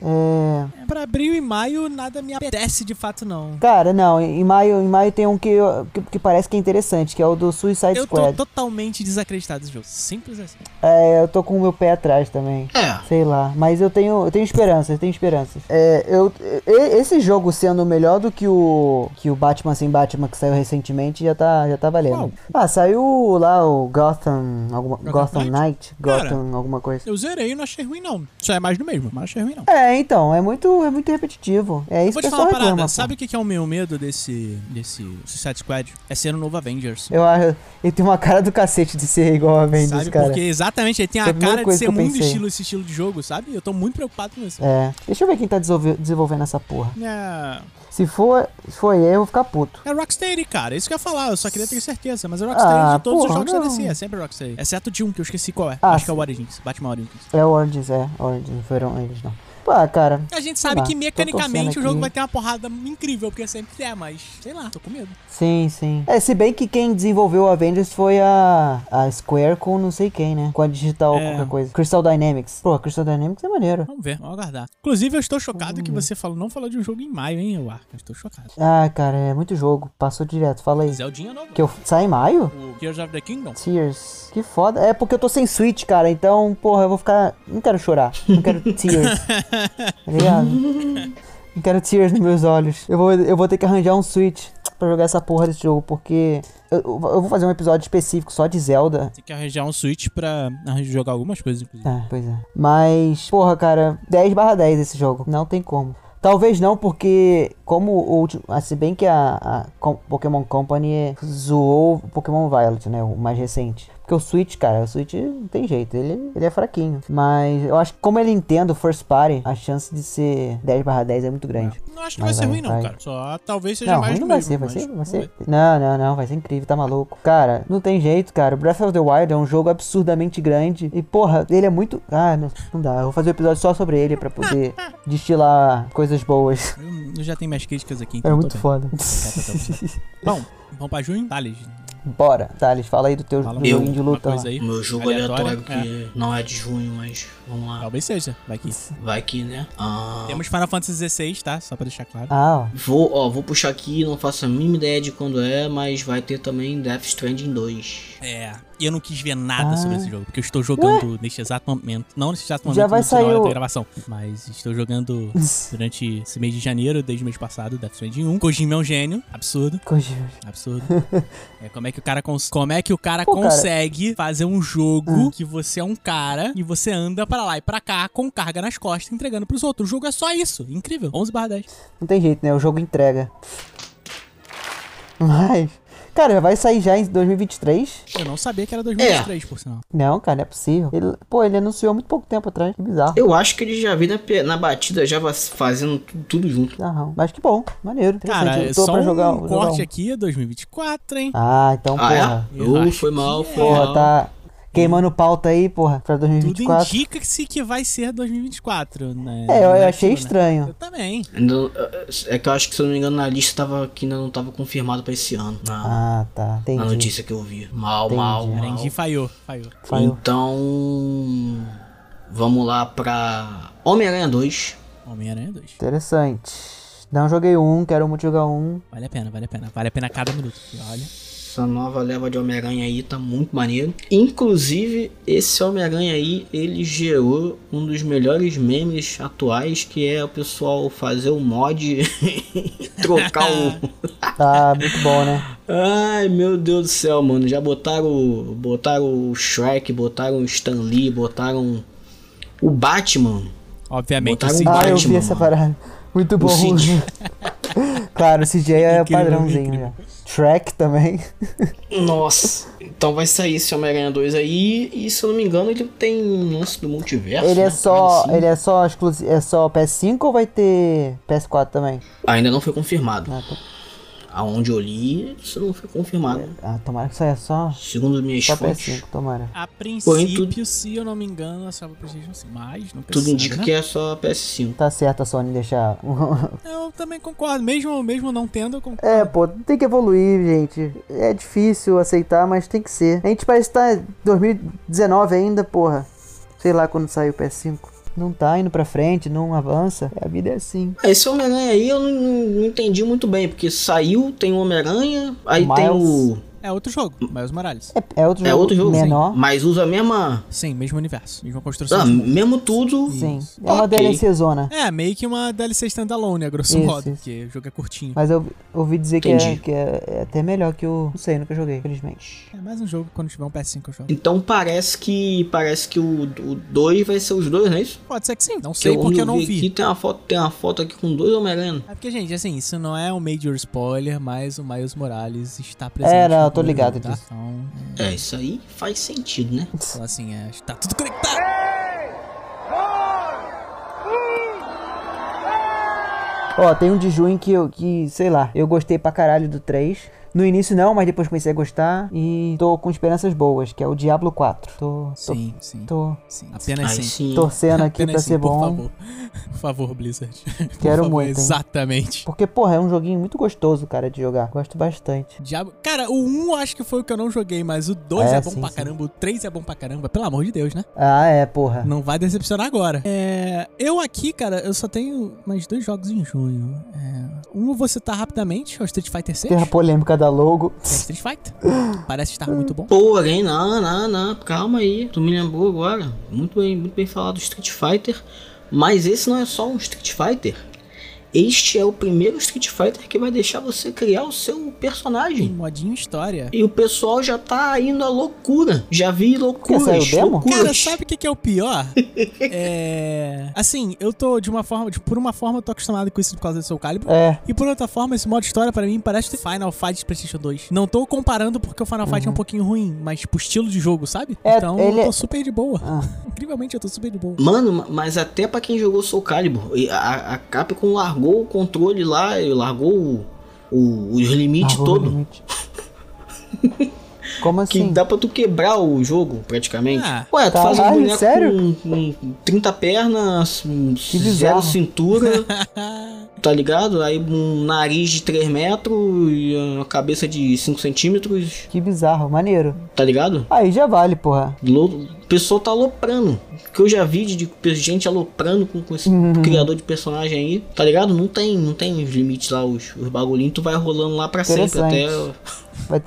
[SPEAKER 2] É, Pra abril e maio, nada me apetece de fato, não.
[SPEAKER 1] Cara, não, em maio, em maio tem um que, eu- que, que parece que é interessante, que é o do Suicide
[SPEAKER 2] Eu tô
[SPEAKER 1] Squad.
[SPEAKER 2] totalmente desacreditado desse jogo. Simples assim.
[SPEAKER 1] É, eu tô com o meu pé atrás também.
[SPEAKER 3] É.
[SPEAKER 1] Sei lá, mas eu tenho, eu tenho esperanças, eu tenho esperanças. É, eu, e- esse jogo sendo melhor do que o que o Batman sem Batman que saiu recentemente já tá, já tá valendo.
[SPEAKER 2] Qual?
[SPEAKER 1] Ah, saiu lá o Gotham, alguma, Gotham,
[SPEAKER 2] Knight?
[SPEAKER 1] Knight,
[SPEAKER 2] Cara.
[SPEAKER 1] Gotham alguma coisa.
[SPEAKER 2] Eu zerei e não achei ruim, não. Só é mais do mesmo, mas não achei ruim, não.
[SPEAKER 1] É, então, é muito, é muito repetitivo. É
[SPEAKER 2] Eu
[SPEAKER 1] isso
[SPEAKER 2] vou
[SPEAKER 1] que
[SPEAKER 2] te
[SPEAKER 1] o pessoal
[SPEAKER 2] falar uma
[SPEAKER 1] reclama.
[SPEAKER 2] parada.
[SPEAKER 1] pô.
[SPEAKER 2] Sabe o que que é o meu medo desse, desse Suicide Squad? É ser o novo Avengers.
[SPEAKER 1] Eu acho, ele tem uma cara do cacete de ser igual a Avengers,
[SPEAKER 2] sabe?
[SPEAKER 1] cara.
[SPEAKER 2] Porque exatamente, ele tem
[SPEAKER 1] Foi
[SPEAKER 2] a
[SPEAKER 1] a primeira
[SPEAKER 2] cara de
[SPEAKER 1] coisa
[SPEAKER 2] ser
[SPEAKER 1] que eu
[SPEAKER 2] muito
[SPEAKER 1] pensei.
[SPEAKER 2] estilo esse estilo de jogo, sabe? Eu tô muito preocupado com isso.
[SPEAKER 1] É, deixa eu ver quem tá desenvolve- desenvolvendo essa porra.
[SPEAKER 2] É,
[SPEAKER 1] Se for, se for eu, eu vou ficar puto.
[SPEAKER 2] é Rocksteady, cara. Isso que eu ia falar. Eu só queria ter certeza. Mas é Rocksteady
[SPEAKER 1] Ah,
[SPEAKER 2] de todos os
[SPEAKER 1] porra,
[SPEAKER 2] jogos da
[SPEAKER 1] não.
[SPEAKER 2] DC. É sempre Rocksteady. Exceto de um que eu esqueci qual é.
[SPEAKER 1] Ah,
[SPEAKER 2] Acho que é o
[SPEAKER 1] sim.
[SPEAKER 2] Origins. Batman Origins.
[SPEAKER 1] É Origins, é, Origins, não foram eles não. Pô, cara,
[SPEAKER 2] A gente sabe
[SPEAKER 1] Ah,
[SPEAKER 2] que
[SPEAKER 1] tô
[SPEAKER 2] mecanicamente
[SPEAKER 1] torcendo
[SPEAKER 2] o jogo
[SPEAKER 1] aqui.
[SPEAKER 2] vai ter uma porrada incrível, porque sempre é, mas sei lá, tô com medo.
[SPEAKER 1] Sim, sim. É, se bem que quem desenvolveu a Avengers foi a, a Square com não sei quem, né? Com a Digital
[SPEAKER 2] É.
[SPEAKER 1] qualquer coisa. Crystal Dynamics. Pô, a Crystal Dynamics é maneiro.
[SPEAKER 2] Vamos ver, vamos aguardar. Inclusive, eu estou chocado
[SPEAKER 1] Hum.
[SPEAKER 2] que você falou, não falou de um jogo em maio, hein, eu Arca. Estou chocado.
[SPEAKER 1] Ah, cara, é muito jogo. Passou direto. Fala aí.
[SPEAKER 2] Zeldinha novo.
[SPEAKER 1] Que eu sai em maio?
[SPEAKER 2] O Tears tipo, of the Kingdom.
[SPEAKER 1] Tears. Que foda. É porque eu tô sem Switch, cara. Então, porra, eu vou ficar. Não quero chorar. Não quero Tears. tá ligado? Não quero Tears nos meus olhos. Eu vou, eu vou ter que arranjar um Switch pra jogar essa porra desse jogo. Porque eu, eu vou fazer um episódio específico só de Zelda.
[SPEAKER 2] Tem que arranjar um Switch pra arranjar- jogar algumas coisas, inclusive.
[SPEAKER 1] É, pois é. Mas, porra, cara, 10 barra 10 esse jogo. Não tem como. Talvez não, porque como o último. ah, Se bem que a, a Com- Pokémon Company zoou o Pokémon Violet, né? O mais recente. Porque o Switch, cara, o Switch não tem jeito, ele, ele é fraquinho. Mas eu acho que como é Nintendo First Party, a chance de ser 10 barra 10 é muito grande.
[SPEAKER 2] Não acho que vai
[SPEAKER 1] Mas
[SPEAKER 2] ser
[SPEAKER 1] vai,
[SPEAKER 2] ruim, não,
[SPEAKER 1] vai.
[SPEAKER 2] cara. Só talvez seja
[SPEAKER 1] Não,
[SPEAKER 2] mais
[SPEAKER 1] ruim
[SPEAKER 2] do
[SPEAKER 1] não vai
[SPEAKER 2] mesmo,
[SPEAKER 1] ser, vai
[SPEAKER 2] mas
[SPEAKER 1] ser, vai
[SPEAKER 2] vamos
[SPEAKER 1] ser.
[SPEAKER 2] ver.
[SPEAKER 1] Não, não, não, vai ser incrível, tá maluco. Cara, não tem jeito, cara. Breath of the Wild é um jogo absurdamente grande. E, porra, ele é muito. Ah, não, não dá. Eu vou fazer um episódio só sobre ele pra poder destilar coisas boas.
[SPEAKER 2] Eu, eu já tenho minhas críticas aqui,
[SPEAKER 1] É
[SPEAKER 2] então.
[SPEAKER 1] muito
[SPEAKER 2] tô bem.
[SPEAKER 1] foda.
[SPEAKER 2] Tá, tá, tá, tá. Bom, vamos pra junho? Thales.
[SPEAKER 1] Bora, Thales, fala aí do teu do
[SPEAKER 2] Fala uma-
[SPEAKER 1] joguinho de
[SPEAKER 2] uma
[SPEAKER 1] luta. lá.
[SPEAKER 2] coisa aí.
[SPEAKER 3] O meu jogo
[SPEAKER 2] Aleatório,
[SPEAKER 3] aleatório, que não é de junho, mas vamos lá.
[SPEAKER 2] Talvez seja, vai que.
[SPEAKER 3] Vai que, né? Ah,
[SPEAKER 2] Temos Final Fantasy XVI, tá? Só pra deixar claro.
[SPEAKER 1] Ah, ó.
[SPEAKER 3] vou, ó, vou puxar aqui, não faço a mínima ideia de quando é, mas vai ter também Death Stranding 2.
[SPEAKER 2] É. E eu não quis ver nada
[SPEAKER 1] Ah.
[SPEAKER 2] sobre esse jogo, porque eu estou jogando neste exato momento. Não neste exato momento,
[SPEAKER 1] Já vai
[SPEAKER 2] no final
[SPEAKER 1] sair o-
[SPEAKER 2] da gravação. Mas estou jogando durante esse mês de janeiro, desde o mês passado, Death Stranding 1. Kojima é um gênio. Absurdo,
[SPEAKER 1] Kojima.
[SPEAKER 2] absurdo. é, como é que o cara, cons- como é que o cara
[SPEAKER 1] Pô, cara. Hum.
[SPEAKER 2] consegue fazer um jogo que você é um cara e você anda pra lá e pra cá com carga nas costas, entregando pros outros. O jogo é só isso. Incrível. 11 barra 10.
[SPEAKER 1] Não tem jeito, né? O jogo entrega. Mas. Cara, já vai sair já em 2023?
[SPEAKER 2] Eu não sabia que era 2023, por sinal.
[SPEAKER 1] Não, cara, não é possível. Ele- pô, ele anunciou há muito pouco tempo atrás. Que bizarro.
[SPEAKER 3] Eu acho que ele já vi na, pe- na batida, já va- fazendo tu- tudo junto.
[SPEAKER 1] Bizarrão. Mas que bom, maneiro. Interessante.
[SPEAKER 2] Cara,
[SPEAKER 1] eu tô
[SPEAKER 2] só
[SPEAKER 1] pra
[SPEAKER 2] um
[SPEAKER 1] jogar,
[SPEAKER 2] corte
[SPEAKER 1] jogar um.
[SPEAKER 2] aqui, 2024, hein?
[SPEAKER 1] Ah, então,
[SPEAKER 3] Ah,
[SPEAKER 1] porra.
[SPEAKER 3] é?
[SPEAKER 2] Eu
[SPEAKER 3] Uh,
[SPEAKER 2] acho
[SPEAKER 3] foi mal,
[SPEAKER 2] que é.
[SPEAKER 3] foi
[SPEAKER 1] Porra,
[SPEAKER 3] mal.
[SPEAKER 1] tá queimando pauta aí, porra, pra
[SPEAKER 2] Tudo
[SPEAKER 1] 2024.
[SPEAKER 2] indica-se que vai ser 2024, né?
[SPEAKER 1] É, eu, eu
[SPEAKER 2] Né,
[SPEAKER 1] achei
[SPEAKER 2] né?
[SPEAKER 1] estranho.
[SPEAKER 2] Eu também.
[SPEAKER 3] Ainda não- é que eu acho que, se eu não me engano, na lista tava, que ainda não tava confirmado pra esse ano. Na,
[SPEAKER 1] Ah, tá.
[SPEAKER 3] na
[SPEAKER 1] Entendi.
[SPEAKER 3] notícia que eu vi. Mal,
[SPEAKER 1] Entendi.
[SPEAKER 3] mal, mal.
[SPEAKER 2] Entendi, falhou, falhou.
[SPEAKER 1] Saiu.
[SPEAKER 3] Então, vamos lá pra Homem-Aranha 2.
[SPEAKER 2] Homem-Aranha 2.
[SPEAKER 1] Interessante. Não joguei um, quero muito jogar um.
[SPEAKER 2] Vale a pena, vale a pena. Vale a pena cada minuto. E Olha.
[SPEAKER 3] Essa nova leva de Homem-Aranha aí tá muito maneiro. Inclusive, esse Homem-Aranha aí, ele gerou um dos melhores memes atuais, que é o pessoal fazer o mod e trocar o...
[SPEAKER 1] Tá muito bom, né?
[SPEAKER 3] Ai, meu Deus do céu, mano. Já botaram, o- botaram o Shrek, botaram o Stan Lee, botaram o Batman.
[SPEAKER 2] Obviamente,
[SPEAKER 3] Botaram
[SPEAKER 2] assim,
[SPEAKER 3] um
[SPEAKER 1] Ah, eu
[SPEAKER 3] Batman,
[SPEAKER 1] vi essa
[SPEAKER 3] mano.
[SPEAKER 1] parada. Muito bom.
[SPEAKER 3] Cid.
[SPEAKER 1] claro, o CJ é
[SPEAKER 2] Incrível,
[SPEAKER 1] padrãozinho
[SPEAKER 2] incrível.
[SPEAKER 1] já. Track também.
[SPEAKER 3] Nossa. Então vai sair esse Homem-Aranha 2 aí, e se eu não me engano, ele tem um lance do multiverso.
[SPEAKER 1] Ele é
[SPEAKER 3] né?
[SPEAKER 1] só.
[SPEAKER 3] Assim.
[SPEAKER 1] Ele é só exclusivo. É só PS5 ou vai ter PS4 também?
[SPEAKER 3] Ainda não foi confirmado.
[SPEAKER 1] Ah, tá.
[SPEAKER 3] Aonde eu li, isso não foi confirmado.
[SPEAKER 1] Ah, tomara que saia só.
[SPEAKER 3] Segundo minhas
[SPEAKER 1] Só
[SPEAKER 3] fontes,
[SPEAKER 1] PS5, tomara.
[SPEAKER 2] a
[SPEAKER 3] Porém,
[SPEAKER 2] princípio,
[SPEAKER 3] tudo-
[SPEAKER 2] se eu não me engano, a salva PlayStation 5. Mas nunca
[SPEAKER 3] tudo
[SPEAKER 2] se
[SPEAKER 3] indica
[SPEAKER 2] sabe,
[SPEAKER 3] que
[SPEAKER 2] né?
[SPEAKER 3] é só PS5.
[SPEAKER 1] Tá certo a Sony deixar.
[SPEAKER 2] Eu também concordo. Mesmo, mesmo não tendo, eu concordo.
[SPEAKER 1] É, pô, tem que evoluir, gente. É difícil aceitar, mas tem que ser. A gente parece que tá em 2019 ainda, porra. Sei lá quando saiu o PS5. Não tá indo pra frente, não avança. A vida é assim.
[SPEAKER 3] Ah, Esse Homem-Aranha aí eu não, não- não entendi muito bem, porque saiu, tem o Homem-Aranha, aí
[SPEAKER 1] Miles.
[SPEAKER 3] tem o.
[SPEAKER 2] É outro jogo,
[SPEAKER 3] Hum.
[SPEAKER 2] Miles Morales.
[SPEAKER 1] É, é outro
[SPEAKER 3] É
[SPEAKER 1] jogo,
[SPEAKER 3] outro jogo, sim,
[SPEAKER 1] menor.
[SPEAKER 3] mas usa a mesma.
[SPEAKER 2] Sim, mesmo universo, mesma construção.
[SPEAKER 3] Ah, mesmo tudo.
[SPEAKER 1] Sim. É uma
[SPEAKER 3] Ok.
[SPEAKER 1] DLC zona.
[SPEAKER 2] É, meio que uma DLC standalone, a grosso
[SPEAKER 1] Isso,
[SPEAKER 2] modo.
[SPEAKER 1] isso.
[SPEAKER 2] Porque o jogo é curtinho.
[SPEAKER 1] Mas eu ouvi dizer que, é,
[SPEAKER 3] Entendi.
[SPEAKER 1] que é, é até melhor que o. Não sei, nunca joguei, infelizmente.
[SPEAKER 2] É mais um jogo quando tiver um PS5 eu jogo.
[SPEAKER 3] Então parece que. Parece que o 2 vai ser os dois, não é isso?
[SPEAKER 2] Pode ser que sim. Não
[SPEAKER 3] Que
[SPEAKER 2] sei porque eu não
[SPEAKER 3] vi. Aqui
[SPEAKER 2] vi.
[SPEAKER 3] tem uma foto, tem uma foto aqui com dois Homem-Aranha.
[SPEAKER 2] É porque, gente, assim, isso não é um major spoiler, mas o Miles Morales está presente.
[SPEAKER 1] É, não,
[SPEAKER 2] no
[SPEAKER 1] eu tô ligado
[SPEAKER 2] jogo, tá?
[SPEAKER 1] disso.
[SPEAKER 2] Então,
[SPEAKER 3] É, isso aí faz sentido, né?
[SPEAKER 2] então, assim, é, tá tudo conectado.
[SPEAKER 1] Ó, tem um de junho que eu, que, sei lá, eu gostei pra caralho do 3. No início não, mas depois comecei a gostar. E tô com esperanças boas, que é o Diablo 4. Tô. tô
[SPEAKER 2] Sim, sim,
[SPEAKER 1] Tô
[SPEAKER 2] sim. Apenas
[SPEAKER 3] Aí
[SPEAKER 2] sim.
[SPEAKER 3] sim.
[SPEAKER 1] torcendo aqui
[SPEAKER 2] Apenas
[SPEAKER 1] pra
[SPEAKER 2] sim,
[SPEAKER 1] ser
[SPEAKER 2] por
[SPEAKER 1] bom.
[SPEAKER 2] favor. Por favor, Blizzard. Por
[SPEAKER 1] Quero
[SPEAKER 2] favor,
[SPEAKER 1] muito, hein?
[SPEAKER 2] Exatamente.
[SPEAKER 1] Porque, porra, é um joguinho muito gostoso, cara, de jogar. Gosto bastante.
[SPEAKER 2] Diabo. Cara, o 1 acho que foi o que eu não joguei, mas o 2 é,
[SPEAKER 1] É,
[SPEAKER 2] bom
[SPEAKER 1] sim,
[SPEAKER 2] pra
[SPEAKER 1] sim.
[SPEAKER 2] caramba, o 3 é bom pra caramba. Pelo amor de Deus, né?
[SPEAKER 1] Ah, é, porra.
[SPEAKER 2] Não vai decepcionar agora. É, eu aqui, cara, eu só tenho mais dois jogos em junho. É, um eu vou citar rapidamente, é o Street Fighter 6.
[SPEAKER 1] Terra polêmica da logo.
[SPEAKER 2] É Street Fighter. Parece estar muito bom.
[SPEAKER 3] Porém, não, não, não, calma aí. Tu me lembrou agora. Muito bem, muito bem falado Street Fighter. Mas esse não é só um Street Fighter. Este é o primeiro Street Fighter que vai deixar você criar o seu
[SPEAKER 2] Tem
[SPEAKER 3] personagem.
[SPEAKER 2] modinho história.
[SPEAKER 3] E o pessoal já tá indo à loucura. Já vi loucuras,
[SPEAKER 1] Quer sair o demo?
[SPEAKER 3] loucuras.
[SPEAKER 2] Cara, sabe o que, que é o pior? é. Assim, eu tô de uma forma. de- por uma forma, eu tô acostumado com isso por causa do seu calibre.
[SPEAKER 1] É.
[SPEAKER 2] E por outra forma, esse modo história pra mim parece Final Fight de PlayStation 2. Não tô comparando porque o Final Fight é um pouquinho ruim, mas tipo estilo de jogo, sabe?
[SPEAKER 1] Uhum. É,
[SPEAKER 2] então
[SPEAKER 1] ele
[SPEAKER 2] eu tô
[SPEAKER 1] é-
[SPEAKER 2] super de boa.
[SPEAKER 1] Ah.
[SPEAKER 2] Incrivelmente eu tô super de boa.
[SPEAKER 3] Mano, ma- mas até pra quem jogou Soul Calibur, e a, a Capcom largou o controle
[SPEAKER 1] Ah,
[SPEAKER 3] lá, e largou o- o- os limites
[SPEAKER 1] Largou o
[SPEAKER 3] todo.
[SPEAKER 1] limite. Como
[SPEAKER 3] Que
[SPEAKER 1] assim?
[SPEAKER 3] dá pra tu quebrar o jogo, praticamente.
[SPEAKER 2] Ah.
[SPEAKER 3] Ué, tu faz um
[SPEAKER 1] Caralho,
[SPEAKER 3] boneco
[SPEAKER 1] sério?
[SPEAKER 3] com, com 30 pernas, um zero
[SPEAKER 1] bizarro.
[SPEAKER 3] cintura, tá ligado? Aí um nariz de 3 metros e uma cabeça de 5 centímetros,
[SPEAKER 1] Que bizarro, maneiro.
[SPEAKER 3] tá ligado?
[SPEAKER 1] Aí já vale, porra.
[SPEAKER 3] Lou- O pessoal tá aloprando. O que eu já vi de, de gente aloprando com, com esse
[SPEAKER 1] Uhum.
[SPEAKER 3] criador de personagem aí, tá ligado? Não tem, não tem os limites lá, os, os bagulhinhos, tu vai rolando lá pra sempre até.
[SPEAKER 1] Interessante. Vai,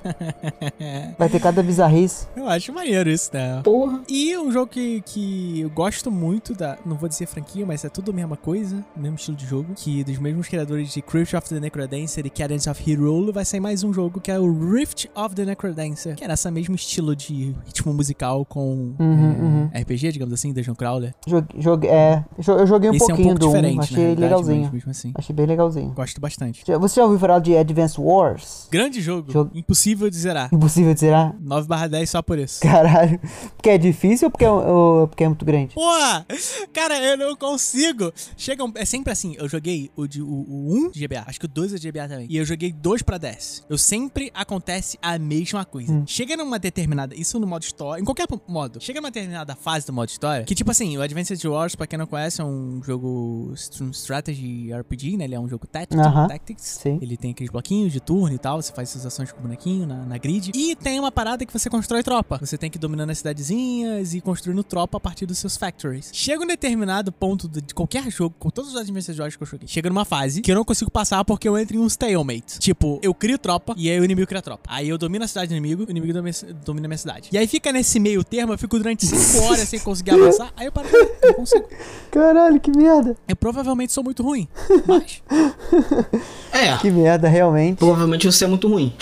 [SPEAKER 1] vai ter cada bizarrice.
[SPEAKER 2] Eu acho maneiro isso, né?
[SPEAKER 3] Porra!
[SPEAKER 2] E um jogo que, que eu gosto muito da. Não vou dizer franquia, mas é tudo a mesma coisa, o mesmo estilo de jogo. Que dos mesmos criadores de Crypt of the Necrodancer e Cadence of Hyrule vai sair mais um jogo que é o Rift of the Necrodancer. Que era esse mesmo estilo de ritmo musical com
[SPEAKER 1] Uhum,
[SPEAKER 2] eh,
[SPEAKER 1] uhum.
[SPEAKER 2] RPG, digamos assim, Dungeon Crawler.
[SPEAKER 1] Jogue, jogue- é, jo- eu joguei um
[SPEAKER 2] Esse é um
[SPEAKER 1] pouquinho
[SPEAKER 2] pouco
[SPEAKER 1] do
[SPEAKER 2] diferente,
[SPEAKER 1] 1,
[SPEAKER 2] na
[SPEAKER 1] achei
[SPEAKER 2] realidade,
[SPEAKER 1] legalzinho.
[SPEAKER 2] mas mesmo assim.
[SPEAKER 1] Achei bem legalzinho.
[SPEAKER 2] Gosto bastante.
[SPEAKER 1] Já- Você já ouviu falar de Advance Wars?
[SPEAKER 2] Grande jogo.
[SPEAKER 1] Jogo-
[SPEAKER 2] Impossível de zerar.
[SPEAKER 1] Impossível de zerar?
[SPEAKER 2] 9 10 só por isso.
[SPEAKER 1] Caralho. Porque é difícil ou porque é, ou porque é muito grande?
[SPEAKER 2] Porra! Cara, eu não consigo! Chega um, É sempre assim, eu joguei o, de, o, o 1 de GBA, acho que o 2 é de GBA também. E eu joguei 2 pra 10. Eu sempre acontece a mesma coisa. Chega numa determinada. Isso no modo história. Em qualquer modo. Chega numa determinada fase do modo história. Que tipo assim, o Advanced Wars, pra quem não conhece, é um jogo str- strategy RPG, né? Ele é um jogo tático,
[SPEAKER 1] Aham.
[SPEAKER 2] Tactics.
[SPEAKER 1] Sim.
[SPEAKER 2] Ele tem aqueles bloquinhos de turno e tal, você faz suas ações com o bonequinho na, na grid. E tem uma parada que você constrói tropa. Você tem que ir dominando as cidadezinhas e construindo tropa a partir dos seus factories. Chega um determinado ponto de, de qualquer jogo, com todos os adversários jogos que eu joguei, chega numa fase que eu não consigo passar porque eu entro em um stalemate. Tipo, eu crio tropa e aí o inimigo cria tropa. Aí eu domino a cidade do inimigo, o inimigo domina, domina a minha cidade. E aí fica nesse meio termo, eu fico durante 5 horas sem conseguir avançar, aí eu paro, eu não consigo.
[SPEAKER 1] Caralho, que merda.
[SPEAKER 2] Eu provavelmente sou muito ruim, mas...
[SPEAKER 3] É,
[SPEAKER 1] Que merda, realmente.
[SPEAKER 3] provavelmente você é muito ruim.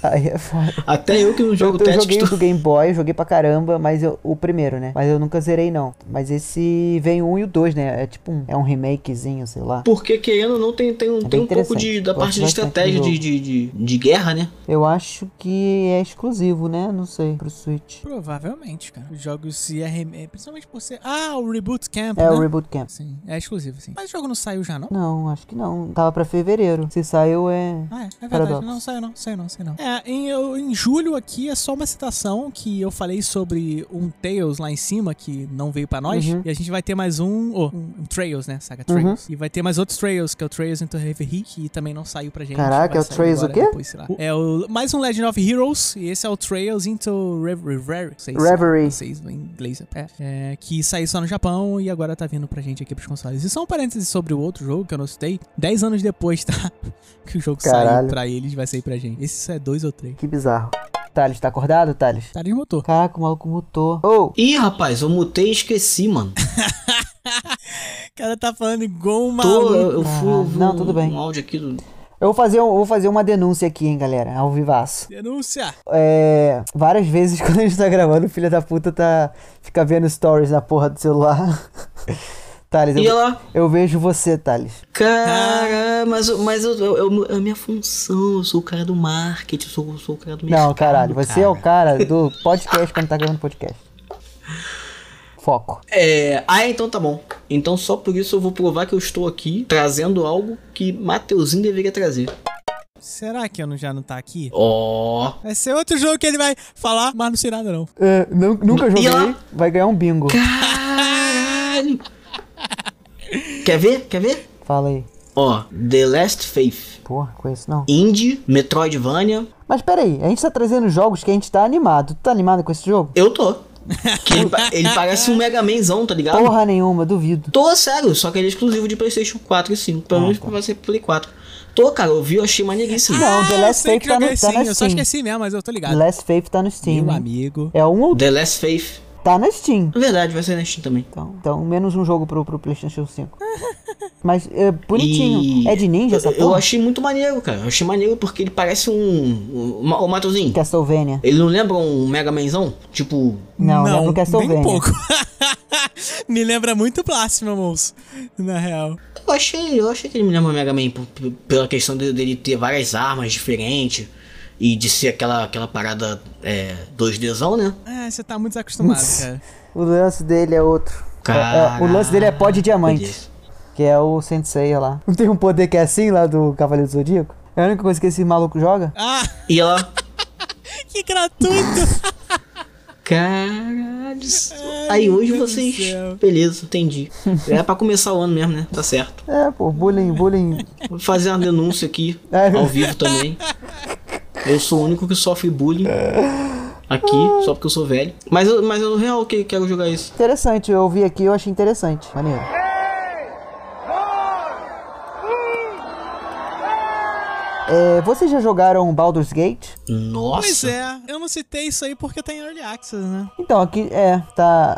[SPEAKER 1] Aí é foda.
[SPEAKER 3] Até eu que não jogo
[SPEAKER 1] eu, eu
[SPEAKER 3] Tetris,
[SPEAKER 1] joguei
[SPEAKER 3] tu-
[SPEAKER 1] o do Game Boy, joguei pra caramba, mas eu- o primeiro, né? Mas eu nunca zerei, não. Mas esse vem o um e o dois, né? É tipo um, é um remakezinho, sei lá.
[SPEAKER 3] Porque querendo ou não, tem, tem, um,
[SPEAKER 1] É bem
[SPEAKER 3] tem um pouco de,
[SPEAKER 1] interessante.
[SPEAKER 3] da
[SPEAKER 1] Eu
[SPEAKER 3] parte de
[SPEAKER 1] gosto bastante
[SPEAKER 3] estratégia
[SPEAKER 1] do
[SPEAKER 3] de,
[SPEAKER 1] jogo.
[SPEAKER 3] de, de, de guerra, né?
[SPEAKER 1] Eu acho que é exclusivo, né? Não sei, pro Switch.
[SPEAKER 2] Provavelmente, cara. Os jogos se RM, principalmente por ser. Ah, o Reboot Camp.
[SPEAKER 1] É
[SPEAKER 2] né?
[SPEAKER 1] o Reboot Camp.
[SPEAKER 2] Sim, é exclusivo, sim. Mas o jogo não saiu já, não?
[SPEAKER 1] Não, acho que não. Tava pra fevereiro. Se saiu, é.
[SPEAKER 2] Ah, é, é verdade.
[SPEAKER 1] Paradoxo.
[SPEAKER 2] Não, saiu não, saiu não, saiu não. É, em, eu- em julho aqui é só uma citação que eu falei sobre um Tails lá em cima que não veio pra nós.
[SPEAKER 1] Uhum.
[SPEAKER 2] E a gente vai ter mais um, oh, um, um Trails, né? Saga Trails. E vai ter mais outros Trails, que é o Trails into Reverie, que também não saiu pra gente.
[SPEAKER 1] Caraca,
[SPEAKER 2] Vai
[SPEAKER 1] é o
[SPEAKER 2] sair
[SPEAKER 1] Trails o
[SPEAKER 2] agora,
[SPEAKER 1] quê?
[SPEAKER 2] depois, sei lá. É o, mais um Legend of Heroes, e esse é o Trails into Reverie. Reverie. Sei lá,
[SPEAKER 1] Reverie.
[SPEAKER 2] não sei em inglês. É. É, que saiu só no Japão e agora tá vindo pra gente aqui pros consoles. E só um parênteses sobre o outro jogo que eu não citei. Dez anos depois, tá? Que o jogo saiu
[SPEAKER 1] Caralho.
[SPEAKER 2] pra eles, vai sair pra gente. Esse é dois ou três.
[SPEAKER 1] Que bizarro. Thales, tá acordado, Thales?
[SPEAKER 2] Tá de motor.
[SPEAKER 1] Caraca, o maluco mutou. Ô,
[SPEAKER 3] Ih, rapaz, eu mutei e esqueci, mano.
[SPEAKER 2] O cara tá falando igual uma.
[SPEAKER 3] Tô, eu, eu fui
[SPEAKER 1] Ah,
[SPEAKER 3] ouvir
[SPEAKER 1] não,
[SPEAKER 3] um-
[SPEAKER 1] tudo bem.
[SPEAKER 3] um áudio aqui do.
[SPEAKER 1] eu vou fazer, um- eu vou fazer uma denúncia aqui, hein, galera. Ao vivaço.
[SPEAKER 2] Denúncia!
[SPEAKER 1] É, várias vezes quando a gente tá gravando, o filho da puta tá. Fica vendo stories na porra do celular. Thales,
[SPEAKER 3] E
[SPEAKER 1] eu,
[SPEAKER 3] ela.
[SPEAKER 1] eu vejo você, Thales. Ah.
[SPEAKER 3] Cara, mas, eu- mas eu, eu, eu- é a minha função, eu sou o cara do marketing, eu sou, eu sou o cara do mercado.
[SPEAKER 1] Não, caralho, você é o cara do podcast quando tá gravando podcast. Foco.
[SPEAKER 3] É, ah, então tá bom. Então só por isso eu vou provar que eu estou aqui trazendo algo que Mateuzinho deveria trazer.
[SPEAKER 2] Será que eu não, já não tá aqui?
[SPEAKER 3] Ó.
[SPEAKER 2] Vai ser outro jogo que ele vai falar, mas não sei nada, não.
[SPEAKER 1] É, nu- nunca
[SPEAKER 3] E
[SPEAKER 1] joguei,
[SPEAKER 3] ela-
[SPEAKER 1] vai ganhar um bingo.
[SPEAKER 3] Caralho! Quer ver? Quer ver?
[SPEAKER 1] Fala aí.
[SPEAKER 3] Ó, The Last Faith.
[SPEAKER 1] Porra, conheço não.
[SPEAKER 3] Indie, Metroidvania.
[SPEAKER 1] Mas peraí, a gente tá trazendo jogos que a gente tá animado. Tu tá animado com esse jogo?
[SPEAKER 3] Eu tô. Que ele, pa- ele parece um Mega Manzão, tá ligado?
[SPEAKER 1] Porra nenhuma, duvido.
[SPEAKER 3] Tô, sério, só que ele é exclusivo de Playstation 4 e 5. Pelo menos vai ser Play 4. Tô, cara, eu vi, eu achei maneiríssimo. Ah.
[SPEAKER 1] Não, The
[SPEAKER 2] Ah, eu
[SPEAKER 1] Last
[SPEAKER 2] sei que
[SPEAKER 1] Fake tá no-
[SPEAKER 2] joguei
[SPEAKER 1] tá
[SPEAKER 2] sim,
[SPEAKER 1] na
[SPEAKER 2] assim, Eu só
[SPEAKER 1] Steam.
[SPEAKER 2] esqueci mesmo, mas eu tô ligado.
[SPEAKER 1] Last Faith tá no Steam.
[SPEAKER 2] Meu
[SPEAKER 1] né?
[SPEAKER 2] amigo.
[SPEAKER 1] É um ou
[SPEAKER 3] The Last Faith.
[SPEAKER 1] tá na Steam.
[SPEAKER 3] Na verdade, vai ser na Steam também.
[SPEAKER 1] Então, então menos um jogo pro, pro PlayStation 5. Mas é bonitinho.
[SPEAKER 3] E-
[SPEAKER 1] É de ninja essa
[SPEAKER 3] eu,
[SPEAKER 1] porra?
[SPEAKER 3] eu achei muito maneiro, cara. Eu achei maneiro porque ele parece um. um o Matozinho.
[SPEAKER 1] é Tá. Castlevania.
[SPEAKER 3] Ele não lembra um Mega Manzão? Tipo.
[SPEAKER 1] Não, não lembra o
[SPEAKER 2] nem
[SPEAKER 1] Castlevania.
[SPEAKER 2] um pouco. Me lembra muito Plasma, moço. Na real.
[SPEAKER 3] Eu achei, eu achei que ele me lembra um Mega Man p- p- pela questão de- dele ter várias armas diferentes e de ser aquela, aquela parada é, 2Dzão, né?
[SPEAKER 2] Ah, você tá muito desacostumado, cara.
[SPEAKER 1] O lance dele é outro. É- é- o lance dele é pó de diamante.
[SPEAKER 3] Deus.
[SPEAKER 1] Que é o Sensei lá. Não tem um poder que é assim lá do Cavaleiro do Zodíaco? É a única coisa que esse maluco joga?
[SPEAKER 2] Ah,
[SPEAKER 3] E ela.
[SPEAKER 2] que gratuito!
[SPEAKER 3] Caralho. Aí hoje
[SPEAKER 2] Deus do
[SPEAKER 3] vocês.
[SPEAKER 2] céu.
[SPEAKER 3] Beleza, entendi. É pra começar o ano mesmo, né? Tá certo.
[SPEAKER 1] É, pô, bullying, bullying.
[SPEAKER 3] Vou fazer uma denúncia aqui,
[SPEAKER 1] É.
[SPEAKER 3] ao vivo também. Eu sou o único que sofre bullying. Aqui, só porque eu sou velho. Mas eu, mas eu real que quero jogar isso.
[SPEAKER 1] Interessante, eu ouvi aqui, eu achei interessante. Maneiro. É, vocês já jogaram Baldur's Gate?
[SPEAKER 3] Nossa.
[SPEAKER 2] pois é, eu não citei isso aí porque tá em Early Access, né?
[SPEAKER 1] Então, aqui, é, tá.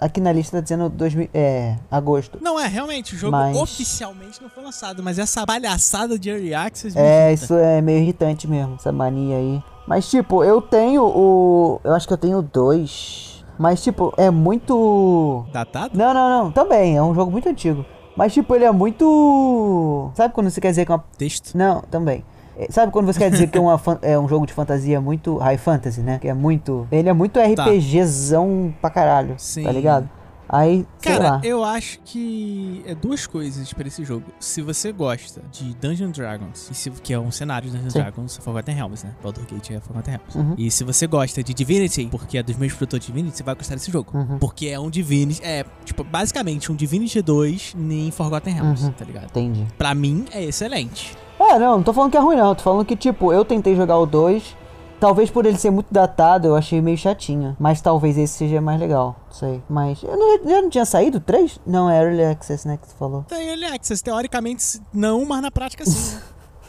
[SPEAKER 1] a- aqui na lista tá dizendo 2000, é, agosto.
[SPEAKER 2] Não, é, realmente, o jogo
[SPEAKER 1] Mas-
[SPEAKER 2] oficialmente não foi lançado, mas essa palhaçada de Early Access... me
[SPEAKER 1] É,
[SPEAKER 2] irrita.
[SPEAKER 1] isso é meio irritante mesmo, essa mania aí. Mas, tipo, eu tenho o. Eu acho que eu tenho dois. Mas, tipo, é muito.
[SPEAKER 2] Datado?
[SPEAKER 1] Não, não, não. Também, é um jogo muito antigo. Mas, tipo, ele é muito. Sabe quando você quer dizer que é uma.
[SPEAKER 2] Texto?
[SPEAKER 1] Não, também. É, Sabe quando você quer dizer que é, uma fan- é um jogo de fantasia muito high fantasy, né? Que é muito. Ele é muito RPGzão pra caralho.
[SPEAKER 2] Tá. Sim.
[SPEAKER 1] Tá ligado? Aí, sei
[SPEAKER 2] Cara,
[SPEAKER 1] lá.
[SPEAKER 2] eu acho que é duas coisas pra esse jogo. Se você gosta de Dungeon Dragons, e se- que é um cenário de Dungeon
[SPEAKER 1] Sim.
[SPEAKER 2] Dragons, Forgotten Realms, né? Baldur's Gate é Forgotten Realms.
[SPEAKER 1] Uhum.
[SPEAKER 2] E se você gosta de Divinity, porque é dos meus produtores Divinity, você vai gostar desse jogo.
[SPEAKER 1] Uhum.
[SPEAKER 2] Porque é um Divinity, é, tipo, basicamente um Divinity 2 em Forgotten Realms,
[SPEAKER 1] Uhum.
[SPEAKER 2] tá ligado?
[SPEAKER 1] Entendi.
[SPEAKER 2] Pra mim, é excelente.
[SPEAKER 1] É, não, não tô falando que é ruim, não. Tô falando que, tipo, eu tentei jogar o 2. Talvez por ele ser muito datado, eu achei meio chatinho. Mas talvez esse seja mais legal. Não sei. Mas. Eu não, já não tinha saído? três? Não, é Early Access, né? Que tu falou.
[SPEAKER 2] Tem Early Access, teoricamente se- não, mas na prática sim.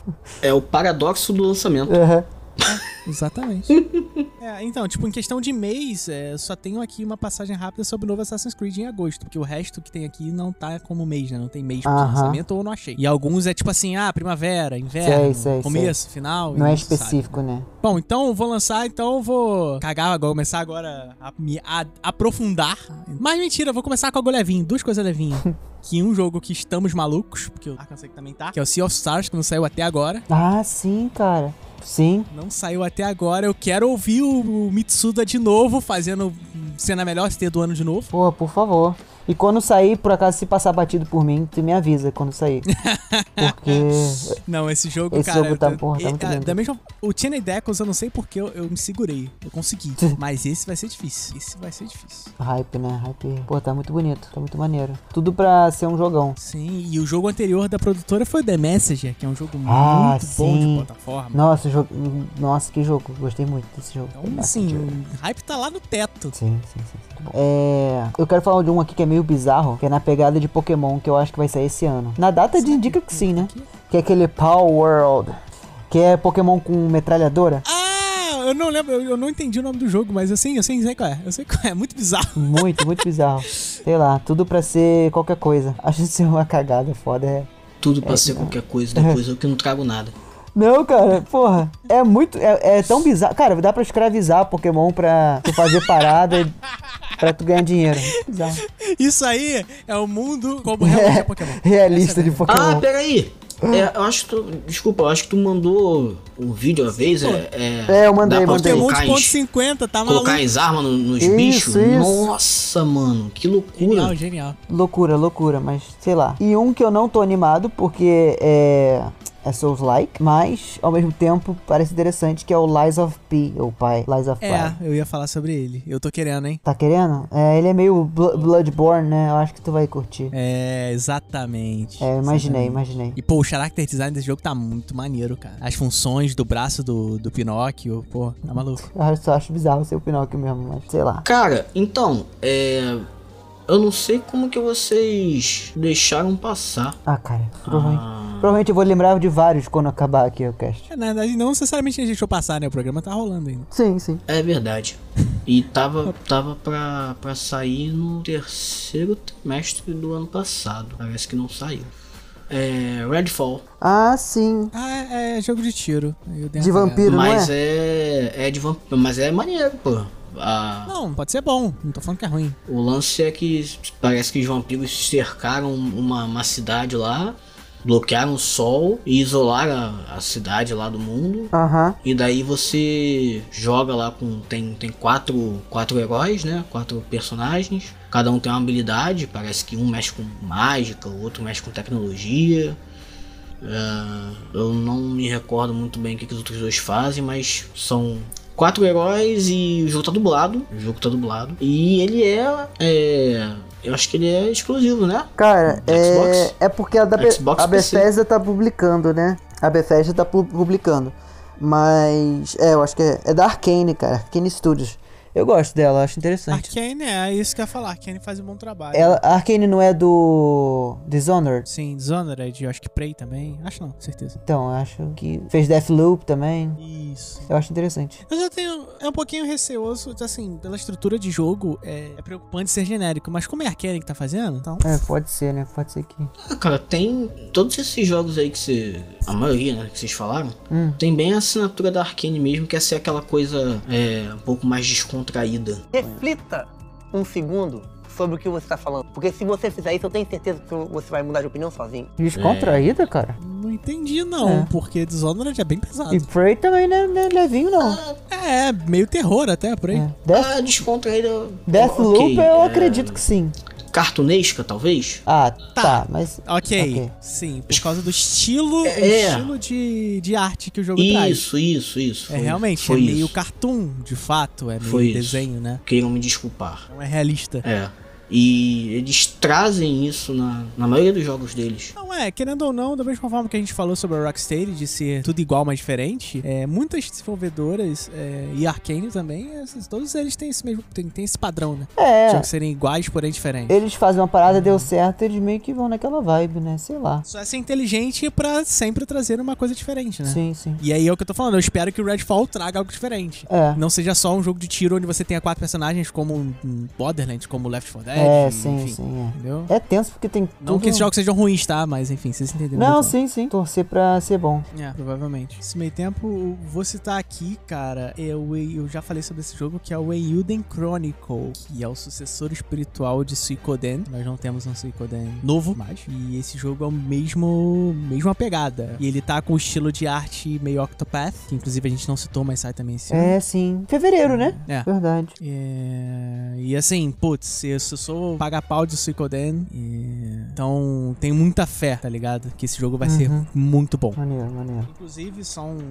[SPEAKER 2] né?
[SPEAKER 3] É o paradoxo do lançamento.
[SPEAKER 2] Exatamente. É, então, tipo, em questão de mês, é, só tenho aqui uma passagem rápida sobre o novo Assassin's Creed em agosto, porque o resto que tem aqui não tá como mês, né? Não tem mês de
[SPEAKER 1] Aham.
[SPEAKER 2] lançamento ou não achei. E alguns é tipo assim, ah, primavera,
[SPEAKER 1] Sei,
[SPEAKER 2] inverno,
[SPEAKER 1] sei,
[SPEAKER 2] começo, final.
[SPEAKER 1] Não
[SPEAKER 2] e
[SPEAKER 1] é
[SPEAKER 2] sabe.
[SPEAKER 1] específico, né?
[SPEAKER 2] Bom, então eu vou lançar, então eu vou cagar agora, começar agora a me a- aprofundar. Mas mentira, eu vou começar com algo levinho, duas coisas levinhas. que um jogo que estamos malucos, porque eu alcancei que também tá, que é o Sea of Stars, que não saiu até agora.
[SPEAKER 1] Ah, sim, cara. Sim.
[SPEAKER 2] Não saiu até agora. Eu quero ouvir o, o Mitsuda de novo, fazendo cena melhor se ter do ano de novo.
[SPEAKER 1] Porra, por favor. E quando sair, por acaso, se passar batido por mim, tu me avisa quando sair. Porque.
[SPEAKER 2] Não, esse jogo,
[SPEAKER 1] Esse
[SPEAKER 2] cara.
[SPEAKER 1] jogo tá,
[SPEAKER 2] eu-
[SPEAKER 1] porra, tá
[SPEAKER 2] é-
[SPEAKER 1] muito
[SPEAKER 2] ah,
[SPEAKER 1] lindo.
[SPEAKER 2] da mesma, o Tiny Deckles, eu não sei porque eu, eu me segurei. Eu consegui. Mas esse vai ser difícil. Esse vai ser difícil.
[SPEAKER 1] Hype, né? Hype. Pô, tá muito bonito. Tá muito maneiro. Tudo pra ser um jogão.
[SPEAKER 2] Sim, e o jogo anterior da produtora foi o The Messenger, que é um jogo
[SPEAKER 1] Ah,
[SPEAKER 2] muito bom de
[SPEAKER 1] sim.
[SPEAKER 2] plataforma.
[SPEAKER 1] Nossa, jogo... Nossa, que jogo. Gostei muito desse jogo.
[SPEAKER 2] Então,
[SPEAKER 1] Nossa,
[SPEAKER 2] assim,
[SPEAKER 1] que jogo.
[SPEAKER 2] o hype tá lá no teto.
[SPEAKER 1] Sim, sim, sim. sim. um Muito bom. É, eu quero falar de um aqui que é meio bizarro, que é na pegada de Pokémon, que eu acho que vai sair esse ano. Na data de indica que sim, né? Que é aquele Power World, que é Pokémon com metralhadora.
[SPEAKER 2] Ah, eu não lembro, eu, eu não entendi o nome do jogo, mas eu sei, eu sei, sei qual é. Eu sei qual é, é muito bizarro.
[SPEAKER 1] Muito, muito bizarro. Sei lá, tudo pra ser qualquer coisa. Acho isso uma cagada foda, é.
[SPEAKER 3] Tudo pra ser qualquer coisa, depois eu que não trago nada.
[SPEAKER 1] Não, cara, porra. É muito. É, é tão bizarro. Cara, dá pra escravizar Pokémon pra tu fazer parada e pra tu ganhar dinheiro. Muito bizarro.
[SPEAKER 2] Isso aí é o mundo como realmente é Pokémon.
[SPEAKER 1] Realista de
[SPEAKER 3] Ah,
[SPEAKER 1] Pokémon.
[SPEAKER 3] peraí! É, eu acho que tu. Desculpa, eu acho que tu mandou um vídeo uma vez. É,
[SPEAKER 1] É, eu mandei,
[SPEAKER 3] dá pra
[SPEAKER 1] mandei.
[SPEAKER 2] Pokémon
[SPEAKER 3] colocar
[SPEAKER 2] de
[SPEAKER 3] em-
[SPEAKER 2] ponto 50, tá maluco?
[SPEAKER 3] Colocar as armas no- nos
[SPEAKER 1] Isso,
[SPEAKER 3] bichos?
[SPEAKER 1] isso.
[SPEAKER 3] Nossa, mano, que loucura.
[SPEAKER 2] Genial, genial.
[SPEAKER 1] Loucura, loucura, mas sei lá. E um que eu não tô animado porque é. É Souls-like, mas ao mesmo tempo parece interessante que é o Lies of P, ou pai. Lies of
[SPEAKER 2] É,
[SPEAKER 1] P.
[SPEAKER 2] eu ia falar sobre ele. Eu tô querendo, hein?
[SPEAKER 1] Tá querendo? É, ele é meio Bl- Bloodborne, né? Eu acho que tu vai curtir.
[SPEAKER 2] É, exatamente.
[SPEAKER 1] É, imaginei,
[SPEAKER 2] Exatamente.
[SPEAKER 1] imaginei.
[SPEAKER 2] E, pô, o character design desse jogo tá muito maneiro, cara. As funções do braço do, do Pinóquio, pô, tá maluco.
[SPEAKER 1] Eu só acho bizarro ser o Pinóquio mesmo, mas sei lá.
[SPEAKER 3] Cara, então, é. Eu não sei como que vocês deixaram passar.
[SPEAKER 1] Ah, cara, provavelmente.
[SPEAKER 2] Ah.
[SPEAKER 1] Provavelmente eu vou lembrar de vários quando acabar aqui o cast.
[SPEAKER 2] É, na verdade, não necessariamente a gente deixou passar, né? O programa tá rolando ainda.
[SPEAKER 1] Sim, sim.
[SPEAKER 3] É verdade. E tava, tava pra, pra sair no terceiro trimestre do ano passado. Parece que não saiu. É. Redfall.
[SPEAKER 1] Ah, sim.
[SPEAKER 2] Ah, é, é jogo de tiro. Eu dei uma
[SPEAKER 1] De
[SPEAKER 2] cagada.
[SPEAKER 1] vampiro, não
[SPEAKER 3] Mas
[SPEAKER 1] é?
[SPEAKER 3] é. É, de vamp... Mas é maneiro, pô. A-
[SPEAKER 2] Não, pode ser bom. Não tô falando que é ruim.
[SPEAKER 3] O lance é que parece que os vampiros cercaram uma, uma cidade lá, bloquearam o sol e isolaram a, a cidade lá do mundo.
[SPEAKER 1] Aham.
[SPEAKER 3] E daí você joga lá com. Tem, tem quatro, quatro heróis, né? Quatro personagens. Cada um tem uma habilidade. Parece que um mexe com mágica, o outro mexe com tecnologia. Ah, É, eu não me recordo muito bem o que, que os outros dois fazem, mas são quatro heróis e o jogo tá dublado. O jogo tá dublado. E ele é. é, eu acho que ele é exclusivo, né?
[SPEAKER 1] Cara, é,
[SPEAKER 3] Xbox?
[SPEAKER 1] é porque a, da Be-
[SPEAKER 3] Xbox
[SPEAKER 1] a
[SPEAKER 3] PC.
[SPEAKER 1] Bethesda tá publicando, né? A Bethesda tá pu- publicando. Mas, é, eu acho que é, é da Arkane, cara. Arkane Studios. Eu gosto dela, acho interessante.
[SPEAKER 2] Arkane é isso que eu ia falar. Arkane faz um bom trabalho.
[SPEAKER 1] Ela, a Arkane não é do Dishonored?
[SPEAKER 2] Sim, Dishonored, eu acho que Prey também. Acho não, certeza.
[SPEAKER 1] Então, eu acho que fez Deathloop também.
[SPEAKER 2] Isso.
[SPEAKER 1] Eu acho interessante.
[SPEAKER 2] Eu já tenho. É um pouquinho receoso, assim, pela estrutura de jogo, é, é preocupante ser genérico. Mas como é a Arkane que tá fazendo, então.
[SPEAKER 1] É, pode ser, né? Pode ser que...
[SPEAKER 3] Ah, cara, tem todos esses jogos aí que você. A maioria, né? Que vocês falaram.
[SPEAKER 1] Hum.
[SPEAKER 3] Tem bem a assinatura da Arkane mesmo, que é ser aquela coisa é, um pouco mais descontraída.
[SPEAKER 4] Reflita um segundo sobre o que você está falando. Porque se você fizer isso, eu tenho certeza que você vai mudar de opinião sozinho.
[SPEAKER 1] Descontraída,
[SPEAKER 3] É.
[SPEAKER 1] cara.
[SPEAKER 2] Não entendi, não,
[SPEAKER 1] É.
[SPEAKER 2] porque Dishonored é bem pesado.
[SPEAKER 1] E Prey também não é, não é levinho, não.
[SPEAKER 2] É, meio terror até, por aí.
[SPEAKER 1] É. Death,
[SPEAKER 3] Ah, descontraída.
[SPEAKER 1] Deathloop
[SPEAKER 3] ok,
[SPEAKER 1] eu
[SPEAKER 3] é,
[SPEAKER 1] acredito que sim.
[SPEAKER 3] Cartunesca, talvez?
[SPEAKER 1] Ah, tá, mas...
[SPEAKER 2] Ok,
[SPEAKER 1] Ok.
[SPEAKER 2] sim, por causa do estilo,
[SPEAKER 3] É.
[SPEAKER 2] do estilo de, de arte que o jogo traz.
[SPEAKER 3] Isso, isso, isso.
[SPEAKER 2] É
[SPEAKER 3] foi-
[SPEAKER 2] realmente,
[SPEAKER 3] foi
[SPEAKER 2] é meio
[SPEAKER 3] isso.
[SPEAKER 2] cartoon, de fato, é meio
[SPEAKER 3] Foi isso.
[SPEAKER 2] desenho, né?
[SPEAKER 3] Queiram me desculpar.
[SPEAKER 2] Não é realista.
[SPEAKER 3] É. E eles trazem isso na, na maioria dos jogos deles.
[SPEAKER 2] Não é, querendo ou não, da mesma forma que a gente falou sobre a Rocksteady, de ser tudo igual, mas diferente, é, muitas desenvolvedoras é, e Arkane também, esses- todos eles têm esse mesmo, têm, têm esse padrão, né?
[SPEAKER 1] É,
[SPEAKER 2] Jogos serem iguais, porém diferentes.
[SPEAKER 1] eles fazem uma parada, deu certo, eles meio que vão naquela vibe, né? Sei lá.
[SPEAKER 2] Só é ser inteligente pra sempre trazer uma coisa diferente, né?
[SPEAKER 1] Sim, sim.
[SPEAKER 2] E aí é o que eu tô falando, eu espero que o Redfall traga algo diferente.
[SPEAKER 1] É.
[SPEAKER 2] Não seja só um jogo de tiro onde você tenha quatro personagens como um Borderlands, como Left 4 Dead,
[SPEAKER 1] É, sim,
[SPEAKER 2] enfim,
[SPEAKER 1] sim,
[SPEAKER 2] entendeu?
[SPEAKER 1] é. É tenso porque tem tudo... um
[SPEAKER 2] Não que esses jogos sejam ruins, tá? Mas enfim, vocês entenderam.
[SPEAKER 1] Não, sim,
[SPEAKER 2] sim.
[SPEAKER 1] sim. Torcer pra ser bom.
[SPEAKER 2] É, provavelmente. Nesse meio tempo, vou citar aqui, cara, é o, Wei- eu já falei sobre esse jogo, que é o Eiyuden Chronicle, que é o sucessor espiritual de Suikoden. Nós não temos um Suikoden novo mais. E esse jogo é o mesmo, mesma pegada. E ele tá com o estilo de arte meio Octopath, que inclusive a gente não citou, mas sai também esse ano.
[SPEAKER 1] É, sim. Fevereiro, né?
[SPEAKER 2] É.
[SPEAKER 1] Verdade.
[SPEAKER 2] É, E assim, putz, eu sou- sou paga-pau de Suikoden. e- Então, tenho muita fé, tá ligado? Que esse jogo vai ser
[SPEAKER 1] Uhum.
[SPEAKER 2] muito bom.
[SPEAKER 1] Maneiro, maneiro.
[SPEAKER 2] Inclusive, só um,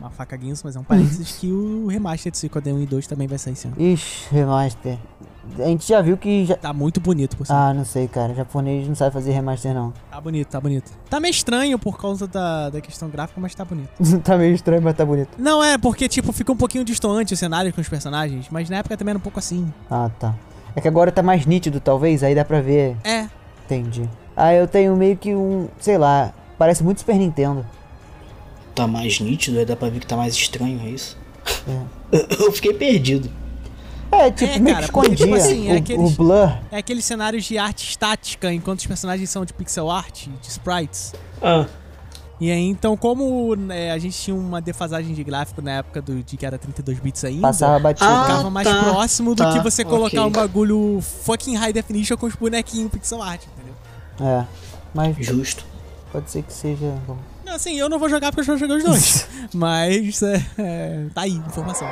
[SPEAKER 2] uma faca guinso, mas é um parênteses que o remaster de Suikoden 1 e 2 também vai sair esse ano.
[SPEAKER 1] Ixi, remaster. A gente já viu que já...
[SPEAKER 2] Tá muito bonito, por sinal.
[SPEAKER 1] Ah, não sei, cara. Japonês não sabe fazer remaster, não.
[SPEAKER 2] Tá bonito, tá bonito. Tá meio estranho por causa da, da questão gráfica, mas tá bonito.
[SPEAKER 1] tá meio estranho, mas tá bonito.
[SPEAKER 2] Não é, porque, tipo, fica um pouquinho distoante o cenário com os personagens, mas na época também era um pouco assim.
[SPEAKER 1] Ah, tá. É que agora tá mais nítido, talvez. Aí dá pra ver.
[SPEAKER 2] É.
[SPEAKER 1] Entendi. Ah, eu tenho meio que um... Sei lá. Parece muito Super Nintendo.
[SPEAKER 3] Tá mais nítido, aí dá pra ver que tá mais estranho, é isso? Eu fiquei perdido.
[SPEAKER 1] É, tipo,
[SPEAKER 2] É,
[SPEAKER 1] meio
[SPEAKER 2] cara,
[SPEAKER 1] que
[SPEAKER 2] porque,
[SPEAKER 1] escondia
[SPEAKER 2] tipo assim, é
[SPEAKER 1] o,
[SPEAKER 2] aqueles-
[SPEAKER 1] o blur.
[SPEAKER 2] É aqueles cenários de arte estática, enquanto os personagens são de pixel art, de sprites.
[SPEAKER 3] Ah,
[SPEAKER 2] E aí, então, como né, a gente tinha uma defasagem de gráfico na época do, de que era 32 bits ainda...
[SPEAKER 1] Passava batido.
[SPEAKER 3] Ah,
[SPEAKER 2] ficava mais
[SPEAKER 3] tá,
[SPEAKER 2] próximo do
[SPEAKER 3] tá,
[SPEAKER 2] que você
[SPEAKER 3] ok.
[SPEAKER 2] colocar um bagulho fucking high definition com os bonequinhos pixel art, entendeu?
[SPEAKER 1] É. Mas
[SPEAKER 3] justo.
[SPEAKER 1] pode ser que seja... bom.
[SPEAKER 2] Não, Assim, eu não vou jogar porque eu já joguei os dois. Mas é, é, tá aí, informação.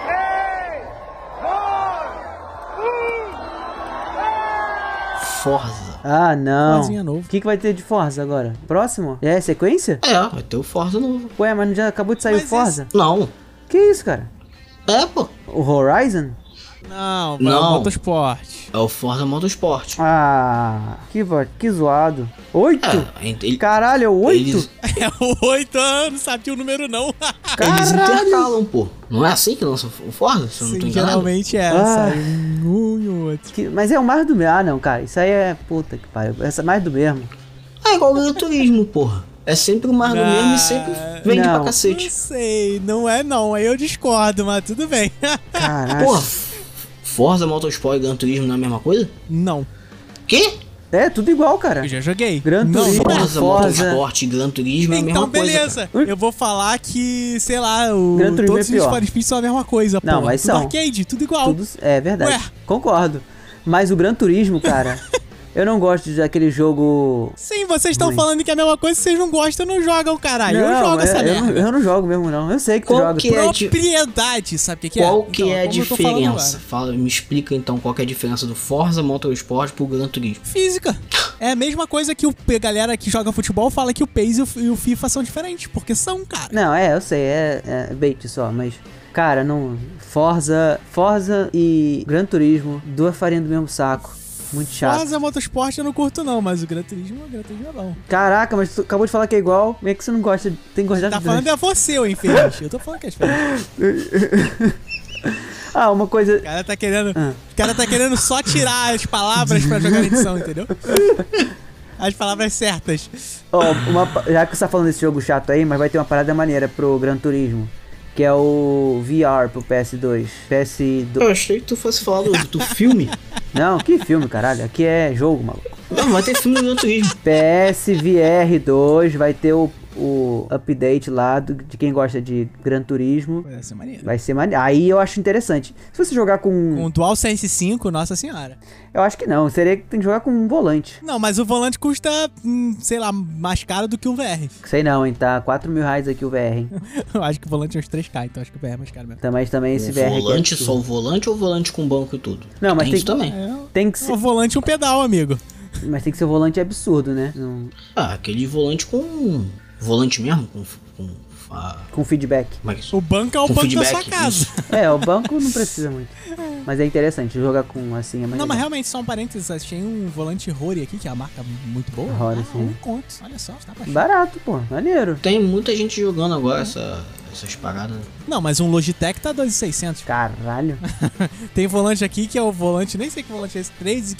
[SPEAKER 3] Forza.
[SPEAKER 5] Ah, não.
[SPEAKER 2] Forzinha novo.
[SPEAKER 5] O que, que vai ter de Forza agora? Próximo? É sequência?
[SPEAKER 3] É, vai ter o Forza novo.
[SPEAKER 5] Ué, mas não já acabou de sair
[SPEAKER 2] Mas
[SPEAKER 5] o Forza?
[SPEAKER 3] Não.
[SPEAKER 5] Que isso, cara?
[SPEAKER 3] É, pô.
[SPEAKER 5] O Horizon?
[SPEAKER 2] Não,
[SPEAKER 3] Não.
[SPEAKER 2] não. Motorsport.
[SPEAKER 3] É o Forza Motorsport.
[SPEAKER 5] Ah, que, va- que zoado. Oito?
[SPEAKER 3] É, ele- ele-
[SPEAKER 5] Caralho, é o oito?
[SPEAKER 3] eles,
[SPEAKER 2] É o 8 anos, sabia o número não.
[SPEAKER 3] eles intercalam, pô. Não é assim que lança o Forza? Se eu não tô
[SPEAKER 2] Sim,
[SPEAKER 3] enganado.
[SPEAKER 2] geralmente é,
[SPEAKER 5] Ah.
[SPEAKER 2] sai um e o outro.
[SPEAKER 5] Que- mas é o mais do mesmo. Ah, não, cara. Isso aí é puta que pariu. Essa é mais do mesmo.
[SPEAKER 3] É igual o Gran Turismo, porra. É sempre o mais do
[SPEAKER 2] Não.
[SPEAKER 3] mesmo e sempre vende
[SPEAKER 5] Não.
[SPEAKER 3] pra
[SPEAKER 2] Não
[SPEAKER 3] cacete.
[SPEAKER 2] sei, não é não, aí eu discordo, mas tudo bem.
[SPEAKER 5] Caralho.
[SPEAKER 3] Porra, Forza Motorsport e Gran Turismo não é a mesma coisa?
[SPEAKER 2] não,
[SPEAKER 3] Quê?
[SPEAKER 5] É, tudo igual, cara.
[SPEAKER 2] eu já joguei.
[SPEAKER 5] Gran
[SPEAKER 2] não,
[SPEAKER 5] Turismo.
[SPEAKER 3] Forza,
[SPEAKER 5] Forza.
[SPEAKER 3] Motorsport e Gran Turismo é a
[SPEAKER 2] Então,
[SPEAKER 3] mesma coisa.
[SPEAKER 2] beleza. Eu vou falar que, sei lá, o,
[SPEAKER 5] Gran Turismo
[SPEAKER 2] todos
[SPEAKER 5] é pior.
[SPEAKER 2] os Need for Speed são a mesma coisa, pô.
[SPEAKER 5] Não, mas
[SPEAKER 2] tudo
[SPEAKER 5] são.
[SPEAKER 2] arcade, tudo igual.
[SPEAKER 5] Tudo, é verdade.
[SPEAKER 2] Ué.
[SPEAKER 5] Concordo. Mas o Gran Turismo, cara. eu não gosto daquele jogo.
[SPEAKER 2] Sim, vocês estão falando que é a mesma coisa, vocês não gostam, não jogam, caralho. Ah, eu jogo
[SPEAKER 5] é-
[SPEAKER 2] essa
[SPEAKER 5] eu, não-
[SPEAKER 2] merda.
[SPEAKER 5] eu não jogo mesmo, não. Eu sei tipo- que tu
[SPEAKER 3] Qual
[SPEAKER 5] joga.
[SPEAKER 3] que é?
[SPEAKER 2] Propriedade, sabe o que, que é?
[SPEAKER 3] Qual que
[SPEAKER 2] Então,
[SPEAKER 3] é a
[SPEAKER 2] como eu tô falando
[SPEAKER 3] diferença?
[SPEAKER 2] agora.
[SPEAKER 3] Fala, me explica então qual que é a diferença do Forza Motorsport pro Gran Turismo.
[SPEAKER 2] Física. É a mesma coisa que o, a galera que joga futebol fala que o PES e o, e o FIFA são diferentes, porque são, cara.
[SPEAKER 5] Não, é, eu sei. É, é bait só, mas.
[SPEAKER 1] Cara, não. Forza, Forza e Gran Turismo, duas farinhas do mesmo saco. Muito chato.
[SPEAKER 2] Mas a motosport eu não curto, não, mas o Gran Turismo, o Gran Turismo é bom.
[SPEAKER 1] Caraca, mas tu acabou de falar que é igual. Como é que você não gosta? Tem que gostar
[SPEAKER 2] Tá
[SPEAKER 1] de dois.
[SPEAKER 2] falando é você, ô infeliz. Eu tô falando que é diferente.
[SPEAKER 1] Ah, uma coisa.
[SPEAKER 2] O cara tá querendo.
[SPEAKER 1] Ah.
[SPEAKER 2] O cara tá querendo só tirar as palavras pra jogar na edição, entendeu? As palavras certas.
[SPEAKER 1] Ó, uma pa- já que você tá falando desse jogo chato aí, mas vai ter uma parada maneira pro Gran Turismo. Que é o VR pro PS2. PS2.
[SPEAKER 3] Eu achei que tu fosse falar do, do filme.
[SPEAKER 1] Não, que filme, caralho. Aqui é jogo, maluco.
[SPEAKER 3] Não, vai ter filme do Gran Turismo.
[SPEAKER 1] PSVR 2 vai ter o, o update lá do- de quem gosta de Gran Turismo.
[SPEAKER 2] Vai ser maneiro.
[SPEAKER 1] Vai ser maneiro. Aí eu acho interessante. Se você jogar com. um,
[SPEAKER 2] Com o DualSense 5, nossa senhora.
[SPEAKER 1] Eu acho que não. Seria que tem que jogar com um volante.
[SPEAKER 2] Não, mas o volante custa, hum, sei lá, mais caro do que um VR.
[SPEAKER 1] Sei não, hein? Tá 4 mil reais aqui o VR, hein?
[SPEAKER 2] Eu acho que o volante é uns 3K, então acho que o VR é mais caro mesmo.
[SPEAKER 1] Tá, Mas também esse
[SPEAKER 3] O
[SPEAKER 1] VR aqui é
[SPEAKER 3] Um volante,
[SPEAKER 1] absurdo.
[SPEAKER 3] só o volante ou o volante com banco e tudo?
[SPEAKER 1] Não, mas tem-
[SPEAKER 3] isso também.
[SPEAKER 2] É
[SPEAKER 1] Tem que
[SPEAKER 2] um
[SPEAKER 1] ser,
[SPEAKER 2] volante e um pedal, amigo.
[SPEAKER 1] mas tem que ser um volante absurdo, né? Não-
[SPEAKER 3] Ah, aquele volante com. Volante mesmo? Com. com ah,
[SPEAKER 1] com feedback.
[SPEAKER 3] como é que é isso?
[SPEAKER 2] O banco é o
[SPEAKER 3] Com
[SPEAKER 2] banco da
[SPEAKER 3] feedback,
[SPEAKER 2] sua casa.
[SPEAKER 3] isso.
[SPEAKER 1] É, o banco não precisa muito. Mas é interessante jogar com assim é mais
[SPEAKER 2] Não,
[SPEAKER 1] legal.
[SPEAKER 2] mas realmente, só um parênteses, achei um volante Rory aqui, que é uma marca muito boa.
[SPEAKER 1] Rory,
[SPEAKER 2] ah,
[SPEAKER 1] sim.
[SPEAKER 2] um conto. Olha só, tá baixando.
[SPEAKER 1] Barato, pô. Maneiro.
[SPEAKER 3] Tem muita gente jogando agora essa- essas paradas.
[SPEAKER 2] Não, mas um Logitech tá 2,600.
[SPEAKER 1] Caralho.
[SPEAKER 2] Tem volante aqui que é o volante, nem sei que volante é esse,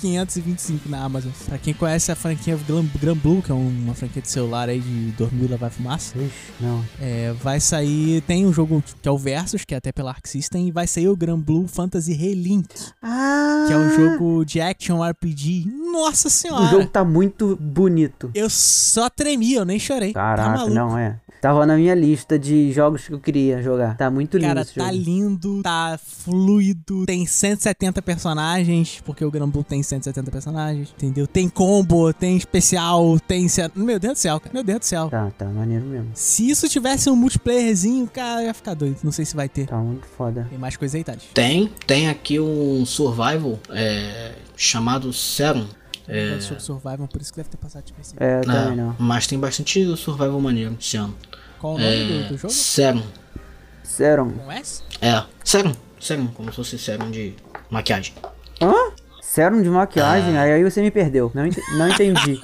[SPEAKER 2] 3,525 na Amazon. Pra quem conhece a franquia Gran, Gran Blue, que é uma franquia de celular aí de dormir lá vai fumaça,
[SPEAKER 1] Ixi, não.
[SPEAKER 2] é, vai sair, tem um jogo que é o Versus, que é até pela Arc System, e vai sair o Gran Blue Fantasy Relink,
[SPEAKER 1] Ah!
[SPEAKER 2] que é um jogo de action RPG. Nossa
[SPEAKER 1] O
[SPEAKER 2] senhora!
[SPEAKER 1] jogo tá muito bonito.
[SPEAKER 2] Eu só tremi, eu nem chorei. tá
[SPEAKER 1] Caraca,
[SPEAKER 2] maluco.
[SPEAKER 1] não é. Tava na minha lista de jogos que eu queria jogar. Tá muito lindo
[SPEAKER 2] Cara,
[SPEAKER 1] esse
[SPEAKER 2] tá
[SPEAKER 1] jogo.
[SPEAKER 2] lindo, tá fluido, tem 170 personagens, porque o Granblue tem 170 personagens, entendeu? Tem combo, tem especial, tem... ce- Meu Deus do céu, cara, meu Deus do céu.
[SPEAKER 1] Tá, tá maneiro mesmo.
[SPEAKER 2] Se isso tivesse um multiplayerzinho, cara, eu ia ficar doido. Não sei se vai ter.
[SPEAKER 1] Tá muito foda.
[SPEAKER 2] Tem mais coisa aí, Thales.
[SPEAKER 3] Tem, tem aqui um survival é, chamado Serum.
[SPEAKER 2] É. Sobre Survival, por isso que deve ter passado tipo assim, de PC.
[SPEAKER 1] É, eu
[SPEAKER 3] né?
[SPEAKER 1] também não.
[SPEAKER 3] mas tem bastante survival maneiro esse ano.
[SPEAKER 2] Qual o nome do, do jogo?
[SPEAKER 3] Serum.
[SPEAKER 1] Serum.
[SPEAKER 2] Com S?
[SPEAKER 3] É, Serum. Serum, como se fosse Serum de maquiagem.
[SPEAKER 1] Hã? Serum de maquiagem? Aí, aí você me perdeu. Não, ent- não entendi.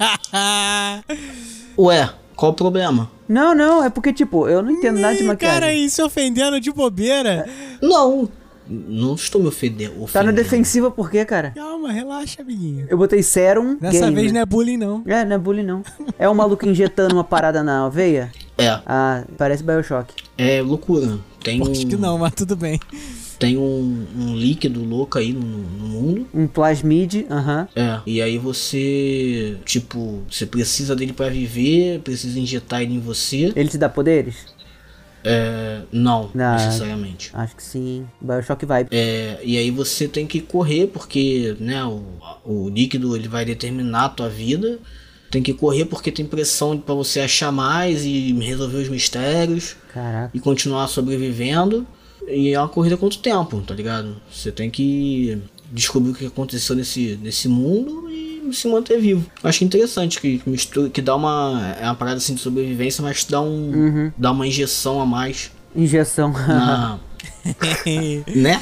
[SPEAKER 3] Ué, qual o problema?
[SPEAKER 1] não, não. É porque, tipo, eu não entendo nada de maquiagem.
[SPEAKER 2] Cara, aí se ofendendo de bobeira.
[SPEAKER 3] Não, não estou me ofendendo.
[SPEAKER 1] Tá na
[SPEAKER 3] ofendendo.
[SPEAKER 1] defensiva por quê, cara?
[SPEAKER 2] Calma, relaxa, amiguinho.
[SPEAKER 1] Eu botei Serum
[SPEAKER 2] Dessa
[SPEAKER 1] Game.
[SPEAKER 2] vez não é bullying, não.
[SPEAKER 1] É, não é bullying não. É um maluco injetando uma parada na veia?
[SPEAKER 3] É,
[SPEAKER 1] Ah, parece Bioshock.
[SPEAKER 3] é loucura. Tem
[SPEAKER 2] Acho que
[SPEAKER 3] um,
[SPEAKER 2] não, mas tudo bem.
[SPEAKER 3] tem um, um líquido louco aí no, no mundo.
[SPEAKER 1] Um plasmid, aham.
[SPEAKER 3] É, e aí você, tipo, você precisa dele pra viver, precisa injetar ele em você.
[SPEAKER 1] Ele te dá poderes?
[SPEAKER 3] É, não,
[SPEAKER 2] Ah.
[SPEAKER 1] Não.
[SPEAKER 3] necessariamente.
[SPEAKER 1] Acho que sim. Bioshock vai.
[SPEAKER 3] É, e aí você tem que correr porque, né, o, o líquido ele vai determinar a tua vida. Tem que correr porque tem pressão pra você achar mais e resolver os mistérios.
[SPEAKER 1] Caraca.
[SPEAKER 3] e continuar sobrevivendo. E é uma corrida contra o tempo, tá ligado? Você tem que descobrir o que aconteceu nesse, nesse mundo e se manter vivo. Eu Acho interessante que mistura, que dá uma é uma parada assim de sobrevivência, mas dá um
[SPEAKER 1] Uhum.
[SPEAKER 3] dá uma injeção a mais
[SPEAKER 1] Injeção.
[SPEAKER 3] na, né?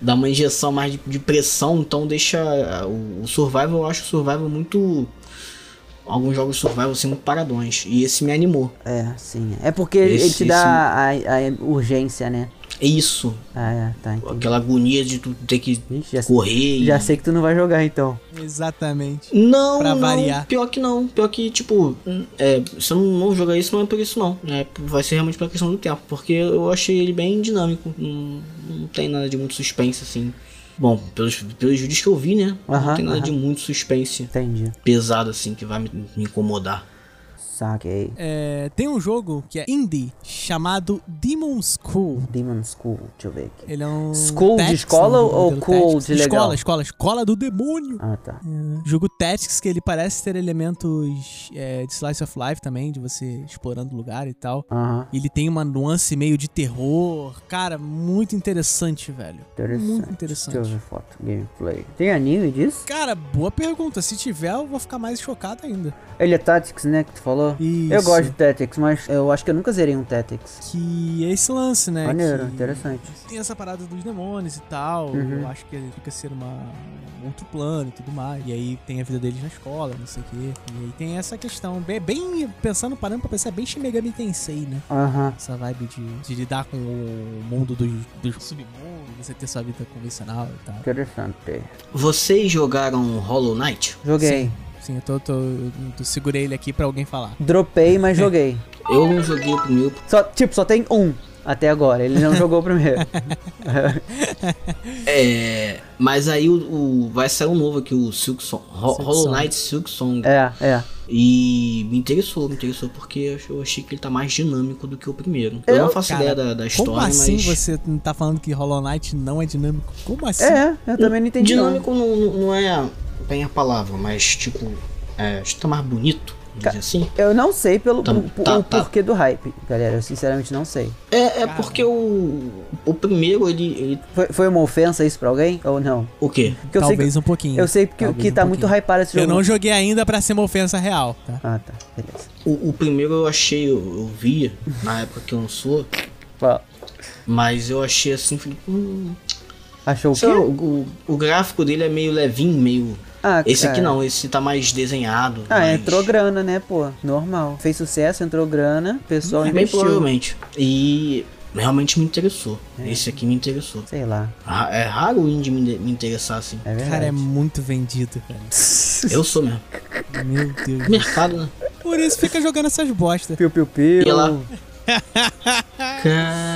[SPEAKER 3] Dá uma injeção a mais de, de pressão, então deixa ah, o, o survival, eu acho o survival muito alguns jogos survival assim muito paradões e esse me animou.
[SPEAKER 1] é, sim. É porque ele- ele
[SPEAKER 3] Esse-
[SPEAKER 1] te dá a, a urgência, né?
[SPEAKER 3] É isso,
[SPEAKER 1] Ah, é, tá, entendi.
[SPEAKER 3] aquela agonia de tu ter que
[SPEAKER 1] Ixi, já,
[SPEAKER 3] correr.
[SPEAKER 1] já
[SPEAKER 3] e-
[SPEAKER 1] sei que tu não vai jogar então.
[SPEAKER 2] Exatamente.
[SPEAKER 3] Não,
[SPEAKER 2] Pra
[SPEAKER 3] não,
[SPEAKER 2] variar.
[SPEAKER 3] Pior que não. Pior que, tipo, é, se eu não jogar isso, não é por isso, não. É, vai ser realmente pela questão do tempo. Porque eu achei ele bem dinâmico. Não, não tem nada de muito suspense, assim. Bom, pelos, pelos vídeos que eu vi, né?
[SPEAKER 1] Aham,
[SPEAKER 3] não tem nada
[SPEAKER 1] aham.
[SPEAKER 3] de muito suspense
[SPEAKER 1] Entendi.
[SPEAKER 3] pesado, assim, que vai me, me incomodar.
[SPEAKER 1] Saquei.
[SPEAKER 2] É, tem um jogo que é indie chamado Demon School.
[SPEAKER 1] Demon School, deixa eu ver aqui.
[SPEAKER 2] Ele é um.
[SPEAKER 1] School de escola
[SPEAKER 2] um
[SPEAKER 1] ou
[SPEAKER 2] modelo
[SPEAKER 1] cool
[SPEAKER 2] Tactics.
[SPEAKER 1] de legal?
[SPEAKER 2] Escola, escola, escola do demônio. É um
[SPEAKER 1] Ah, tá.
[SPEAKER 2] Jogo Tactics que ele parece ter elementos é, de slice of life também, de você explorando o lugar e tal.
[SPEAKER 1] Aham,
[SPEAKER 2] Ele tem uma nuance meio de terror. Cara, muito interessante, velho.
[SPEAKER 1] interessante.
[SPEAKER 2] Muito
[SPEAKER 1] Deixa eu
[SPEAKER 2] interessante.
[SPEAKER 1] ver foto. Gameplay. Tem anime disso?
[SPEAKER 2] Cara, boa pergunta. Se tiver, eu vou ficar mais chocado ainda.
[SPEAKER 1] Ele é Tactics, né? Que tu falou?
[SPEAKER 2] Isso.
[SPEAKER 1] Eu gosto de Tactics, mas eu acho que eu nunca zerei um Tactics.
[SPEAKER 2] Que é esse lance, né?
[SPEAKER 1] Maneiro,
[SPEAKER 2] que
[SPEAKER 1] interessante.
[SPEAKER 2] Tem essa parada dos demônios e tal.
[SPEAKER 1] Uhum.
[SPEAKER 2] Eu acho que ele fica sendo uma, um outro plano e tudo mais. E aí tem a vida deles na escola, não sei o quê. E aí tem essa questão. Bem, bem pensando, parando pra pensar, é bem Shin Megami Tensei, né?
[SPEAKER 1] Aham.
[SPEAKER 2] Essa vibe de, de lidar com o mundo dos, dos submundos, você ter sua vida convencional e tal.
[SPEAKER 1] Interessante.
[SPEAKER 3] Vocês jogaram Hollow Knight?
[SPEAKER 1] Joguei.
[SPEAKER 2] Sim. Sim, eu, tô, tô- eu tô- segurei ele aqui pra alguém falar.
[SPEAKER 1] Dropei, mas joguei.
[SPEAKER 3] Eu não joguei o primeiro.
[SPEAKER 1] Só, tipo, só tem um até agora. Ele não jogou o primeiro.
[SPEAKER 3] É. Mas aí o, o- vai sair um novo aqui, o Silk Song. Ho-
[SPEAKER 2] Silk
[SPEAKER 3] Hollow
[SPEAKER 2] Song.
[SPEAKER 3] Knight Silk Song.
[SPEAKER 1] É, é.
[SPEAKER 3] E me interessou, me interessou, porque eu achei que ele tá mais dinâmico do que o primeiro. Eu, não faço
[SPEAKER 2] Cara,
[SPEAKER 3] ideia da, da história,
[SPEAKER 2] Como assim
[SPEAKER 3] mas.
[SPEAKER 2] você não tá falando que Hollow Knight não é dinâmico? Como assim?
[SPEAKER 1] É, eu também não entendi. não.
[SPEAKER 3] Dinâmico não, não- não é bem a palavra, mas tipo. É, acho que tá mais bonito, vamos dizer assim.
[SPEAKER 1] Eu não sei pelo
[SPEAKER 3] Tá,
[SPEAKER 1] o-
[SPEAKER 3] tá,
[SPEAKER 1] o
[SPEAKER 3] tá.
[SPEAKER 1] porquê do hype, galera. Eu sinceramente não sei.
[SPEAKER 3] É, é
[SPEAKER 2] Cara.
[SPEAKER 3] porque o. O primeiro, ele. ele-
[SPEAKER 1] Foi, foi uma ofensa isso pra alguém? Ou não?
[SPEAKER 3] o quê?
[SPEAKER 1] Porque eu sei
[SPEAKER 2] Talvez um pouquinho.
[SPEAKER 1] que, eu sei que,
[SPEAKER 2] Talvez
[SPEAKER 1] que
[SPEAKER 2] um
[SPEAKER 1] tá
[SPEAKER 2] pouquinho.
[SPEAKER 1] muito hypado esse
[SPEAKER 2] Eu
[SPEAKER 1] jogo.
[SPEAKER 2] não joguei ainda pra ser uma ofensa real, tá?
[SPEAKER 1] Ah, tá. Beleza.
[SPEAKER 3] O, o primeiro eu achei, eu, eu via na época que lançou,
[SPEAKER 1] Fala.
[SPEAKER 3] mas eu achei assim, falei, hum,
[SPEAKER 1] Achou o
[SPEAKER 3] sei lá,
[SPEAKER 1] quê?
[SPEAKER 3] o, o- o gráfico dele é meio levinho, meio.
[SPEAKER 1] Ah,
[SPEAKER 3] Esse aqui
[SPEAKER 1] cara.
[SPEAKER 3] não, esse tá mais desenhado.
[SPEAKER 1] Ah,
[SPEAKER 3] mais-
[SPEAKER 1] entrou grana, né, pô? Normal. Fez sucesso, entrou grana, o pessoal
[SPEAKER 3] Bem
[SPEAKER 1] investiu. É.
[SPEAKER 3] provavelmente. E realmente me interessou. Esse aqui me interessou.
[SPEAKER 1] Sei lá,
[SPEAKER 3] Ra- É raro o indie me, me interessar assim.
[SPEAKER 1] é verdade.
[SPEAKER 2] Cara, é muito vendido, cara.
[SPEAKER 3] Eu sou mesmo.
[SPEAKER 2] Meu Deus.
[SPEAKER 3] Mercado, né?
[SPEAKER 2] Por isso fica jogando essas bostas.
[SPEAKER 1] Piu, piu, piu.
[SPEAKER 3] E lá?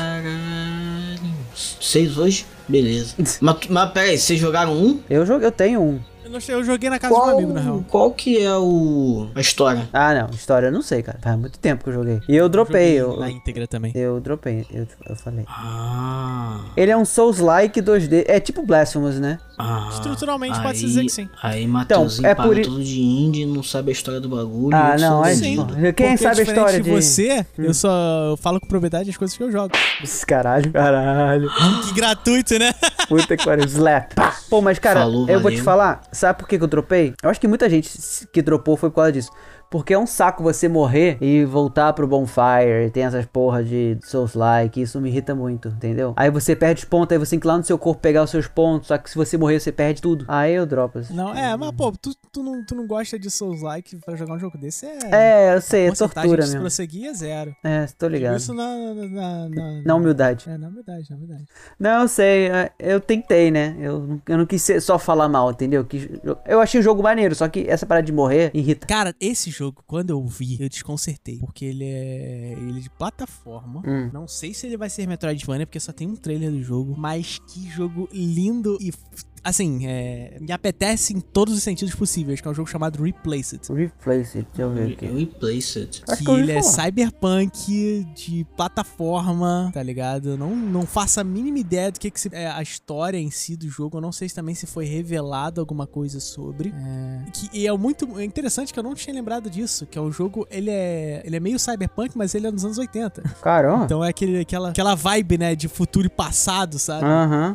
[SPEAKER 3] Caralho. Seis hoje? Beleza. mas, tu- mas peraí, vocês jogaram um?
[SPEAKER 1] Eu joguei, eu tenho um.
[SPEAKER 2] Eu, não sei, eu joguei na casa de um
[SPEAKER 3] Qual,
[SPEAKER 2] amigo, na real.
[SPEAKER 3] qual que é o. a história?
[SPEAKER 1] Ah, não, história eu não sei, cara. Faz muito tempo que eu joguei. E eu dropei, É, eu,
[SPEAKER 2] Na íntegra também.
[SPEAKER 1] eu dropei, eu, eu falei.
[SPEAKER 3] Ah.
[SPEAKER 1] Ele é um Souls-like 2D, é tipo Blasphemous, né?
[SPEAKER 3] ah,
[SPEAKER 2] Estruturalmente
[SPEAKER 3] aí,
[SPEAKER 2] pode-se dizer que sim.
[SPEAKER 3] Aí Matheusinho
[SPEAKER 1] é
[SPEAKER 3] paga
[SPEAKER 1] por i-
[SPEAKER 3] tudo de indie, não sabe a história do bagulho.
[SPEAKER 1] Ah,
[SPEAKER 3] eu sou um
[SPEAKER 1] não, é
[SPEAKER 2] Sim.
[SPEAKER 3] vendido.
[SPEAKER 1] Quem sabe a
[SPEAKER 2] diferente
[SPEAKER 1] história
[SPEAKER 2] de
[SPEAKER 1] de... Hum.
[SPEAKER 2] você, eu só falo com propriedade as coisas que eu jogo.
[SPEAKER 1] Caralho, caralho.
[SPEAKER 2] que gratuito, né?
[SPEAKER 1] Puta que pariu, slap. Pá. Pô, mas cara,
[SPEAKER 3] Falou,
[SPEAKER 1] eu vou te
[SPEAKER 3] valeu.
[SPEAKER 1] falar, sabe por que que eu dropei? Eu acho que muita gente s- que dropou foi por causa disso. Porque é um saco você morrer e voltar pro bonfire, e tem essas porra de Souls-like, isso me irrita muito, entendeu? Aí você perde os pontos, aí você tem que ir lá no seu corpo pegar os seus pontos, só que se você morrer você perde tudo. Aí eu dropo. assim.
[SPEAKER 2] Não, é, mas pô, tu, tu, não, tu não gosta de Souls-like pra jogar um jogo desse é...
[SPEAKER 1] É, eu sei, é
[SPEAKER 2] porcentagem
[SPEAKER 1] tortura
[SPEAKER 2] de se
[SPEAKER 1] mesmo.
[SPEAKER 2] prosseguir é zero.
[SPEAKER 1] É, tô ligado.
[SPEAKER 2] Isso na... Na, na, na-
[SPEAKER 1] Na humildade.
[SPEAKER 2] É, na humildade, na humildade.
[SPEAKER 1] Não, eu sei, é, eu tentei, né? Eu, não- eu não quis ser- só falar mal, entendeu? Eu quis- eu- eu achei o jogo maneiro, só que essa parada de morrer irrita.
[SPEAKER 2] Cara, esse jogo, quando eu vi, eu desconcertei. Porque ele é. Ele é de plataforma.
[SPEAKER 1] Hum.
[SPEAKER 2] Não sei se ele vai ser Metroidvania, porque só tem um trailer do jogo. Mas que jogo lindo e. f- Assim, é, me apetece em todos os sentidos possíveis, que é um jogo chamado Replace It.
[SPEAKER 1] Replace it, deixa eu ver aqui.
[SPEAKER 3] Replaced.
[SPEAKER 1] Acho que
[SPEAKER 2] que
[SPEAKER 1] eu ouvi
[SPEAKER 2] ele é
[SPEAKER 1] falar.
[SPEAKER 2] cyberpunk de plataforma, tá ligado? Eu Não, não faço a mínima ideia do que, que se- é a história em si do jogo. Eu não sei se também se foi revelado alguma coisa sobre. É, que, e é muito é interessante que eu não tinha lembrado disso, que é um jogo, ele é, ele é meio cyberpunk, mas ele é nos anos 80.
[SPEAKER 1] Caramba.
[SPEAKER 2] Então é aquele, aquela, aquela vibe, né, de futuro e passado, sabe?
[SPEAKER 1] Aham.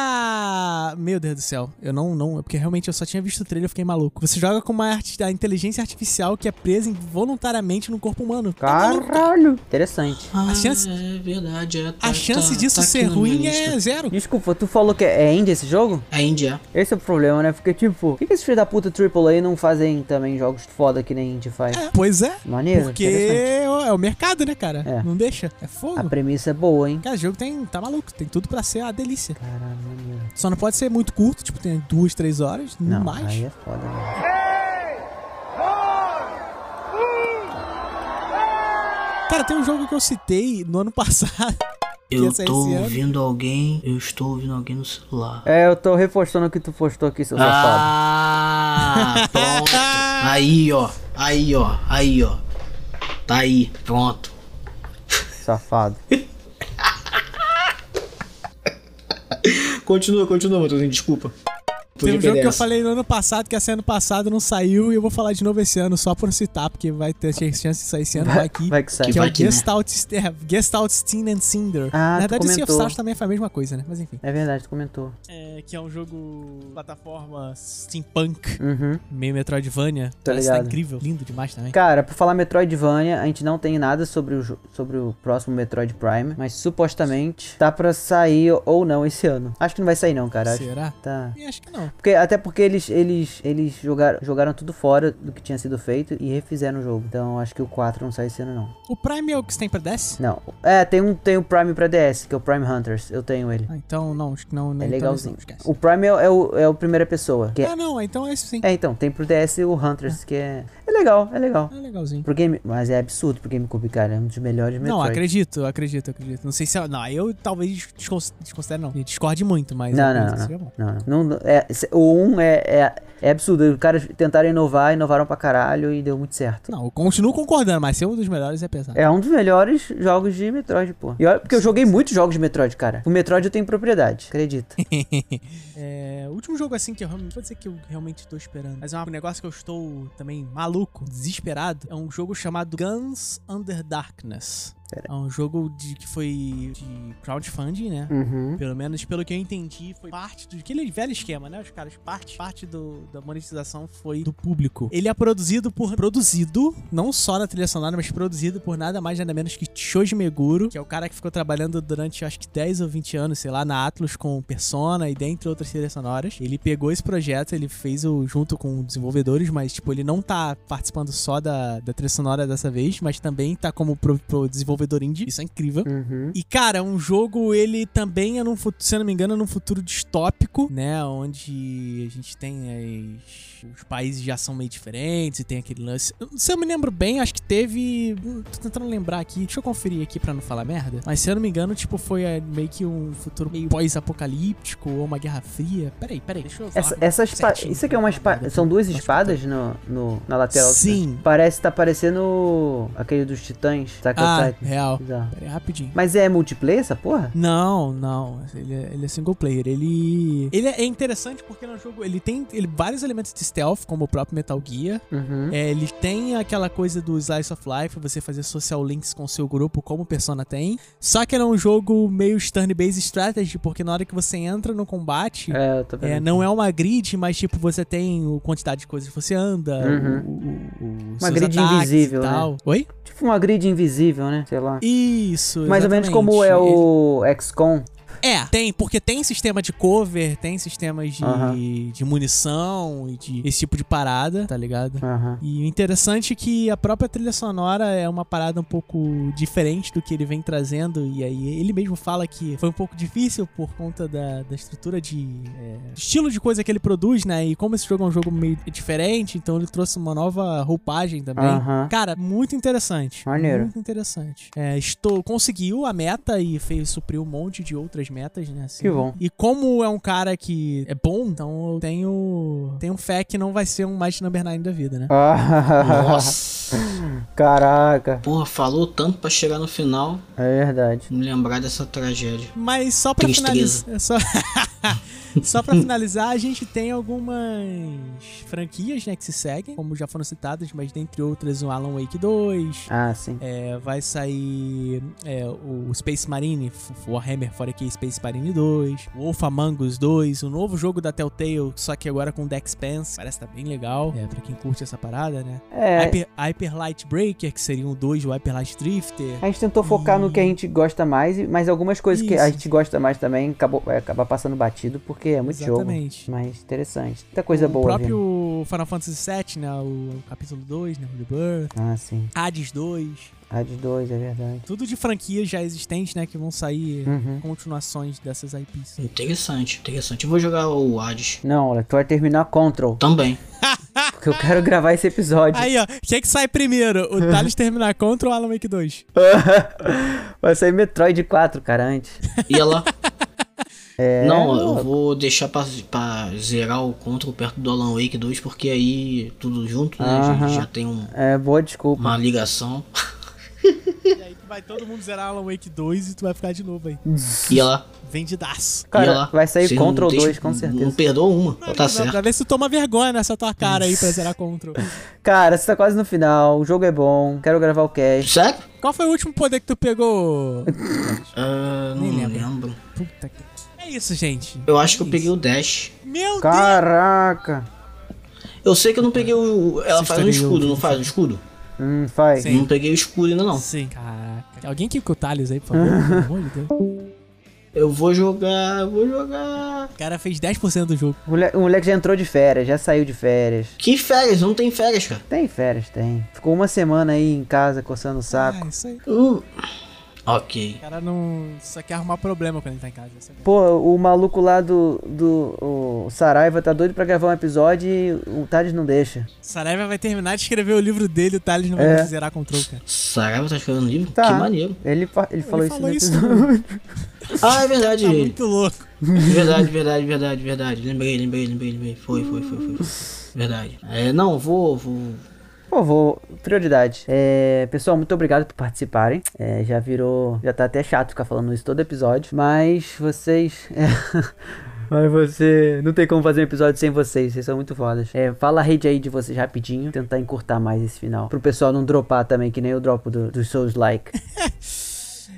[SPEAKER 2] Caraca! Meu Deus do céu. Eu não, não, é porque realmente eu só tinha visto o trailer, eu fiquei maluco. Você joga com uma arte, a inteligência artificial que é presa involuntariamente no corpo humano. Tá maluco?
[SPEAKER 1] Caralho. Interessante.
[SPEAKER 3] Ah,
[SPEAKER 2] chance-
[SPEAKER 3] É verdade, é.
[SPEAKER 1] tá,
[SPEAKER 2] A chance disso ser ruim é zero.
[SPEAKER 1] Desculpa, tu falou que é indie esse jogo?
[SPEAKER 3] É índia.
[SPEAKER 1] Esse é o problema, né? Porque, tipo, por que que esses filhos da puta AAA não fazem também jogos foda que nem indie faz?
[SPEAKER 2] É, pois é.
[SPEAKER 1] Maneiro,
[SPEAKER 2] Porque
[SPEAKER 1] interessante.
[SPEAKER 2] é o mercado, né, cara?
[SPEAKER 1] É.
[SPEAKER 2] Não deixa. É
[SPEAKER 1] A
[SPEAKER 2] fogo.
[SPEAKER 1] premissa é boa, hein?
[SPEAKER 2] Cara, o jogo tem, tá maluco, tem tudo pra ser a delícia.
[SPEAKER 1] Caralho, maneiro.
[SPEAKER 2] Só não pode ser muito curto, tipo, tem duas, três horas, no
[SPEAKER 1] Não,
[SPEAKER 2] mais.
[SPEAKER 1] aí é foda, né?
[SPEAKER 2] Cara, tem um jogo que eu citei no ano passado.
[SPEAKER 3] Eu
[SPEAKER 2] é esse
[SPEAKER 3] tô
[SPEAKER 2] ano-
[SPEAKER 3] ouvindo alguém. Eu estou ouvindo alguém no celular.
[SPEAKER 1] É, eu tô repostando o que tu postou aqui, seu safado.
[SPEAKER 3] Ah, pronto. Aí, ó. Aí, ó. Aí, ó. Tá aí, pronto.
[SPEAKER 1] Safado.
[SPEAKER 3] Continua, continua, Matheusinho, desculpa. Podia
[SPEAKER 2] Tem um
[SPEAKER 3] ter
[SPEAKER 2] jogo que eu
[SPEAKER 3] essa.
[SPEAKER 2] falei no ano passado, que ia ser ano passado, não saiu, e eu vou falar de novo esse ano, só por citar, porque vai ter chance de sair esse ano, vai aqui.
[SPEAKER 1] Vai que sai.
[SPEAKER 2] Que é
[SPEAKER 3] Vai
[SPEAKER 2] o
[SPEAKER 3] que, né?
[SPEAKER 2] Gestalt, é, Gestalt Steen and Cinder.
[SPEAKER 1] Ah,
[SPEAKER 2] Na
[SPEAKER 1] tu
[SPEAKER 2] verdade, o Sea of
[SPEAKER 1] comentou.
[SPEAKER 2] Stars também foi a mesma coisa, né? Mas enfim.
[SPEAKER 1] É verdade, tu comentou.
[SPEAKER 2] É, que é um jogo plataforma steampunk,
[SPEAKER 1] Uhum.
[SPEAKER 2] meio Metroidvania.
[SPEAKER 1] Tá
[SPEAKER 2] Parece que tá
[SPEAKER 1] ligado.
[SPEAKER 2] incrível, lindo demais também.
[SPEAKER 1] Cara, por falar Metroidvania, a gente não tem nada sobre o, jo- sobre o próximo Metroid Prime, mas supostamente tá pra sair ou não esse ano. Acho que não vai sair não, cara. Acho que
[SPEAKER 2] Será?
[SPEAKER 1] tá.
[SPEAKER 2] Eu acho que não.
[SPEAKER 1] Porque, até porque eles, eles, eles jogaram, jogaram tudo fora do que tinha sido feito e refizeram o jogo. Então acho que o 4 não sai esse ano, não.
[SPEAKER 2] O Prime é o que você tem pra DS?
[SPEAKER 1] Não. É, tem um tem o Prime pra DS, que é o Prime Hunters. Eu tenho ele.
[SPEAKER 2] Ah, então não, acho que não. não
[SPEAKER 1] É
[SPEAKER 2] então esse
[SPEAKER 1] legalzinho.
[SPEAKER 2] não, esquece.
[SPEAKER 1] O Prime é, o- é o, é o primeira pessoa. Que é,
[SPEAKER 2] Ah, não, então é isso sim.
[SPEAKER 1] é, então, tem pro DS o Hunters, que é. É legal, é legal.
[SPEAKER 2] É legalzinho.
[SPEAKER 1] Pro game, mas é absurdo pro GameCube, cara. É um dos melhores
[SPEAKER 2] Não,
[SPEAKER 1] Metroid.
[SPEAKER 2] acredito, acredito, acredito. Não sei se é. Não, aí eu talvez descons- desconsidere, não. Eu discorde muito, mas.
[SPEAKER 1] Não,
[SPEAKER 2] eu
[SPEAKER 1] não,
[SPEAKER 2] acredito
[SPEAKER 1] não.
[SPEAKER 2] que seja bom.
[SPEAKER 1] Não, não. não é, se- o 1 é, é, é absurdo. Os caras tentaram inovar, inovaram pra caralho e deu muito certo.
[SPEAKER 2] Não, eu continuo concordando, mas ser um dos melhores é pesado.
[SPEAKER 1] É um dos melhores jogos de Metroid, pô. E olha, porque eu joguei muitos jogos de Metroid, cara. O Metroid eu tenho propriedade, acredita.
[SPEAKER 2] É, o último jogo assim que eu realmente. Vou dizer que eu realmente estou esperando. Mas é um negócio que eu estou também maluco, desesperado. É um jogo chamado Guns Under Darkness. É um jogo de, que foi de crowdfunding, né?
[SPEAKER 1] Uhum.
[SPEAKER 2] Pelo menos pelo que eu entendi, foi parte do aquele velho esquema, né? Os caras, parte, parte do, da monetização foi do público. Ele é produzido por. Produzido, não só na trilha sonora, mas produzido por nada mais nada menos que Shoji Meguro, que é o cara que ficou trabalhando durante acho que 10 ou 20 anos, sei lá, na Atlus com Persona e dentre outras trilhas sonoras. Ele pegou esse projeto, ele fez o junto com desenvolvedores, mas tipo, ele não tá participando só da, da trilha sonora dessa vez, mas também tá como pro, pro desenvolvedor indie. Isso é incrível.
[SPEAKER 1] Uhum.
[SPEAKER 2] E, cara, um jogo, ele também é num futuro, se eu não me engano, é num futuro distópico, né? Onde a gente tem as- Os países já são meio diferentes e tem aquele lance. Se eu me lembro bem, acho que teve. hum, Tô tentando lembrar aqui. Deixa eu conferir aqui pra não falar merda. Mas se eu não me engano, tipo, foi é, meio que um futuro meio pós-apocalíptico ou uma guerra fria. Peraí, peraí. Deixa eu
[SPEAKER 1] Essa,
[SPEAKER 2] falar
[SPEAKER 1] essa espa-
[SPEAKER 2] certinho.
[SPEAKER 1] Isso aqui é uma espada. São duas
[SPEAKER 2] Acho que
[SPEAKER 1] espadas no, no, na
[SPEAKER 2] né?
[SPEAKER 1] lateral.
[SPEAKER 2] Sim.
[SPEAKER 1] Parece, tá parecendo aquele dos titãs. Tá,
[SPEAKER 2] Ah, real.
[SPEAKER 1] Bizarro.
[SPEAKER 2] Peraí, rapidinho.
[SPEAKER 1] Mas é multiplayer essa porra?
[SPEAKER 2] Não, não. Ele é, ele é single player. Ele. Ele é interessante porque no jogo ele tem ele, vários elementos de stealth, como o próprio Metal Gear.
[SPEAKER 1] Uhum.
[SPEAKER 2] É, ele tem aquela coisa do Slice of Life, você fazer social links com o seu grupo, como o Persona tem. Só que ele é um jogo meio turn-based strategy, porque na hora que você entra no combate,
[SPEAKER 1] É, eu tô vendo.
[SPEAKER 2] é, não é uma grid, mas tipo, você tem o quantidade de coisas que você anda,
[SPEAKER 1] Uhum.
[SPEAKER 2] o- o- o- os
[SPEAKER 1] Uma
[SPEAKER 2] seus
[SPEAKER 1] grid
[SPEAKER 2] ataques
[SPEAKER 1] invisível,
[SPEAKER 2] e
[SPEAKER 1] né?
[SPEAKER 2] tal. Oi?
[SPEAKER 1] Tipo uma grid invisível, né? Sei lá.
[SPEAKER 2] Isso,
[SPEAKER 1] Mais ou menos como é
[SPEAKER 2] exatamente.
[SPEAKER 1] o XCOM.
[SPEAKER 2] É, tem, porque tem sistema de cover, tem sistemas de,
[SPEAKER 1] Aham.
[SPEAKER 2] de munição e de esse tipo de parada, tá ligado?
[SPEAKER 1] Aham.
[SPEAKER 2] E o interessante é que a própria trilha sonora é uma parada um pouco diferente do que ele vem trazendo. E aí ele mesmo fala que foi um pouco difícil por conta da, da estrutura de. é, estilo de coisa que ele produz, né? E como esse jogo é um jogo meio diferente, então ele trouxe uma nova roupagem também.
[SPEAKER 1] Aham.
[SPEAKER 2] Cara, muito interessante.
[SPEAKER 1] Maneiro.
[SPEAKER 2] Muito interessante. É, estou, conseguiu a meta e fez supriu um monte de outras metas, né? assim.
[SPEAKER 1] Que bom.
[SPEAKER 2] E como é um cara que é bom, então eu tenho, tenho fé que não vai ser um Mighty Number 9 da vida, né?
[SPEAKER 1] Ah,
[SPEAKER 3] Nossa.
[SPEAKER 1] caraca.
[SPEAKER 3] Porra, falou tanto pra chegar no final
[SPEAKER 1] É verdade.
[SPEAKER 3] e me lembrar dessa tragédia.
[SPEAKER 2] Mas só pra
[SPEAKER 3] Tristeza.
[SPEAKER 2] finalizar. é Só, só pra finalizar, a gente tem algumas franquias, né, que se seguem, como já foram citadas, mas dentre outras o Alan Wake 2.
[SPEAKER 1] Ah, sim.
[SPEAKER 2] é, vai sair é, o Space Marine, F- Warhammer 4K Space Marine 2, Wolf Among Us 2, o novo jogo da Telltale, só que agora com The Expanse, parece que tá bem legal, é, pra quem curte essa parada, né?
[SPEAKER 1] É,
[SPEAKER 2] Hyper, Hyper Light Breaker, que seria o 2 do Hyper Light Drifter,
[SPEAKER 1] a gente tentou focar no que a gente gosta mais, e- mas algumas coisas que a
[SPEAKER 2] Isso.
[SPEAKER 1] gente gosta mais também acabou, vai acabar passando batido, porque é muito
[SPEAKER 2] Exatamente.
[SPEAKER 1] jogo. Mas interessante. Muita coisa
[SPEAKER 2] o
[SPEAKER 1] boa, vindo.
[SPEAKER 2] próprio Final Fantasy VII, né? O capítulo 2, né? Rebirth,
[SPEAKER 1] Ah, sim.
[SPEAKER 2] Hades 2.
[SPEAKER 1] Hades 2, é verdade.
[SPEAKER 2] Tudo de franquias já existentes, né? Que vão sair
[SPEAKER 1] Uhum.
[SPEAKER 2] continuações dessas IPs.
[SPEAKER 3] Interessante, interessante. Eu vou jogar o Hades
[SPEAKER 1] Não, olha, tu vai terminar Control,
[SPEAKER 3] também.
[SPEAKER 1] porque eu quero gravar esse episódio.
[SPEAKER 2] Aí, ó. O que é que sai primeiro? O Thales terminar contra ou o Alan Wake 2?
[SPEAKER 1] vai sair Metroid 4, cara, antes.
[SPEAKER 3] E ela.
[SPEAKER 1] É,
[SPEAKER 3] Não, eu vou deixar pra, pra zerar o contra perto do Alan Wake 2, porque aí tudo junto, né?
[SPEAKER 1] Aham.
[SPEAKER 3] Já, já tem um-
[SPEAKER 1] É, boa desculpa.
[SPEAKER 3] uma ligação.
[SPEAKER 2] E aí tu vai todo mundo zerar Alan Wake 2 e tu vai ficar de novo aí.
[SPEAKER 3] E ela.
[SPEAKER 2] Vendidaço.
[SPEAKER 3] e
[SPEAKER 1] Cara,
[SPEAKER 3] ela.
[SPEAKER 1] vai sair
[SPEAKER 3] Vocês não
[SPEAKER 1] Ctrl
[SPEAKER 3] deixam-
[SPEAKER 1] 2, com certeza.
[SPEAKER 3] Não perdoa uma. Ela tá
[SPEAKER 2] Pra-
[SPEAKER 3] certo.
[SPEAKER 2] Pra ver se tu toma vergonha nessa tua cara aí pra zerar Control.
[SPEAKER 1] Cara, você tá quase no final, o jogo é bom, quero gravar o cast.
[SPEAKER 3] Sério?
[SPEAKER 2] Qual foi o último poder que tu pegou?
[SPEAKER 3] Ah, não
[SPEAKER 2] Nem lembro.
[SPEAKER 3] lembro.
[SPEAKER 2] Puta que... É isso, gente.
[SPEAKER 3] Eu acho que eu
[SPEAKER 2] É
[SPEAKER 3] peguei o
[SPEAKER 2] isso.
[SPEAKER 3] Dash.
[SPEAKER 2] Meu
[SPEAKER 1] Caraca!
[SPEAKER 3] Eu sei que eu não peguei o. Ela
[SPEAKER 2] Vocês
[SPEAKER 3] faz um
[SPEAKER 2] teriam
[SPEAKER 3] escudo,
[SPEAKER 2] ouvido.
[SPEAKER 3] não faz um escudo?
[SPEAKER 1] Hum, faz.
[SPEAKER 2] Sim.
[SPEAKER 3] Não peguei o escudo ainda não.
[SPEAKER 2] Deus. Sim. Caraca. Alguém que o Thales aí, por favor. Pelo amor de Deus.
[SPEAKER 3] Eu vou jogar, eu vou jogar.
[SPEAKER 2] O cara fez 10% do jogo.
[SPEAKER 1] O moleque, o moleque já entrou de férias, já saiu de férias.
[SPEAKER 3] Que férias? Não tem férias, cara.
[SPEAKER 1] Tem férias, tem. Ficou uma semana aí em casa coçando o saco.
[SPEAKER 2] Ah, isso aí.
[SPEAKER 3] Hum. Ok.
[SPEAKER 2] O cara não... Só quer arrumar problema quando ele tá em casa. isso é verdade.
[SPEAKER 1] Pô, o maluco lá do, do o Saraiva tá doido pra gravar um episódio e o Tades não deixa.
[SPEAKER 2] Saraiva vai terminar de escrever o livro dele, o Thales não vai
[SPEAKER 1] É.
[SPEAKER 2] conseguir zerar Control, cara.
[SPEAKER 3] Saraiva tá escrevendo livro?
[SPEAKER 1] Tá.
[SPEAKER 3] Que maneiro.
[SPEAKER 1] Ele, fa- ele falou
[SPEAKER 2] Ele
[SPEAKER 1] isso né?
[SPEAKER 2] falou
[SPEAKER 1] no
[SPEAKER 2] isso né?
[SPEAKER 1] episódio.
[SPEAKER 3] Ah, é verdade. É
[SPEAKER 2] Tá muito louco.
[SPEAKER 3] verdade, verdade, verdade, verdade. Lembrei, lembrei, lembrei, lembrei. Foi, foi, foi, foi. foi. Verdade. É, não, vou, vou.
[SPEAKER 1] Pô, vou. Prioridade. É, pessoal, muito obrigado por participarem. É, já virou. Já tá até chato ficar falando isso todo episódio. Mas vocês. é, Mas você. Não tem como fazer um episódio sem vocês. Vocês são muito fodas. É, fala a rede aí de vocês rapidinho. Tentar encurtar mais esse final. Pro pessoal não dropar também, que nem eu dropo do- dos seus like.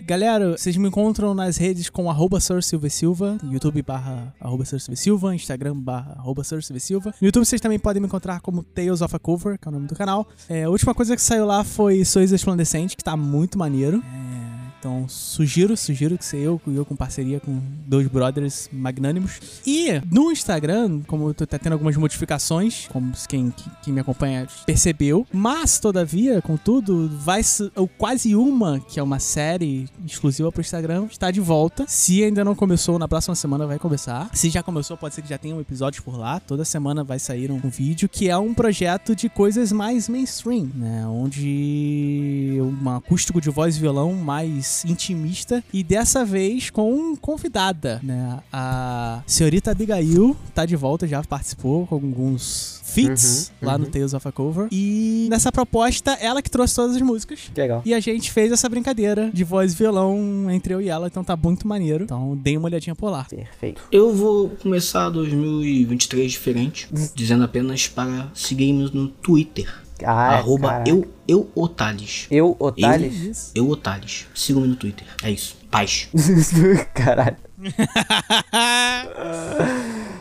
[SPEAKER 2] Galera, vocês me encontram nas redes com arroba Sr. Silva e Silva, YouTube barra arroba Sr. Silva e Silva, Instagram barra arroba Sr. Silva e Silva. No YouTube vocês também podem me encontrar como Tales of a Cover, que é o nome do canal. É, a última coisa que saiu lá foi Sois Esplendescente, que tá muito maneiro. É, então sugiro, sugiro que seja eu, eu com parceria com dois brothers magnânimos. E no Instagram, como eu tô tá tendo algumas modificações, como quem, quem- quem me acompanha percebeu, mas todavia, contudo, vai se- o quase uma, que é uma série exclusiva pro Instagram, está de volta. Se ainda não começou, na próxima semana vai começar. Se já começou, pode ser que já tenha um episódio por lá. Toda semana vai sair um vídeo que é um projeto de coisas mais mainstream, né? Onde um acústico de voz e violão mais intimista e dessa vez com um convidada, né? A senhorita Abigail tá de volta, já participou com alguns feats lá no Tales of a Cover. E nessa proposta, ela que trouxe todas as músicas.
[SPEAKER 1] Legal.
[SPEAKER 2] E a gente fez essa brincadeira de voz e violão entre eu e ela, então tá muito maneiro. Então deem uma olhadinha por lá.
[SPEAKER 1] Perfeito.
[SPEAKER 3] Eu vou começar 2023 diferente,
[SPEAKER 1] Hum.
[SPEAKER 3] dizendo apenas para seguirmos no Twitter.
[SPEAKER 1] Ah,
[SPEAKER 3] arroba
[SPEAKER 1] caraca.
[SPEAKER 3] eu, eu Otales.
[SPEAKER 1] Eu, Otales? Tá.
[SPEAKER 2] Isso.
[SPEAKER 3] Eu Otales. Sigam-me no Twitter. É isso. Paz.
[SPEAKER 1] Caralho.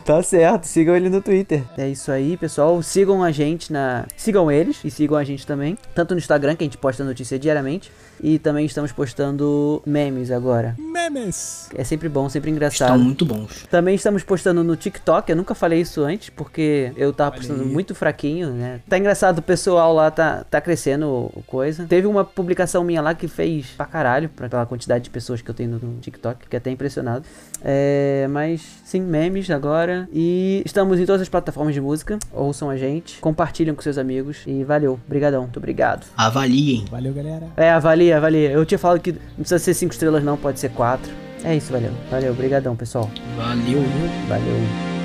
[SPEAKER 1] Tá certo, sigam ele no Twitter. É isso aí, pessoal. Sigam a gente na. Sigam eles e sigam a gente também. Tanto no Instagram, que a gente posta notícia diariamente. E também estamos postando memes agora.
[SPEAKER 2] Memes.
[SPEAKER 1] É sempre bom, sempre
[SPEAKER 3] Estão
[SPEAKER 1] engraçado.
[SPEAKER 3] muito bons.
[SPEAKER 1] Também estamos postando no TikTok, eu nunca falei isso antes, porque eu tava postando
[SPEAKER 2] aí.
[SPEAKER 1] muito fraquinho, né? Tá engraçado, o pessoal lá tá, tá crescendo o- o coisa. Teve uma publicação minha lá que fez pra caralho, pra aquela quantidade de pessoas que eu tenho no- no TikTok, fiquei até impressionado. É, mas sim, memes agora. E estamos em todas as plataformas de música, ouçam a gente, compartilham com seus amigos e valeu, brigadão, muito obrigado.
[SPEAKER 3] Avaliem.
[SPEAKER 2] Valeu, galera.
[SPEAKER 1] É, avalia, avalia. Eu tinha falado que não precisa ser cinco estrelas não, pode ser quatro. É isso, valeu. Valeu, brigadão, pessoal.
[SPEAKER 3] Valeu.
[SPEAKER 1] Valeu.